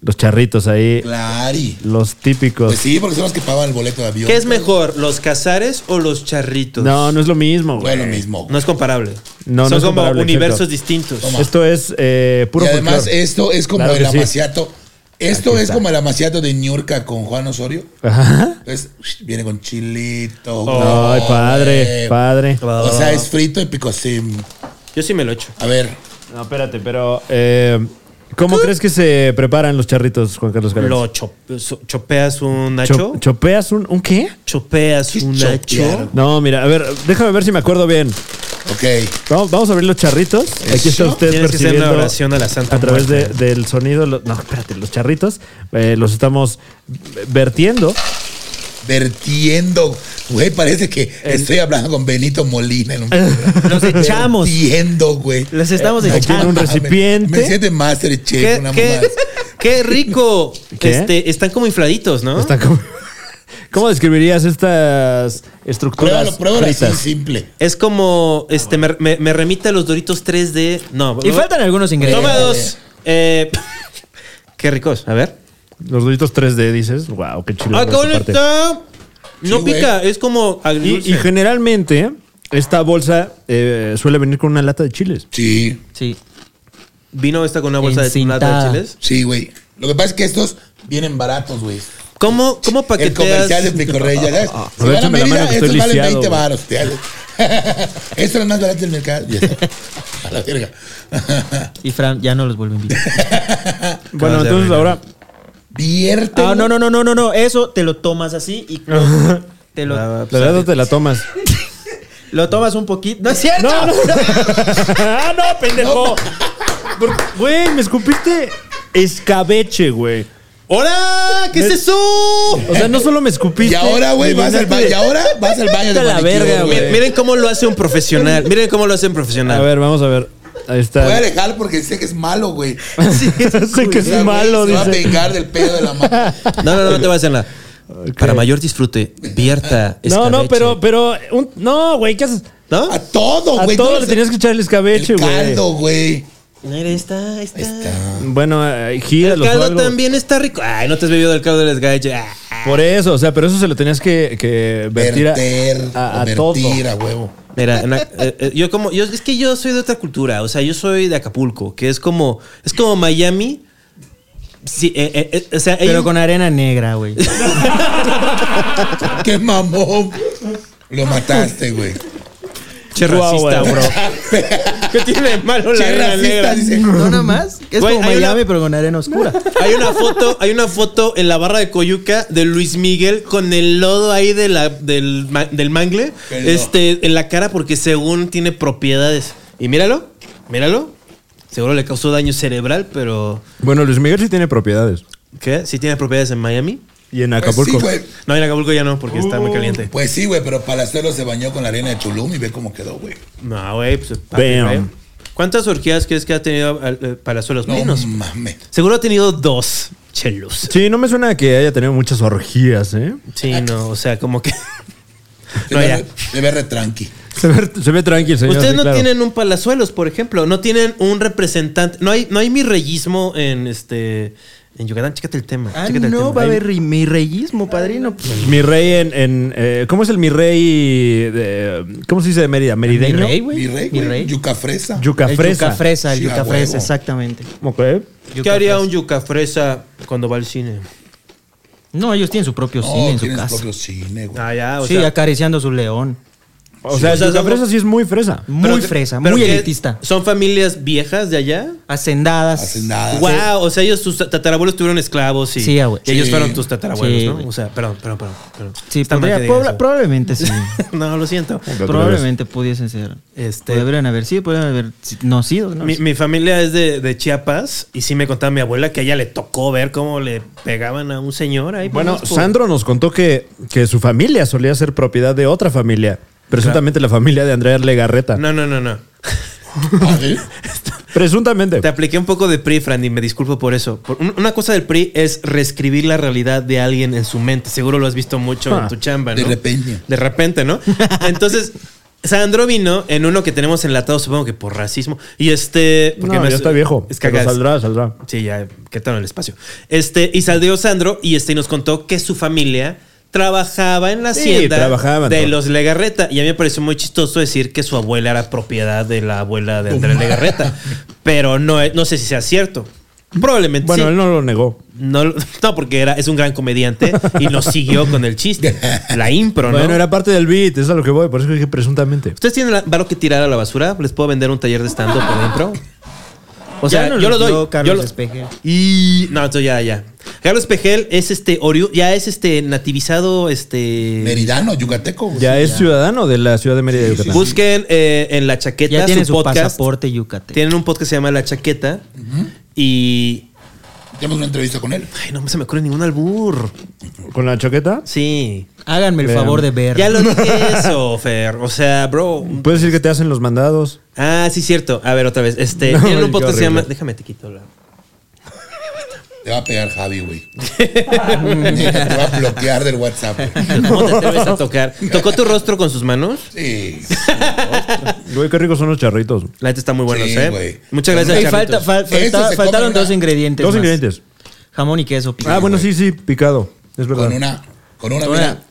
Speaker 2: Los charritos ahí,
Speaker 4: Clari.
Speaker 2: los típicos.
Speaker 4: Pues sí, porque son los que pagan el boleto de avión.
Speaker 1: ¿Qué es mejor, los cazares o los charritos?
Speaker 2: no, no es lo mismo, güey.
Speaker 4: Bueno, lo mismo.
Speaker 1: No es comparable.
Speaker 2: No, no
Speaker 1: Son
Speaker 2: es
Speaker 1: como
Speaker 2: comparable,
Speaker 1: universos
Speaker 2: exacto.
Speaker 1: distintos.
Speaker 4: Toma.
Speaker 2: Esto es eh, puro
Speaker 4: y además,
Speaker 2: folclor.
Speaker 4: esto es como
Speaker 2: Claro
Speaker 4: el
Speaker 2: que sí.
Speaker 4: amaciato. Esto
Speaker 2: Aquí
Speaker 4: es
Speaker 2: está.
Speaker 4: como el amaciato de Ñurka con Juan Osorio.
Speaker 2: Ajá.
Speaker 4: Entonces, viene con chilito.
Speaker 2: Ay,
Speaker 4: güey. Eh,
Speaker 2: padre, padre.
Speaker 4: O sea, es frito y picosín.
Speaker 1: Yo sí me lo echo.
Speaker 4: A ver,
Speaker 2: No, espérate, pero eh, ¿cómo crees que se preparan los charritos, Juan Carlos Galán?
Speaker 1: Lo cho- so- chopeas un nacho.
Speaker 2: Cho- ¿Chopeas un, un qué?
Speaker 1: chopeas un nacho.
Speaker 4: chopear?
Speaker 2: No, mira, a ver, déjame ver si me acuerdo bien.
Speaker 4: ok.
Speaker 2: Vamos, vamos a abrir los charritos. Aquí está usted
Speaker 1: Tienes que hacer
Speaker 2: percibiendo
Speaker 1: una oración a la Santa
Speaker 2: a través de-
Speaker 1: Muerte.
Speaker 2: del sonido. lo- no, espérate, los charritos eh, los estamos
Speaker 1: [laughs]
Speaker 2: vertiendo.
Speaker 4: Vertiendo. Güey, parece que estoy hablando con Benito Molina. en un programa.
Speaker 3: Los
Speaker 4: [laughs]
Speaker 3: echamos.
Speaker 4: Vertiendo, güey.
Speaker 3: Los estamos
Speaker 4: No
Speaker 2: en
Speaker 3: echando.
Speaker 2: un
Speaker 4: mames.
Speaker 2: recipiente.
Speaker 4: Me siente Masterchef,
Speaker 1: ¿Qué,
Speaker 4: una
Speaker 1: qué-
Speaker 4: mamada.
Speaker 1: [laughs] qué rico!
Speaker 2: [laughs] ¿Qué?
Speaker 1: Este, están como infladitos, ¿no?
Speaker 2: Están como- ¿Cómo describirías estas estructuras
Speaker 4: Pruébalo, pruébalo así,
Speaker 2: fritas?
Speaker 4: simple.
Speaker 1: Es como. Este, me, me- me remite a los Doritos 3D. No,
Speaker 3: Y
Speaker 1: no-
Speaker 3: faltan algunos ingredientes.
Speaker 1: Toma dos. Eh, [laughs] qué ricos. A ver.
Speaker 2: Los deditos 3D, dices. Wow, qué chulo.
Speaker 1: ¡Ah, qué bonito! No
Speaker 4: Sí, güey.
Speaker 1: pica, es como agridulce.
Speaker 2: Y, y generalmente, esta bolsa eh, suele venir con una lata de chiles.
Speaker 4: Sí,
Speaker 3: Sí.
Speaker 1: Vino esta con una bolsa de
Speaker 3: Encintada.
Speaker 1: lata de chiles.
Speaker 4: sí, güey. Lo que pasa es que estos vienen baratos, güey.
Speaker 1: ¿Cómo, cómo
Speaker 4: El
Speaker 1: paqueteas?
Speaker 4: comercial de Picorrey, ya sabes. Si van a
Speaker 2: Aprovechame la mano
Speaker 4: Mérida,
Speaker 2: que estoy
Speaker 4: estos valen
Speaker 2: lisiado,
Speaker 4: 20
Speaker 2: güey.
Speaker 4: baros. te hago. [laughs] Esto es lo más barato del mercado. [laughs] Ya está. A la verga. [laughs]
Speaker 3: Y Fran ya no los vuelve a invitar.
Speaker 2: Bueno,
Speaker 1: de
Speaker 2: entonces ahora.
Speaker 4: Vierte.
Speaker 3: [laughs] Ah, no, no, no, no, no, no. Eso te lo tomas así [laughs] y te lo,
Speaker 2: La verdad te la tomas.
Speaker 3: lo tomas un poquito. ¡No es cierto!
Speaker 2: ¡No, no! [laughs] ¡Ah, no, pendejo! Por- Güey, me escupiste escabeche, güey.
Speaker 8: ¡Hora! ¿Qué es eso?
Speaker 2: O sea, no solo me escupiste.
Speaker 4: Y ahora, güey,
Speaker 2: me
Speaker 4: vas al baño.
Speaker 2: llenaste
Speaker 4: Y ahora vas al baño
Speaker 2: Vete
Speaker 4: de
Speaker 2: a la
Speaker 4: manicure,
Speaker 2: verga,
Speaker 4: güey.
Speaker 2: güey.
Speaker 1: Miren cómo lo hace un profesional. Miren cómo lo hace un
Speaker 2: de- A
Speaker 1: profesional.
Speaker 2: ver, vamos a ver. Ahí
Speaker 4: Voy
Speaker 2: [laughs]
Speaker 4: a
Speaker 2: está.
Speaker 4: dejar porque sé que es malo, güey.
Speaker 2: sé que
Speaker 4: O sea,
Speaker 2: es
Speaker 4: güey,
Speaker 2: malo,
Speaker 4: Se va a
Speaker 2: dice.
Speaker 4: vengar del pedo de la mano.
Speaker 1: No, no, no, no te voy a hacer nada. Para mayor disfrute, vierta.
Speaker 2: [laughs] No, no,
Speaker 1: escabeche.
Speaker 2: pero, pero. un- no, güey, ¿qué haces?
Speaker 1: ¿No?
Speaker 4: A
Speaker 2: [laughs]
Speaker 4: todo,
Speaker 2: A
Speaker 4: güey.
Speaker 2: todo
Speaker 4: no
Speaker 2: le
Speaker 4: sé.
Speaker 2: tenías que echar el escabeche,
Speaker 4: el
Speaker 2: güey.
Speaker 4: caldo, güey.
Speaker 1: Mira, ahí está, ahí
Speaker 4: Ahí
Speaker 1: está.
Speaker 4: está.
Speaker 2: Bueno, eh, gíralo.
Speaker 1: El
Speaker 2: o
Speaker 1: caldo
Speaker 2: algo.
Speaker 1: también está rico. Ay, no te has bebido del caldo del esgache. Ah.
Speaker 2: Por eso, o sea, pero eso se lo tenías que, que vertir a,
Speaker 4: Verter,
Speaker 2: a- a
Speaker 4: vertir
Speaker 2: todo.
Speaker 4: a huevo.
Speaker 1: Mira, en la- eh, eh, yo como, yo, es que yo soy de otra cultura, o sea, yo soy de Acapulco, que es como, es como Miami. Sí, eh, eh, eh, o sea, hay
Speaker 3: Pero
Speaker 1: un-
Speaker 3: con arena negra, güey.
Speaker 4: ¡Qué mamón! Lo mataste,
Speaker 2: [laughs]
Speaker 4: güey.
Speaker 1: che
Speaker 2: Chihuahua,
Speaker 1: racista, bro. [laughs] ¿Qué tiene de malo la
Speaker 4: Che
Speaker 1: arena
Speaker 4: racista,
Speaker 1: negra?
Speaker 4: dice.
Speaker 3: [laughs] No, nada [laughs] más. Es
Speaker 1: Güey,
Speaker 3: como
Speaker 1: hay una-
Speaker 3: Miami, pero con arena [laughs] oscura.
Speaker 1: Hay una foto, hay una foto en la barra de Coyuca de Luis Miguel con el lodo ahí de la, del, ma- del mangle,
Speaker 4: Pero-
Speaker 1: este, en la cara porque según tiene propiedades. Y míralo, míralo. Seguro le causó daño cerebral, pero
Speaker 2: Bueno, Luis Miguel sí tiene propiedades.
Speaker 1: ¿qué? ¿Sí tiene propiedades en Miami?
Speaker 2: Y en
Speaker 4: Pues sí,
Speaker 2: Acapulco.
Speaker 4: güey.
Speaker 1: No, en Acapulco ya no, porque está muy caliente.
Speaker 4: Pues sí, güey, pero Palazuelo se bañó con la arena de Tulum y ve cómo quedó, güey.
Speaker 1: No, güey, pues. papi,
Speaker 2: Damn.
Speaker 1: güey. ¿Cuántas orquídeas crees que ha tenido al- eh, Palazuelos?
Speaker 4: No
Speaker 1: Menos.
Speaker 4: mames.
Speaker 1: Seguro ha tenido dos chelos.
Speaker 2: Sí, no me suena que haya tenido muchas orgías, ¿eh?
Speaker 1: Sí, no, o sea, como que.
Speaker 4: Se
Speaker 1: No,
Speaker 4: ve-
Speaker 1: ya.
Speaker 4: Se ve retranqui.
Speaker 2: Se ve, se ve tranquilo, señor.
Speaker 1: Ustedes
Speaker 2: sí,
Speaker 1: no
Speaker 2: claro.
Speaker 1: tienen un Palazuelos, por ejemplo. No tienen un representante. No hay, no hay mi reyismo en este. En Yucatán, chécate el tema.
Speaker 3: Ah,
Speaker 1: chécate el tema.
Speaker 3: no, va a
Speaker 1: Hay-
Speaker 3: haber ri- mi reyismo, padrino.
Speaker 2: Mi rey en. en, eh, ¿Cómo es el mi rey? de- ¿Cómo se dice de Mérida? ¿Merideño?
Speaker 3: Mi rey, güey.
Speaker 4: Mi rey,
Speaker 3: Mi
Speaker 4: güey.
Speaker 3: rey.
Speaker 4: Yuca fresa.
Speaker 2: Yuca
Speaker 3: El
Speaker 2: fresa.
Speaker 3: yuca fresa, el
Speaker 4: Sí, a
Speaker 3: yuca
Speaker 4: huevo.
Speaker 3: fresa, exactamente.
Speaker 2: Ok.
Speaker 1: ¿Qué haría un yuca fresa cuando va al cine?
Speaker 3: No, ellos tienen su propio
Speaker 4: No,
Speaker 3: cine en su
Speaker 4: tiene
Speaker 3: casa.
Speaker 4: su propio cine, güey.
Speaker 1: Ah, ya, o
Speaker 3: sí,
Speaker 1: sea.
Speaker 3: acariciando su león.
Speaker 2: O sea,
Speaker 1: O sea,
Speaker 2: el yuca
Speaker 1: son-
Speaker 2: fresa sí es muy fresa.
Speaker 3: Muy
Speaker 1: Pero que-
Speaker 3: fresa,
Speaker 1: pero
Speaker 3: muy
Speaker 1: que-
Speaker 3: elitista.
Speaker 1: ¿Son familias viejas de allá?
Speaker 3: Hacendadas.
Speaker 4: Hacen nada.
Speaker 1: Wow, o sea, ellos, tus tatarabuelos tuvieron esclavos y,
Speaker 3: Sí, ah, güey.
Speaker 1: y ellos
Speaker 4: Sí.
Speaker 1: fueron tus tatarabuelos,
Speaker 3: Sí,
Speaker 1: ¿no?
Speaker 3: güey.
Speaker 1: O sea, perdón, perdón, perdón. perdón.
Speaker 3: Sí,
Speaker 1: Está mal
Speaker 3: podría-
Speaker 1: que diga
Speaker 3: proba-
Speaker 1: eso.
Speaker 3: probablemente sí.
Speaker 1: [laughs]
Speaker 3: Eh,
Speaker 1: no, lo siento.
Speaker 3: [laughs] probablemente pudiesen ser.
Speaker 1: Este-
Speaker 3: Podrían haber sido, podrían haber si- no sido. No
Speaker 1: Mi, mi familia es de, de Chiapas y sí me contaba mi abuela que a ella le tocó ver cómo le pegaban a un señor ahí.
Speaker 2: Bueno,
Speaker 1: pues, por-
Speaker 2: Sandro nos contó que, que su familia solía ser propiedad de otra familia. Presuntamente la familia de Andrea Legarreta.
Speaker 1: No, no, no, no.
Speaker 4: Ah, ¿sí?
Speaker 2: Presuntamente.
Speaker 1: Te apliqué un poco de PRI, Fran, y me disculpo por eso. Por- un- una cosa del PRI es reescribir la realidad de alguien en su mente. Seguro lo has visto mucho
Speaker 2: Ah,
Speaker 1: en tu chamba, ¿no?
Speaker 4: de repente.
Speaker 1: De
Speaker 2: [laughs]
Speaker 1: repente, ¿no? Entonces, Sandro vino en uno que tenemos enlatado, supongo que por racismo. Y este.
Speaker 2: Porque no, ya está viejo.
Speaker 1: Es que
Speaker 2: Pero
Speaker 1: acá es-
Speaker 2: saldrá, saldrá.
Speaker 1: Sí, ya quitaron el espacio. Este, y salió Sandro y este y nos contó que su familia trabajaba en la
Speaker 2: Sí,
Speaker 1: hacienda
Speaker 2: trabajaban,
Speaker 1: de
Speaker 2: ¿no?
Speaker 1: los Legarreta. Y a mí me pareció muy chistoso decir que su abuela era propiedad de la abuela de
Speaker 4: Tu
Speaker 1: Andrés
Speaker 4: madre.
Speaker 1: Legarreta. Pero no, es- no sé si sea cierto. Probablemente
Speaker 2: Bueno,
Speaker 1: sí.
Speaker 2: él
Speaker 1: no.
Speaker 2: no lo negó.
Speaker 1: lo- no, porque era, es un gran comediante y nos siguió con el chiste. La impro, ¿no?
Speaker 2: bueno, era parte del beat, es a lo que voy, por eso dije presuntamente.
Speaker 1: ¿Ustedes tienen la- valor que tirar a la basura? ¿Les puedo vender un taller de stand-up por dentro? O sea, yo lo doy. yo
Speaker 3: Carlos
Speaker 1: lo-
Speaker 3: Espejel.
Speaker 1: y. No, entonces ya, ya. Carlos Pejel es este oriu- ya es este nativizado, este.
Speaker 4: Meridano, yucateco. güey.
Speaker 2: Ya es ciudadano de la ciudad de Mérida, Yucatán.
Speaker 1: Busquen eh, en la chaqueta
Speaker 3: Ya tiene su,
Speaker 1: podcast.
Speaker 3: pasaporte yucateco.
Speaker 1: Tienen un podcast que se llama La Chaqueta. Y.
Speaker 4: Tenemos una entrevista con él.
Speaker 1: Ay, no se me ocurre ningún albur.
Speaker 2: ¿Con la chaqueta?
Speaker 1: Sí.
Speaker 3: Háganme el
Speaker 2: Vean.
Speaker 3: favor de ver.
Speaker 1: Ya lo
Speaker 3: [laughs]
Speaker 1: dije eso, Fer. O sea, bro.
Speaker 2: Puedes decir que te hacen los mandados.
Speaker 1: Ah, sí, cierto. A ver, otra vez. Este.
Speaker 2: No,
Speaker 1: tienen un
Speaker 2: qué
Speaker 1: podcast que se llama.
Speaker 2: horrible.
Speaker 1: Déjame te quito la.
Speaker 4: Te va a pegar
Speaker 3: [laughs]
Speaker 4: Javi, güey. Neta, te va a bloquear del WhatsApp. güey.
Speaker 1: ¿Cómo te atreves a tocar? ¿Tocó tu rostro con sus manos?
Speaker 4: Sí.
Speaker 2: Güey, qué ricos son los charritos.
Speaker 1: La neta está muy buena,
Speaker 4: Sí,
Speaker 1: ¿eh?
Speaker 4: güey.
Speaker 1: Muchas
Speaker 4: Con-
Speaker 1: gracias,
Speaker 3: Ey,
Speaker 1: Carlitos.
Speaker 3: falta- fal-
Speaker 4: Eso se
Speaker 3: falta-
Speaker 4: come
Speaker 3: faltaron
Speaker 4: una-
Speaker 3: dos ingredientes.
Speaker 2: Dos
Speaker 3: más.
Speaker 2: ingredientes.
Speaker 3: Jamón y queso.
Speaker 2: ah, bueno,
Speaker 4: güey.
Speaker 2: sí, sí, picado. Es verdad.
Speaker 4: Con una, con una,
Speaker 3: Con
Speaker 4: mira.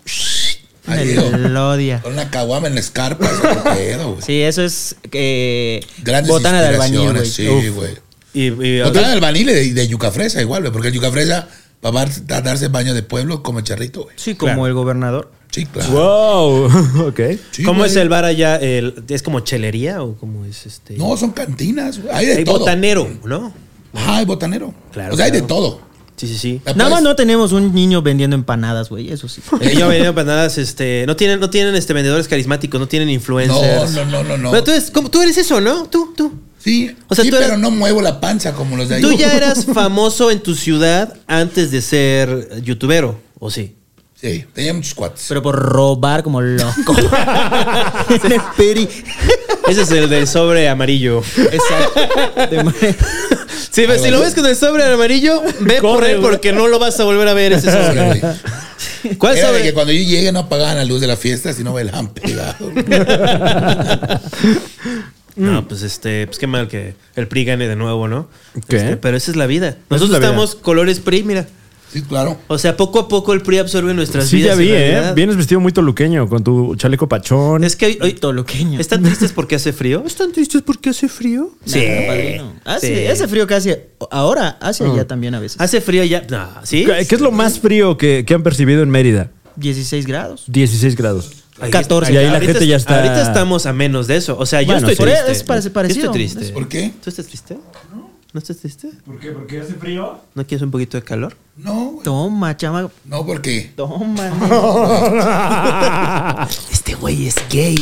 Speaker 4: ahí digo,
Speaker 3: Melodia.
Speaker 4: Con una caguama en la escarpa. ese pedo, güey.
Speaker 3: Sí, eso es eh,
Speaker 4: Grandes
Speaker 3: botana de albañil, güey.
Speaker 4: inspiraciones, Sí, güey.
Speaker 1: Y, y-
Speaker 4: Botana de albañil y de, y de yuca fresa igual, güey. Porque el yuca fresa va a dar- a darse baño de pueblo como charrito, güey.
Speaker 3: Sí, como
Speaker 1: Claro.
Speaker 3: el gobernador.
Speaker 4: Sí, claro.
Speaker 2: Wow. [laughs] ok.
Speaker 4: Sí,
Speaker 1: ¿Cómo
Speaker 4: güey.
Speaker 1: es el bar allá? El- ¿Es como chelería o cómo es este?
Speaker 4: No, son cantinas, güey. Hay de
Speaker 1: hay
Speaker 4: todo.
Speaker 1: botanero, ¿no?
Speaker 4: Ajá, hay botanero.
Speaker 1: Claro,
Speaker 4: o sea, hay de
Speaker 1: claro.
Speaker 4: todo.
Speaker 1: Sí, sí, sí.
Speaker 4: Ya
Speaker 3: Nada más
Speaker 4: puedes-
Speaker 3: no tenemos un niño vendiendo empanadas, güey. Eso sí.
Speaker 1: Eh, Yo venía para nada, este, no tienen, no tienen este vendedores carismáticos, no tienen influencers.
Speaker 4: No, no, no, no, no.
Speaker 1: Pero tú eres, como- tú eres eso, ¿no? Tú, tú.
Speaker 4: Sí,
Speaker 1: O sea,
Speaker 4: sí,
Speaker 1: tú eras-
Speaker 4: pero no muevo la panza como los de ahí.
Speaker 1: Tú ya
Speaker 4: [laughs]
Speaker 1: eras famoso en tu ciudad antes de ser youtubero, ¿o
Speaker 4: [laughs]
Speaker 1: sí?
Speaker 4: Sí, tenía muchos cuates.
Speaker 3: Pero por robar como loco. En el peri.
Speaker 1: Ese es el del sobre amarillo.
Speaker 3: Exacto. De manera-
Speaker 1: [laughs]
Speaker 3: [laughs]
Speaker 1: Sí, si lo ves con el sobre amarillo, ve por él porque no lo vas a volver a ver ese sobre.
Speaker 4: Era
Speaker 1: [laughs]
Speaker 4: de
Speaker 1: ¿Cuál sobre?
Speaker 4: que cuando yo llegue no apagaban la luz de la fiesta, sino me la han pegado.
Speaker 1: [laughs]
Speaker 2: Mm.
Speaker 1: No, pues este, pues qué mal que el PRI gane de nuevo, ¿no?
Speaker 2: ¿Qué?
Speaker 1: Este, pero esa es la vida.
Speaker 2: es
Speaker 1: Nosotros
Speaker 2: la vida.
Speaker 1: estamos colores PRI, mira.
Speaker 4: Sí, claro.
Speaker 1: O sea, poco a poco el PRI absorbe nuestras
Speaker 2: Sí,
Speaker 1: vidas.
Speaker 2: ya vi,
Speaker 1: en
Speaker 2: ¿eh?
Speaker 1: realidad.
Speaker 2: Vienes vestido muy toluqueño con tu chaleco pachón.
Speaker 1: Es que hoy, hoy-
Speaker 3: Toluqueño.
Speaker 1: ¿Están tristes porque hace frío? ¿Están tristes porque hace frío?
Speaker 3: Ah, Sí. Hace,
Speaker 1: Sí.
Speaker 3: hace frío casi. Ahora, hace allá también a veces.
Speaker 1: Hace frío ya. No, ¿sí?
Speaker 2: ¿Qué qué es lo más frío que, que han percibido en Mérida?
Speaker 3: 16 grados.
Speaker 2: 16
Speaker 1: [laughs]
Speaker 2: grados. [laughs]
Speaker 3: 14.
Speaker 2: Y ahí la
Speaker 1: Ahorita
Speaker 2: gente ya
Speaker 1: es-
Speaker 2: está-
Speaker 1: Ahorita estamos a menos de eso. O sea, yo
Speaker 2: Bueno,
Speaker 1: estoy
Speaker 2: sí.
Speaker 1: triste.
Speaker 3: Es parece-
Speaker 1: Yo
Speaker 3: parecido.
Speaker 1: estoy triste.
Speaker 4: ¿Por qué?
Speaker 1: ¿Tú estás triste? ¿No estás triste?
Speaker 2: ¿Por qué? ¿Porque hace frío?
Speaker 1: ¿No quieres un poquito de calor?
Speaker 4: No, güey.
Speaker 3: Toma, chama.
Speaker 4: No, porque.
Speaker 3: Toma. nene.
Speaker 2: [laughs]
Speaker 1: Este güey es gay.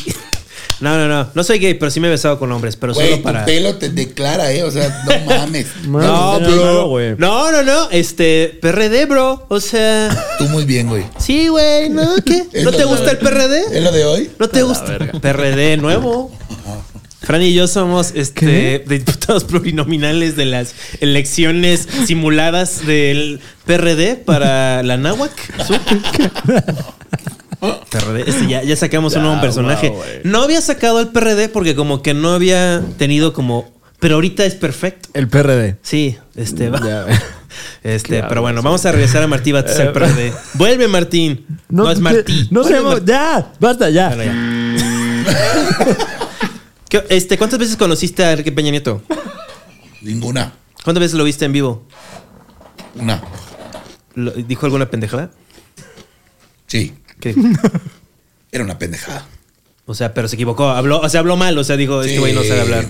Speaker 1: No, no, no. No soy gay, pero sí me he besado con hombres. Pero
Speaker 4: Güey,
Speaker 1: solo para.
Speaker 4: tu pelo te declara, ¿eh? O sea,
Speaker 1: [laughs]
Speaker 4: no mames.
Speaker 2: No,
Speaker 4: No,
Speaker 2: pero- güey.
Speaker 1: No, no, no. Este, PRD, bro. O sea,
Speaker 4: Tú muy bien, güey.
Speaker 1: sí, güey, ¿no? [laughs] ¿Qué?
Speaker 4: Es
Speaker 1: ¿No
Speaker 4: lo
Speaker 1: te
Speaker 4: de-
Speaker 1: gusta el
Speaker 4: ¿Es
Speaker 1: PRD?
Speaker 4: lo de hoy?
Speaker 1: ¿No te gusta? PRD nuevo. Fran y yo somos este, diputados plurinominales de las elecciones simuladas del PRD para la Náhuac. Sur. PRD. Este, ya, ya sacamos un nuevo personaje. no había sacado al PRD porque como que no había tenido como... Pero ahorita es perfecto.
Speaker 2: El PRD.
Speaker 1: Sí,
Speaker 4: Mm,
Speaker 1: este va.
Speaker 2: Ya.
Speaker 1: [laughs] Este, pero bueno, vamos a regresar a Martí Bates al
Speaker 4: Eh, [laughs]
Speaker 1: PRD. Vuelve Martín. No, es Martí.
Speaker 2: No se
Speaker 1: Vuelve
Speaker 2: llama-
Speaker 1: Martí.
Speaker 2: Ya, basta, ya.
Speaker 1: Bueno, ya. ¿Qué- este, ¿Cuántas veces conociste a Enrique Peña Nieto?
Speaker 4: Ninguna.
Speaker 1: ¿Cuántas veces lo viste en vivo?
Speaker 4: Una.
Speaker 1: ¿Lo- ¿Dijo alguna pendejada?
Speaker 4: Sí. [laughs]
Speaker 1: ¿Qué?
Speaker 4: Era una pendejada.
Speaker 1: O sea, pero se equivocó. Habló, o sea, habló mal. O sea, dijo, este
Speaker 4: Sí.
Speaker 1: güey no sabe hablar.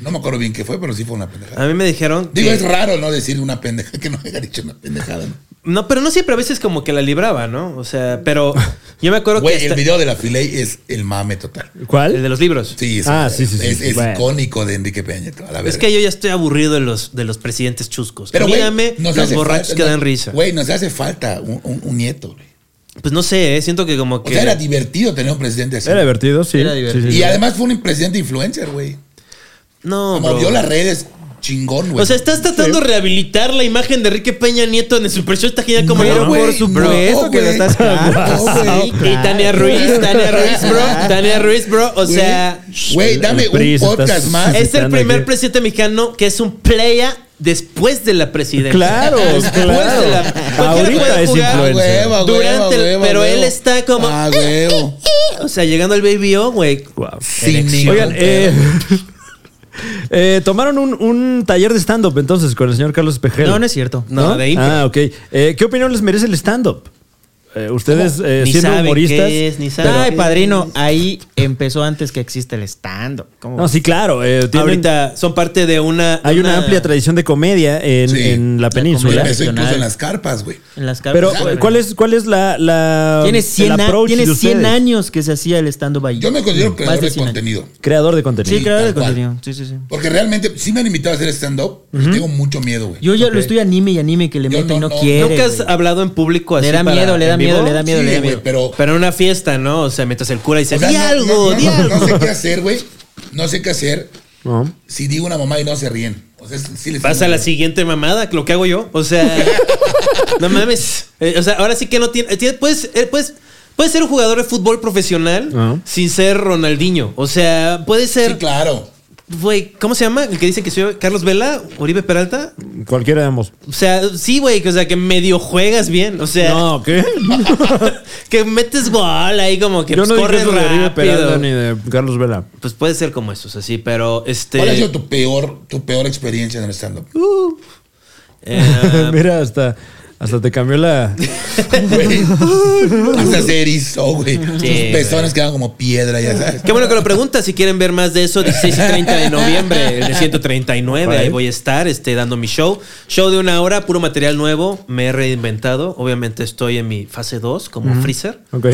Speaker 4: No me acuerdo bien qué fue, pero sí fue una pendejada.
Speaker 1: A mí me dijeron.
Speaker 4: Digo,
Speaker 1: que-
Speaker 4: es raro no decir una pendejada, que no haya dicho una pendejada. ¿no?
Speaker 1: no, pero no siempre a veces como que la libraba, ¿no? O sea, pero yo me acuerdo
Speaker 4: Güey,
Speaker 1: que. este-
Speaker 4: el
Speaker 1: hasta-
Speaker 4: video de la filey es el mame total.
Speaker 1: el
Speaker 2: ¿Cuál?
Speaker 1: de los libros.
Speaker 4: Sí, es,
Speaker 2: Ah, sí, sí, sí,
Speaker 4: es,
Speaker 2: sí,
Speaker 4: es
Speaker 2: bueno.
Speaker 4: icónico de Enrique Peña Nieto, a la
Speaker 1: Es
Speaker 4: verga.
Speaker 1: que yo ya estoy aburrido de los, de los presidentes chuscos.
Speaker 4: Pero, güey,
Speaker 1: Mírame
Speaker 4: nos
Speaker 1: los
Speaker 4: hace
Speaker 1: borrachos
Speaker 4: falta-
Speaker 1: que dan
Speaker 4: no,
Speaker 1: risa.
Speaker 4: Güey, nos hace falta un, un- un nieto. güey.
Speaker 1: Pues no sé, eh, siento que como
Speaker 4: O
Speaker 1: que.
Speaker 4: sea, era divertido tener un presidente así.
Speaker 2: Era divertido, sí.
Speaker 3: Era divertido.
Speaker 2: Sí, sí, sí.
Speaker 4: y además fue un presidente influencer, güey.
Speaker 1: no,
Speaker 4: Como
Speaker 1: bro.
Speaker 4: vio las redes, chingón, güey.
Speaker 1: O sea, este, estás tratando de rehabilitar la imagen de Enrique Peña Nieto en el Super Show. Está genial como
Speaker 4: No,
Speaker 1: lo-
Speaker 4: güey,
Speaker 3: supuesto
Speaker 4: [laughs] no,
Speaker 3: que lo
Speaker 4: güey.
Speaker 3: estás-
Speaker 4: No, güey.
Speaker 1: Y, [laughs] y Tania Ruiz, Tania Ruiz, bro.
Speaker 4: [laughs]
Speaker 1: Tania Ruiz, bro. O sea,
Speaker 4: Güey, dame
Speaker 2: el PRI
Speaker 4: un
Speaker 2: se está-
Speaker 4: podcast más.
Speaker 1: es el
Speaker 2: Están
Speaker 1: primer
Speaker 2: aquí.
Speaker 1: presidente mexicano que es un playa después de la
Speaker 2: [laughs]
Speaker 1: presidencia.
Speaker 2: Claro,
Speaker 1: [laughs] Después
Speaker 2: claro.
Speaker 1: de la- cualquiera
Speaker 2: Ahorita
Speaker 1: puede
Speaker 2: es
Speaker 1: jugar.
Speaker 4: Ah,
Speaker 2: influencer.
Speaker 4: huevo,
Speaker 1: Durante el-
Speaker 4: huevo, huevo,
Speaker 1: pero él
Speaker 4: huevo.
Speaker 1: está como-
Speaker 4: Ah, huevo.
Speaker 1: O sea, llegando al Baby O, güey.
Speaker 2: Guau.
Speaker 4: Sin ningún
Speaker 2: Oigan, eh, [laughs] eh, tomaron un, un taller de stand-up entonces con el señor Carlos Espejel.
Speaker 3: No, no es cierto.
Speaker 1: No, de impro.
Speaker 2: Ah, ok. Eh, ¿Qué opinión les merece el stand-up? Eh, ustedes eh,
Speaker 1: Ni
Speaker 2: siendo
Speaker 1: saben qué
Speaker 2: humoristas.
Speaker 1: es, ni saben.
Speaker 3: Ay, padrino, ahí empezó antes que existe el stand-up. ¿Cómo
Speaker 2: No, sí, claro. eh, tienen-
Speaker 1: Ahorita son parte de una.
Speaker 2: hay una amplia tradición de comedia en,
Speaker 4: Sí.
Speaker 2: en la
Speaker 4: Mira,
Speaker 2: península.
Speaker 4: Empezó incluso
Speaker 3: Nacional.
Speaker 4: en las carpas, güey.
Speaker 3: En las
Speaker 2: Pero,
Speaker 3: carpas.
Speaker 2: ¿cuál es, cuál es la, la-
Speaker 3: Tiene 100,
Speaker 2: el
Speaker 3: a-
Speaker 2: approach
Speaker 3: tiene
Speaker 2: de
Speaker 3: 100
Speaker 2: ustedes?
Speaker 3: años que se hacía el stand-up ahí.
Speaker 4: Yo me
Speaker 2: Mm,
Speaker 4: considero
Speaker 3: de
Speaker 4: creador de
Speaker 3: 100 años.
Speaker 4: contenido.
Speaker 2: Creador de contenido.
Speaker 3: sí, creador de
Speaker 4: tal cual.
Speaker 3: contenido. Sí, sí, sí.
Speaker 4: Porque realmente sí me han invitado a hacer stand-up. pero Tengo mucho miedo, güey.
Speaker 3: Yo ya lo estoy anime y anime que le
Speaker 4: Yo
Speaker 3: meto y
Speaker 4: no-
Speaker 3: no,
Speaker 4: no-
Speaker 3: quiere.
Speaker 1: Nunca has
Speaker 3: güey.
Speaker 1: hablado en público así.
Speaker 3: Le da
Speaker 1: para-
Speaker 3: miedo, le da
Speaker 1: en
Speaker 3: miedo,
Speaker 1: vivo?
Speaker 3: le da miedo,
Speaker 4: Sí,
Speaker 3: le da
Speaker 4: güey,
Speaker 3: miedo.
Speaker 4: pero.
Speaker 1: Pero en una fiesta, ¿no? O sea, mientras el cura dice,
Speaker 4: o sea,
Speaker 1: di
Speaker 4: no-
Speaker 1: algo,
Speaker 4: no,
Speaker 1: di
Speaker 4: no-
Speaker 1: algo.
Speaker 4: no sé qué hacer, güey. No sé qué hacer
Speaker 2: No.
Speaker 4: si digo una mamá y no se ríen. O sea, sí les
Speaker 1: Pasa la siguiente mamada, lo que hago yo. O sea,
Speaker 4: [laughs]
Speaker 1: no mames. Eh, o sea, ahora sí que no tiene. tiene- puedes, eh, puedes, puedes ser un jugador de fútbol profesional
Speaker 2: Ajá.
Speaker 1: sin ser Ronaldinho. O sea, puede
Speaker 4: Sí,
Speaker 1: ser.
Speaker 4: claro.
Speaker 1: Güey, ¿cómo se llama? El que dice que soy Carlos Vela, Oribe Peralta.
Speaker 2: Cualquiera de ambos.
Speaker 1: O sea, sí, güey, que- o sea, que medio juegas bien. O sea,
Speaker 2: No, ¿qué?
Speaker 1: [laughs] que metes gol ahí como que
Speaker 2: Yo
Speaker 1: pues,
Speaker 2: no dije
Speaker 1: corres
Speaker 2: eso de Oribe Peralta
Speaker 1: rápido.
Speaker 2: ni de Carlos Vela.
Speaker 1: Pues puede ser como eso, o sea, sí, pero este.
Speaker 4: ¿Cuál ha sido tu peor, tu peor experiencia en el stand-up?
Speaker 1: eh,
Speaker 2: [laughs] Mira, hasta, hasta te cambió la.
Speaker 4: Güey, Hasta se erizó, güey. Sus
Speaker 1: güey.
Speaker 4: pezones quedan como piedra, ya sabes.
Speaker 1: Qué bueno que lo preguntas. Si quieren ver más de eso, 16 y 30 de
Speaker 2: [laughs]
Speaker 1: noviembre, el de 139. Ahí voy a estar este, dando mi show. Show de una hora, puro material nuevo. Me he reinventado. Obviamente estoy en mi fase 2 como freezer.
Speaker 2: Ok.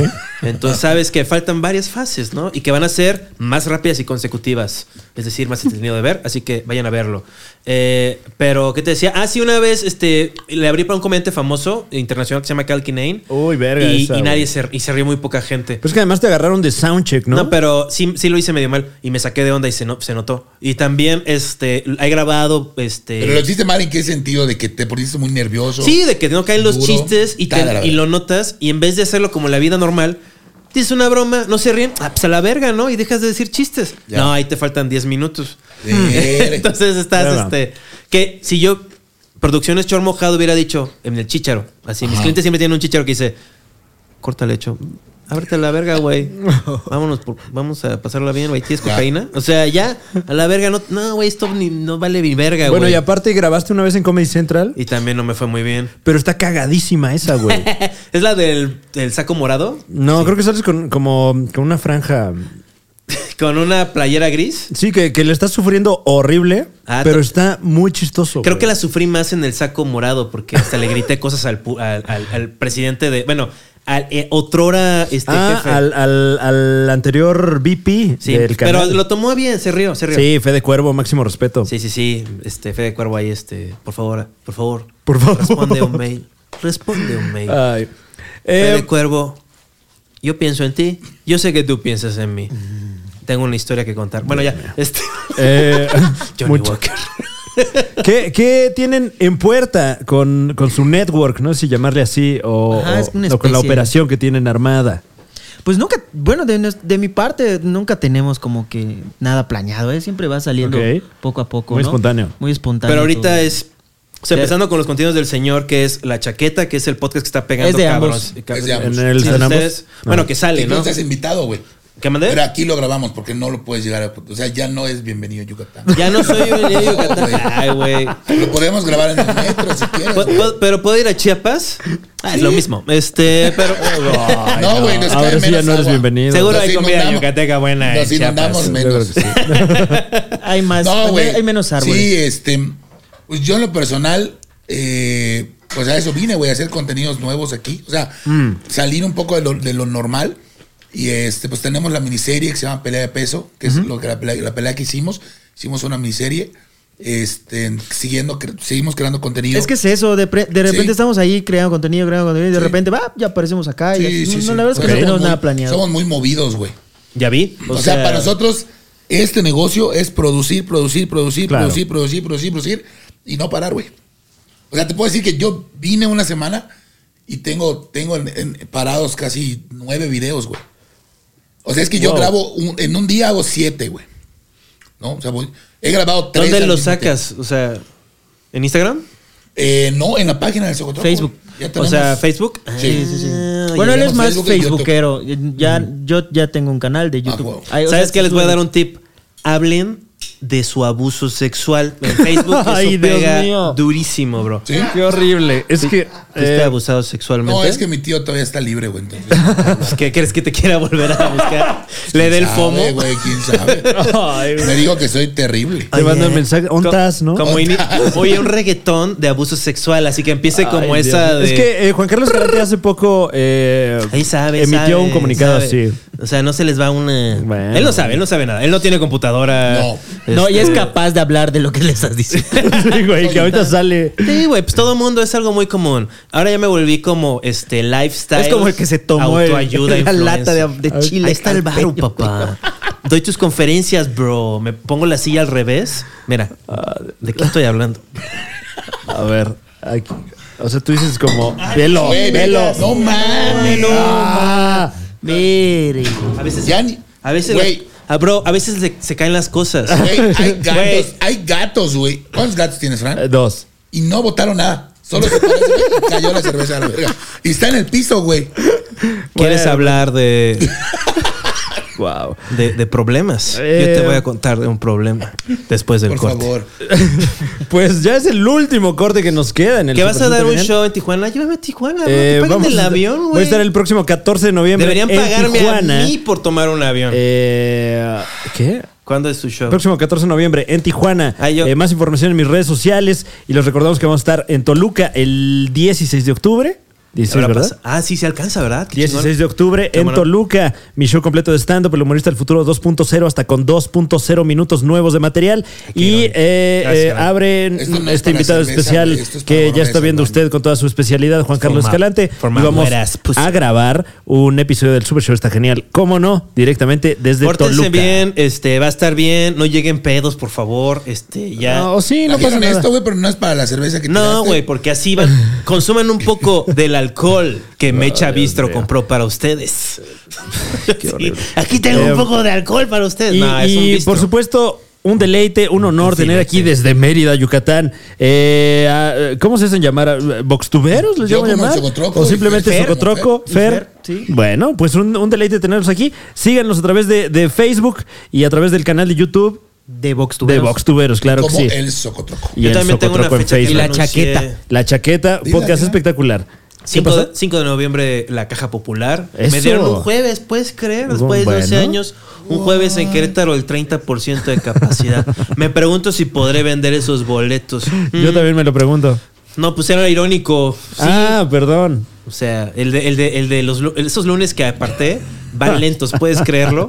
Speaker 1: Entonces sabes que faltan varias fases, ¿no? Y que van a ser más rápidas y consecutivas. es decir, más entretenido de ver, así que vayan a verlo. Eh, pero, ¿qué te decía? Ah, sí, una vez este, le abrí para un comediante famoso internacional que se llama Calkinane.
Speaker 2: Uy, verga esa,
Speaker 1: Y, y
Speaker 2: güey.
Speaker 1: nadie se, y se rió muy poca gente.
Speaker 2: Pues que además te agarraron de soundcheck, ¿no?
Speaker 1: No, pero sí, sí lo hice medio mal y me saqué de onda y se, no- se notó. Y también este, he grabado este,
Speaker 4: Pero lo hiciste mal en qué sentido, de que te pusiste muy nervioso.
Speaker 1: Sí, de que no caen los
Speaker 4: Duro.
Speaker 1: chistes y, te-
Speaker 4: Cara, la
Speaker 1: y
Speaker 4: verdad.
Speaker 1: lo notas y en vez de hacerlo como la vida normal, dices una broma, no se ríen, ah, pues a la verga, ¿no? Y dejas de decir chistes.
Speaker 4: Ya.
Speaker 1: No, ahí te faltan 10 minutos. [laughs]
Speaker 4: Verga.
Speaker 1: Mm. Entonces estás,
Speaker 2: Claro.
Speaker 1: este, que si yo, Producciones Chor Mojado hubiera dicho en el chicharo, así, mis clientes siempre tienen un chicharo que dice, corta lecho. Ábrete a la verga, güey. Vámonos, por- vamos a pasarla bien, güey. ¿Tienes
Speaker 4: Ya.
Speaker 1: cocaína? O sea, ya, a la verga, no, no, güey, esto ni- no vale ni verga, güey.
Speaker 2: bueno, y aparte grabaste una vez en Comedy Central,
Speaker 1: y también no me fue muy bien. [laughs]
Speaker 2: pero está cagadísima esa, güey.
Speaker 1: ¿Es la del, del saco morado?
Speaker 2: No, creo que sales con, como, con una franja.
Speaker 1: ¿Con una playera gris?
Speaker 2: Sí, que, que le estás sufriendo horrible,
Speaker 1: Ah,
Speaker 2: pero
Speaker 1: to-
Speaker 2: está muy chistoso.
Speaker 1: Creo que
Speaker 2: güey.
Speaker 1: la sufrí más en el saco morado porque hasta le
Speaker 2: [laughs]
Speaker 1: grité cosas al, pu- al, al- al presidente de... Bueno, al eh, otrora este
Speaker 2: Ah,
Speaker 1: jefe.
Speaker 2: al, al- al anterior VP
Speaker 1: sí,
Speaker 2: del canal.
Speaker 1: pero lo tomó bien, se rió, se rió.
Speaker 2: Sí, Fede Cuervo, máximo respeto.
Speaker 1: sí, sí, sí, Este, Fede Cuervo ahí, este, por favor, por favor.
Speaker 2: Por favor.
Speaker 1: Responde un mail. Responde un mail.
Speaker 2: Ay.
Speaker 1: Fede
Speaker 2: Eh,
Speaker 1: Cuervo, yo pienso en ti. Yo sé que tú piensas en mí.
Speaker 2: mm.
Speaker 1: Tengo una historia que contar. Bueno, ya. Este,
Speaker 2: eh,
Speaker 1: [laughs]
Speaker 2: [laughs]
Speaker 1: Johnny
Speaker 2: mucho.
Speaker 1: Walker.
Speaker 2: [laughs] ¿Qué, qué tienen en puerta con, con su network? No sé si llamarle así o,
Speaker 3: Ajá, es una
Speaker 2: o con la
Speaker 3: especie.
Speaker 2: operación que tienen armada.
Speaker 3: Pues nunca, bueno, de, nos- de mi parte nunca tenemos como que nada planeado, ¿eh? Siempre va saliendo
Speaker 2: Ok.
Speaker 3: poco a poco.
Speaker 2: Muy
Speaker 3: ¿no?
Speaker 2: espontáneo.
Speaker 3: Muy espontáneo.
Speaker 1: Pero ahorita
Speaker 3: todo.
Speaker 1: es. O sea, empezando con los contenidos del señor, que es La Chaqueta, que es el podcast que está pegando
Speaker 3: Es de
Speaker 1: cabros.
Speaker 4: ambos. Es de ambos.
Speaker 2: En el
Speaker 1: Sí,
Speaker 2: Cenamos.
Speaker 1: ustedes- Bueno, que
Speaker 4: Y
Speaker 1: sale,
Speaker 4: tú
Speaker 1: ¿no?
Speaker 4: estás invitado, güey.
Speaker 1: ¿Qué
Speaker 4: Pero
Speaker 1: mandé?
Speaker 4: aquí lo grabamos porque no lo puedes llegar a. O sea, ya no es bienvenido Yucatán.
Speaker 1: Ya no soy un
Speaker 4: [laughs]
Speaker 1: niño de Yucatán.
Speaker 4: Güey.
Speaker 1: Ay, güey. Pues,
Speaker 4: Lo podemos grabar en el metro si quieres.
Speaker 1: ¿Puedo-
Speaker 4: güey.
Speaker 1: puedo- Pero puedo ir a Chiapas. Ah, es lo mismo. Este, pero.
Speaker 4: No, güey, nos cae
Speaker 2: Ahora sí ya
Speaker 4: menos
Speaker 2: no eres
Speaker 4: agua.
Speaker 2: bienvenido.
Speaker 1: Seguro
Speaker 4: Nos
Speaker 1: hay comida
Speaker 4: inundamos.
Speaker 1: yucateca buena en
Speaker 4: Nos
Speaker 1: Chiapas.
Speaker 4: inundamos
Speaker 2: Yo creo
Speaker 4: menos.
Speaker 2: que sí.
Speaker 3: Hay más,
Speaker 4: No, güey.
Speaker 3: hay menos árboles.
Speaker 4: Sí, este. Pues yo en lo personal, eh, pues a eso vine, güey, a hacer contenidos nuevos aquí. O sea,
Speaker 3: Mm.
Speaker 4: salir un poco de lo, de lo normal. Y este, pues tenemos la miniserie que se llama Pelea de Peso, que es lo que la pelea, la pelea que hicimos. Hicimos una miniserie. Este, siguiendo, cre- seguimos creando contenido.
Speaker 3: Es que es eso, de, pre- de repente
Speaker 4: Sí.
Speaker 3: estamos ahí creando contenido, creando contenido, y de
Speaker 4: Sí.
Speaker 3: repente, va, ya aparecemos acá. y
Speaker 4: Sí,
Speaker 3: así.
Speaker 4: sí,
Speaker 3: no,
Speaker 4: sí.
Speaker 3: la verdad es que no
Speaker 4: Porque somos
Speaker 3: tenemos
Speaker 4: muy-
Speaker 3: nada planeado.
Speaker 4: Somos muy movidos, güey.
Speaker 1: Ya vi.
Speaker 4: O, sea, para nosotros, este negocio es producir, producir, producir,
Speaker 2: Claro.
Speaker 4: producir, producir, producir, producir y no parar, güey. O sea, te puedo decir que yo vine una semana y tengo, tengo en- en- parados casi nueve videos, güey. O sea, es que yo
Speaker 2: Wow.
Speaker 4: grabo, un- en un día hago siete, güey. ¿No? O sea, voy- he grabado tres.
Speaker 1: ¿Dónde
Speaker 4: al
Speaker 1: lo
Speaker 4: mismo
Speaker 1: sacas? O sea, ¿en Instagram?
Speaker 4: tiempo. Eh, no, en la página del Socotropo.
Speaker 3: Facebook.
Speaker 4: Ya
Speaker 1: O
Speaker 4: tenemos-
Speaker 1: sea, Facebook.
Speaker 4: Sí, sí, sí.
Speaker 3: Ah, bueno, él es
Speaker 4: tenemos
Speaker 3: más
Speaker 4: Mm, Facebook y
Speaker 3: facebookero. Ya, yo ya tengo un canal de YouTube.
Speaker 4: Ah, huevo.
Speaker 3: Ay, o
Speaker 1: ¿Sabes
Speaker 3: sea,
Speaker 1: qué? Les voy a dar
Speaker 3: sí,
Speaker 1: un tip. Hablen de su abuso sexual en Facebook. Eso
Speaker 2: Ay, Dios
Speaker 1: pega
Speaker 2: mío.
Speaker 1: durísimo, bro.
Speaker 4: Sí.
Speaker 2: Qué horrible. Es que.
Speaker 1: ¿Fuiste
Speaker 2: eh,
Speaker 1: abusado sexualmente?
Speaker 4: No, es que mi tío todavía está libre, güey. Entonces,
Speaker 1: Pues, ¿Qué crees que te quiera volver a buscar? Le dé el
Speaker 4: Pues, ¿quién
Speaker 1: FOMO.
Speaker 4: sabe, güey? ¿Quién sabe?
Speaker 2: ay, güey.
Speaker 4: Me digo que soy terrible.
Speaker 2: Te mando el mensaje.
Speaker 1: Co-
Speaker 2: Ontas, ¿eh? ¿no?
Speaker 1: Como ini- Oye, un reggaetón de abuso sexual, así que empiece como
Speaker 2: Ay,
Speaker 1: esa
Speaker 2: Dios.
Speaker 1: de.
Speaker 2: Es que eh, Juan Carlos Carante hace poco eh,
Speaker 1: Ahí sabe,
Speaker 2: emitió
Speaker 1: sabe,
Speaker 2: un comunicado
Speaker 1: sabe.
Speaker 2: así. [laughs]
Speaker 1: O sea, no se les va una.
Speaker 2: Bueno.
Speaker 1: él no sabe, él no sabe nada. Él no tiene computadora.
Speaker 4: No.
Speaker 3: sí. No, y es
Speaker 1: Este-
Speaker 3: capaz de hablar de lo que le estás
Speaker 1: [laughs]
Speaker 3: diciendo.
Speaker 2: sí, güey, que ahorita sale.
Speaker 1: Sí, güey, pues todo mundo es algo muy común. Ahora ya me volví como este lifestyle.
Speaker 3: Es como el que se tomó el-
Speaker 2: [laughs]
Speaker 1: autoayuda,
Speaker 3: [laughs] la lata de-
Speaker 1: influencer.
Speaker 3: de chile
Speaker 1: Ahí está el
Speaker 3: jalapeño,
Speaker 1: baro, papá. Doy tus conferencias, bro. Me pongo la silla al revés. Mira, ¿de qué estoy hablando?
Speaker 2: A ver, aquí. O sea, tú dices como, velo,
Speaker 4: Güey,
Speaker 2: velo.
Speaker 4: No mames, no.
Speaker 2: Ah,
Speaker 3: Mire.
Speaker 1: A veces,
Speaker 4: Ya ni-
Speaker 1: a veces,
Speaker 4: Güey.
Speaker 1: ah, bro, a veces se, se caen las cosas.
Speaker 4: Güey, hay
Speaker 1: [laughs]
Speaker 4: gatos,
Speaker 1: Güey.
Speaker 4: hay gatos, güey. ¿Cuántos gatos tienes,
Speaker 2: eh,
Speaker 4: Fran?
Speaker 2: Dos.
Speaker 4: Y no botaron nada. Solo se paró ese güey y cayó la cerveza a la verga. Y está en el piso, güey.
Speaker 1: ¿Quieres
Speaker 2: Bueno.
Speaker 1: hablar de,
Speaker 2: Wow.
Speaker 1: de, de problemas? Yo
Speaker 2: Eh.
Speaker 1: te voy a contar de un problema después del
Speaker 4: Por
Speaker 1: corte.
Speaker 4: favor.
Speaker 2: Pues ya es el último corte que nos queda en el
Speaker 1: ¿Qué vas a dar un
Speaker 2: Supercito
Speaker 1: show en Tijuana? Llévame a Tijuana, bro.
Speaker 2: Cañón. Eh,
Speaker 1: que paguen
Speaker 2: vamos
Speaker 1: el
Speaker 2: a-
Speaker 1: avión, güey.
Speaker 2: Voy a estar el próximo 14 de noviembre.
Speaker 1: Deberían
Speaker 2: en
Speaker 1: pagarme
Speaker 2: Tijuana.
Speaker 1: a mí por tomar un avión.
Speaker 2: Eh, ¿Qué?
Speaker 1: ¿Cuándo es tu show?
Speaker 2: Próximo 14 de noviembre en Tijuana.
Speaker 1: Ay, Ah, yo-
Speaker 2: Eh, más información en mis redes sociales. Y los recordamos que vamos a estar en Toluca el 16 de octubre. 16,
Speaker 1: Ahora
Speaker 2: ¿verdad?
Speaker 1: pasa- Ah, sí, se alcanza, ¿verdad? Qué
Speaker 2: 16
Speaker 1: chingón.
Speaker 2: de octubre
Speaker 1: Qué
Speaker 2: en
Speaker 1: bueno.
Speaker 2: Toluca. Mi show completo de stand-up, el humorista del futuro 2.0, hasta con 2.0 minutos nuevos de material. Y eh,
Speaker 1: Gracias,
Speaker 2: eh,
Speaker 1: Iván.
Speaker 2: abren
Speaker 4: Esto no es
Speaker 2: este
Speaker 4: para
Speaker 2: invitado
Speaker 4: cerveza,
Speaker 2: especial
Speaker 4: güey, esto es para
Speaker 2: que ya
Speaker 4: cerveza,
Speaker 2: está viendo
Speaker 4: man.
Speaker 2: usted con toda su especialidad, Juan Carlos
Speaker 1: ma-
Speaker 2: Escalante.
Speaker 1: for
Speaker 2: y vamos
Speaker 1: mamueras, pussy.
Speaker 2: a grabar un episodio del Super Show. Está genial. ¿Cómo no? Directamente desde
Speaker 1: Pórtense
Speaker 2: Toluca.
Speaker 1: bien, este, va a estar bien, no lleguen pedos, por favor, este, ya.
Speaker 2: No, sí, no
Speaker 4: No
Speaker 2: pasa nada.
Speaker 4: esto, güey, pero no es para la cerveza que
Speaker 1: No,
Speaker 4: tiraste.
Speaker 1: güey, porque así van. Consuman un poco del alcohol que Mecha Bistro compró
Speaker 2: [laughs]
Speaker 1: para ustedes. Sí, aquí tengo
Speaker 2: Eh,
Speaker 1: un poco de alcohol para ustedes.
Speaker 2: Y,
Speaker 1: [laughs] No, es un
Speaker 2: y,
Speaker 1: bistro.
Speaker 2: por supuesto, un deleite, un honor tener aquí desde Mérida, Yucatán. eh, a- ¿Cómo se hacen llamar? ¿Boxtuberos les
Speaker 4: Yo
Speaker 2: llaman
Speaker 4: como
Speaker 2: llamar?
Speaker 4: Chocotroco
Speaker 2: O
Speaker 4: y
Speaker 2: simplemente
Speaker 4: Fer.
Speaker 2: Socotroco,
Speaker 4: Y
Speaker 2: Fer. Bueno, pues un, un deleite tenerlos aquí. Síganos a través de, de Facebook y a través del canal de YouTube
Speaker 3: De Vox
Speaker 2: de Boxtuberos, claro
Speaker 4: Como
Speaker 2: que sí.
Speaker 4: el socotroco.
Speaker 2: Y
Speaker 1: Yo
Speaker 2: el
Speaker 1: también tengo una
Speaker 2: Socotroco en
Speaker 1: fecha que
Speaker 2: Facebook.
Speaker 1: la
Speaker 2: La,
Speaker 1: anuncié.
Speaker 3: chaqueta.
Speaker 2: chaqueta,
Speaker 4: Dila,
Speaker 2: podcast
Speaker 4: dila.
Speaker 2: espectacular. ¿Qué
Speaker 1: 5
Speaker 2: pasa?
Speaker 1: de, 5 de noviembre, la Caja Popular.
Speaker 2: Eso.
Speaker 1: Me dieron un jueves, ¿puedes creer? Después de 12
Speaker 2: Bueno.
Speaker 1: años, un jueves en Querétaro, el 30% de
Speaker 2: [laughs]
Speaker 1: capacidad. me pregunto si podré vender esos boletos.
Speaker 2: Yo
Speaker 1: Mm,
Speaker 2: también me lo pregunto.
Speaker 1: No, pues era irónico. Sí.
Speaker 2: Ah, perdón.
Speaker 1: O sea, el de, el de, el de los, lu- esos lunes que aparté van lentos, ¿puedes creerlo?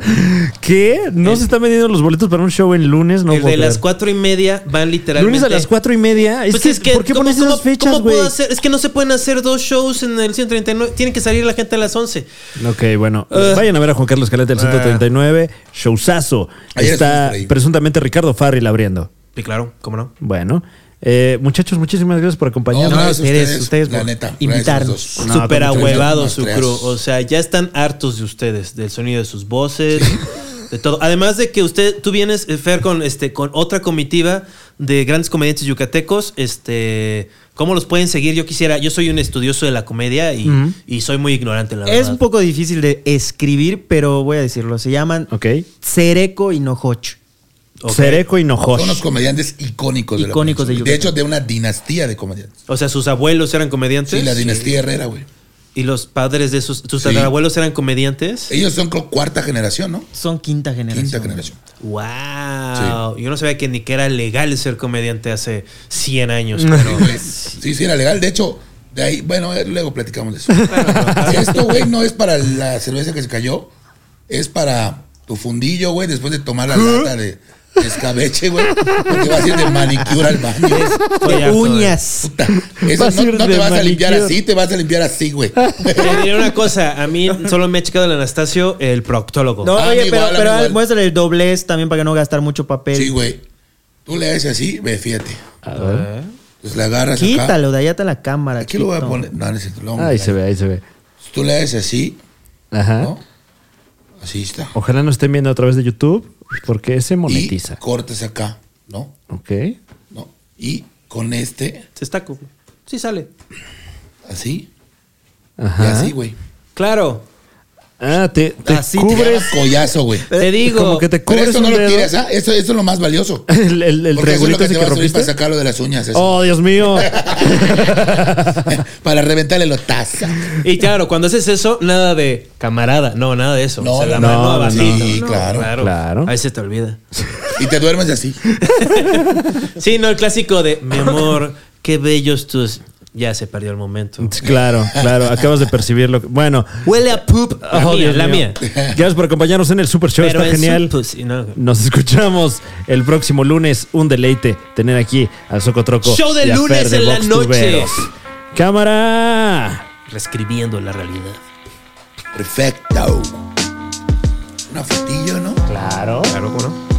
Speaker 2: ¿Qué? ¿No
Speaker 1: El-
Speaker 2: se están vendiendo los boletos para un show en lunes? No
Speaker 1: el
Speaker 2: puedo
Speaker 1: de las
Speaker 2: creer.
Speaker 1: cuatro y media van literalmente.
Speaker 2: Lunes a las cuatro y media. Es
Speaker 1: Pues
Speaker 2: que, ¿Por qué
Speaker 1: ¿cómo-
Speaker 2: pones
Speaker 1: cómo-
Speaker 2: esas fechas,
Speaker 1: cómo
Speaker 2: güey?
Speaker 1: puedo hacer? Es que no se pueden hacer dos shows en el 139. Tienen que salir la gente a las 11.
Speaker 2: Ok, bueno.
Speaker 4: Eh.
Speaker 1: Ah.
Speaker 2: Vayan a ver a Juan Carlos Caleta del 139. Showzazo.
Speaker 4: Ayer
Speaker 2: Está
Speaker 4: estuvimos por ahí.
Speaker 2: presuntamente Ricardo Farril abriendo.
Speaker 1: Y claro, ¿cómo no?
Speaker 2: Bueno. Eh, muchachos, muchísimas gracias por acompañarnos.
Speaker 4: No,
Speaker 3: gracias a ustedes,
Speaker 4: ustedes,
Speaker 3: ustedes
Speaker 4: la
Speaker 3: por
Speaker 4: neta, gracias a
Speaker 3: invitarnos.
Speaker 4: los dos.
Speaker 1: Súper Super
Speaker 4: muchas
Speaker 1: ahuevado
Speaker 4: gracias,
Speaker 1: su oh,
Speaker 4: Andreas.
Speaker 1: crew. O sea, ya están hartos de ustedes, del sonido de sus voces, de todo. Además de que usted, tú vienes, eh, Fer, con, este, con otra comitiva de grandes comediantes yucatecos. Este, ¿Cómo los pueden seguir? Yo quisiera, yo soy un estudioso de la comedia y, y soy muy ignorante, la
Speaker 3: Es
Speaker 1: verdad.
Speaker 3: un poco difícil de escribir, pero voy a decirlo. Se llaman
Speaker 2: Ok.
Speaker 3: Cereco y Nojoch.
Speaker 1: Ok.
Speaker 2: Cereco y Nojosh.
Speaker 4: Son unos comediantes icónicos. de la
Speaker 3: Icónicos de
Speaker 4: península.
Speaker 3: Yucatán.
Speaker 4: hecho, de una dinastía de comediantes.
Speaker 1: O sea, sus abuelos eran comediantes.
Speaker 4: Sí, la dinastía Herrera, güey.
Speaker 1: Y los padres de sus, tus
Speaker 4: Sí.
Speaker 1: tatarabuelos eran comediantes.
Speaker 4: Ellos son creo, cuarta generación, ¿no?
Speaker 3: Son quinta generación.
Speaker 4: Quinta generación.
Speaker 1: ¡Wow! Yo no sabía que ni que era legal ser comediante hace 100 años.
Speaker 4: [laughs]
Speaker 1: Pero
Speaker 4: Güey, Sí, sí, era legal. De hecho, de ahí, bueno, eh, luego platicamos de eso. Esto, güey, no es para la cerveza que se cayó. Es para tu fundillo, güey, después de tomar
Speaker 2: ¿Eh?
Speaker 4: la lata de escabeche, güey. Porque vas a ir de manicure al baño.
Speaker 2: [laughs]
Speaker 1: Estoy harto de-
Speaker 3: Uñas.
Speaker 4: Puta, eso
Speaker 2: Vas a
Speaker 4: no,
Speaker 2: ir
Speaker 4: no
Speaker 2: de
Speaker 4: te vas a limpiar
Speaker 2: manicure.
Speaker 4: así, te vas a limpiar
Speaker 2: [laughs]
Speaker 4: así, güey.
Speaker 1: Te diré una cosa, a mí solo me ha checado el Anastasio, el proctólogo.
Speaker 3: No,
Speaker 4: Ah,
Speaker 3: oye,
Speaker 4: igual,
Speaker 3: pero,
Speaker 4: igual.
Speaker 3: pero ah, muéstrale el doblez también para que no gastar mucho papel.
Speaker 4: Sí, güey. Tú le haces así, ve, fíjate. Eh. Entonces la agarras acá.
Speaker 3: Quítalo, de allá está la cámara.
Speaker 4: Aquí lo voy a
Speaker 3: chiquito.
Speaker 4: poner. No, no es cierto, lo vamos a
Speaker 2: Ahí
Speaker 4: poner.
Speaker 2: se ¿Ah? ve, ahí se ve.
Speaker 4: Tú le haces así,
Speaker 2: Ajá.
Speaker 4: ¿no? Así está.
Speaker 2: Ojalá nos estén viendo a través de YouTube porque se
Speaker 4: Y
Speaker 2: monetiza.
Speaker 4: cortas acá, ¿no?
Speaker 2: Ok.
Speaker 4: ¿no? Y con este,
Speaker 1: Se estaco. Sí sale.
Speaker 4: así, y
Speaker 2: Ajá.
Speaker 4: así, güey.
Speaker 1: Claro.
Speaker 2: Ah, te, te
Speaker 3: Así te
Speaker 2: cubres.
Speaker 4: Cada Collazo, güey.
Speaker 1: Te digo.
Speaker 2: Como que te
Speaker 4: Pero
Speaker 2: cubres
Speaker 4: esto no
Speaker 2: un
Speaker 4: lo
Speaker 2: dedo.
Speaker 4: tiras, ¿ah? Esto, esto es lo más valioso.
Speaker 2: [laughs] El, [laughs] el, el
Speaker 4: Porque eso es
Speaker 2: triangulito
Speaker 4: lo que
Speaker 2: ese
Speaker 4: te
Speaker 2: que
Speaker 4: va a servir
Speaker 2: rompiste.
Speaker 4: para sacarlo de las uñas. eso.
Speaker 2: Oh, Dios mío.
Speaker 4: [laughs] para reventarle los tazas.
Speaker 1: Y claro, cuando haces eso, nada de camarada. No, nada de eso.
Speaker 4: No,
Speaker 1: o sea, la
Speaker 4: no,
Speaker 1: mano
Speaker 2: no,
Speaker 1: abajito.
Speaker 4: sí,
Speaker 1: No,
Speaker 4: claro.
Speaker 2: Claro.
Speaker 1: Ahí se te olvida.
Speaker 4: Y te duermes así.
Speaker 1: Sí, no, el clásico de mi amor, qué bellos tus. Ya se perdió el momento.
Speaker 2: Claro, claro, acabas de percibirlo. Bueno,
Speaker 1: Huele a poop. La
Speaker 2: oh,
Speaker 1: mía,
Speaker 2: Dios
Speaker 1: la
Speaker 2: mío.
Speaker 1: mía.
Speaker 2: Gracias por acompañarnos en el Super Show,
Speaker 1: Pero
Speaker 2: está
Speaker 1: es
Speaker 2: genial.
Speaker 1: un pussy, no.
Speaker 2: Nos escuchamos el próximo lunes, un deleite tener aquí al Socotroco.
Speaker 1: Show de
Speaker 2: y a
Speaker 1: lunes
Speaker 2: Fer de
Speaker 1: en la
Speaker 2: Vox
Speaker 1: noche.
Speaker 2: Tuberos. Cámara.
Speaker 1: Reescribiendo la realidad.
Speaker 4: Perfecto. Una fotillo, ¿no?
Speaker 2: Claro.
Speaker 1: Claro, ¿cómo no?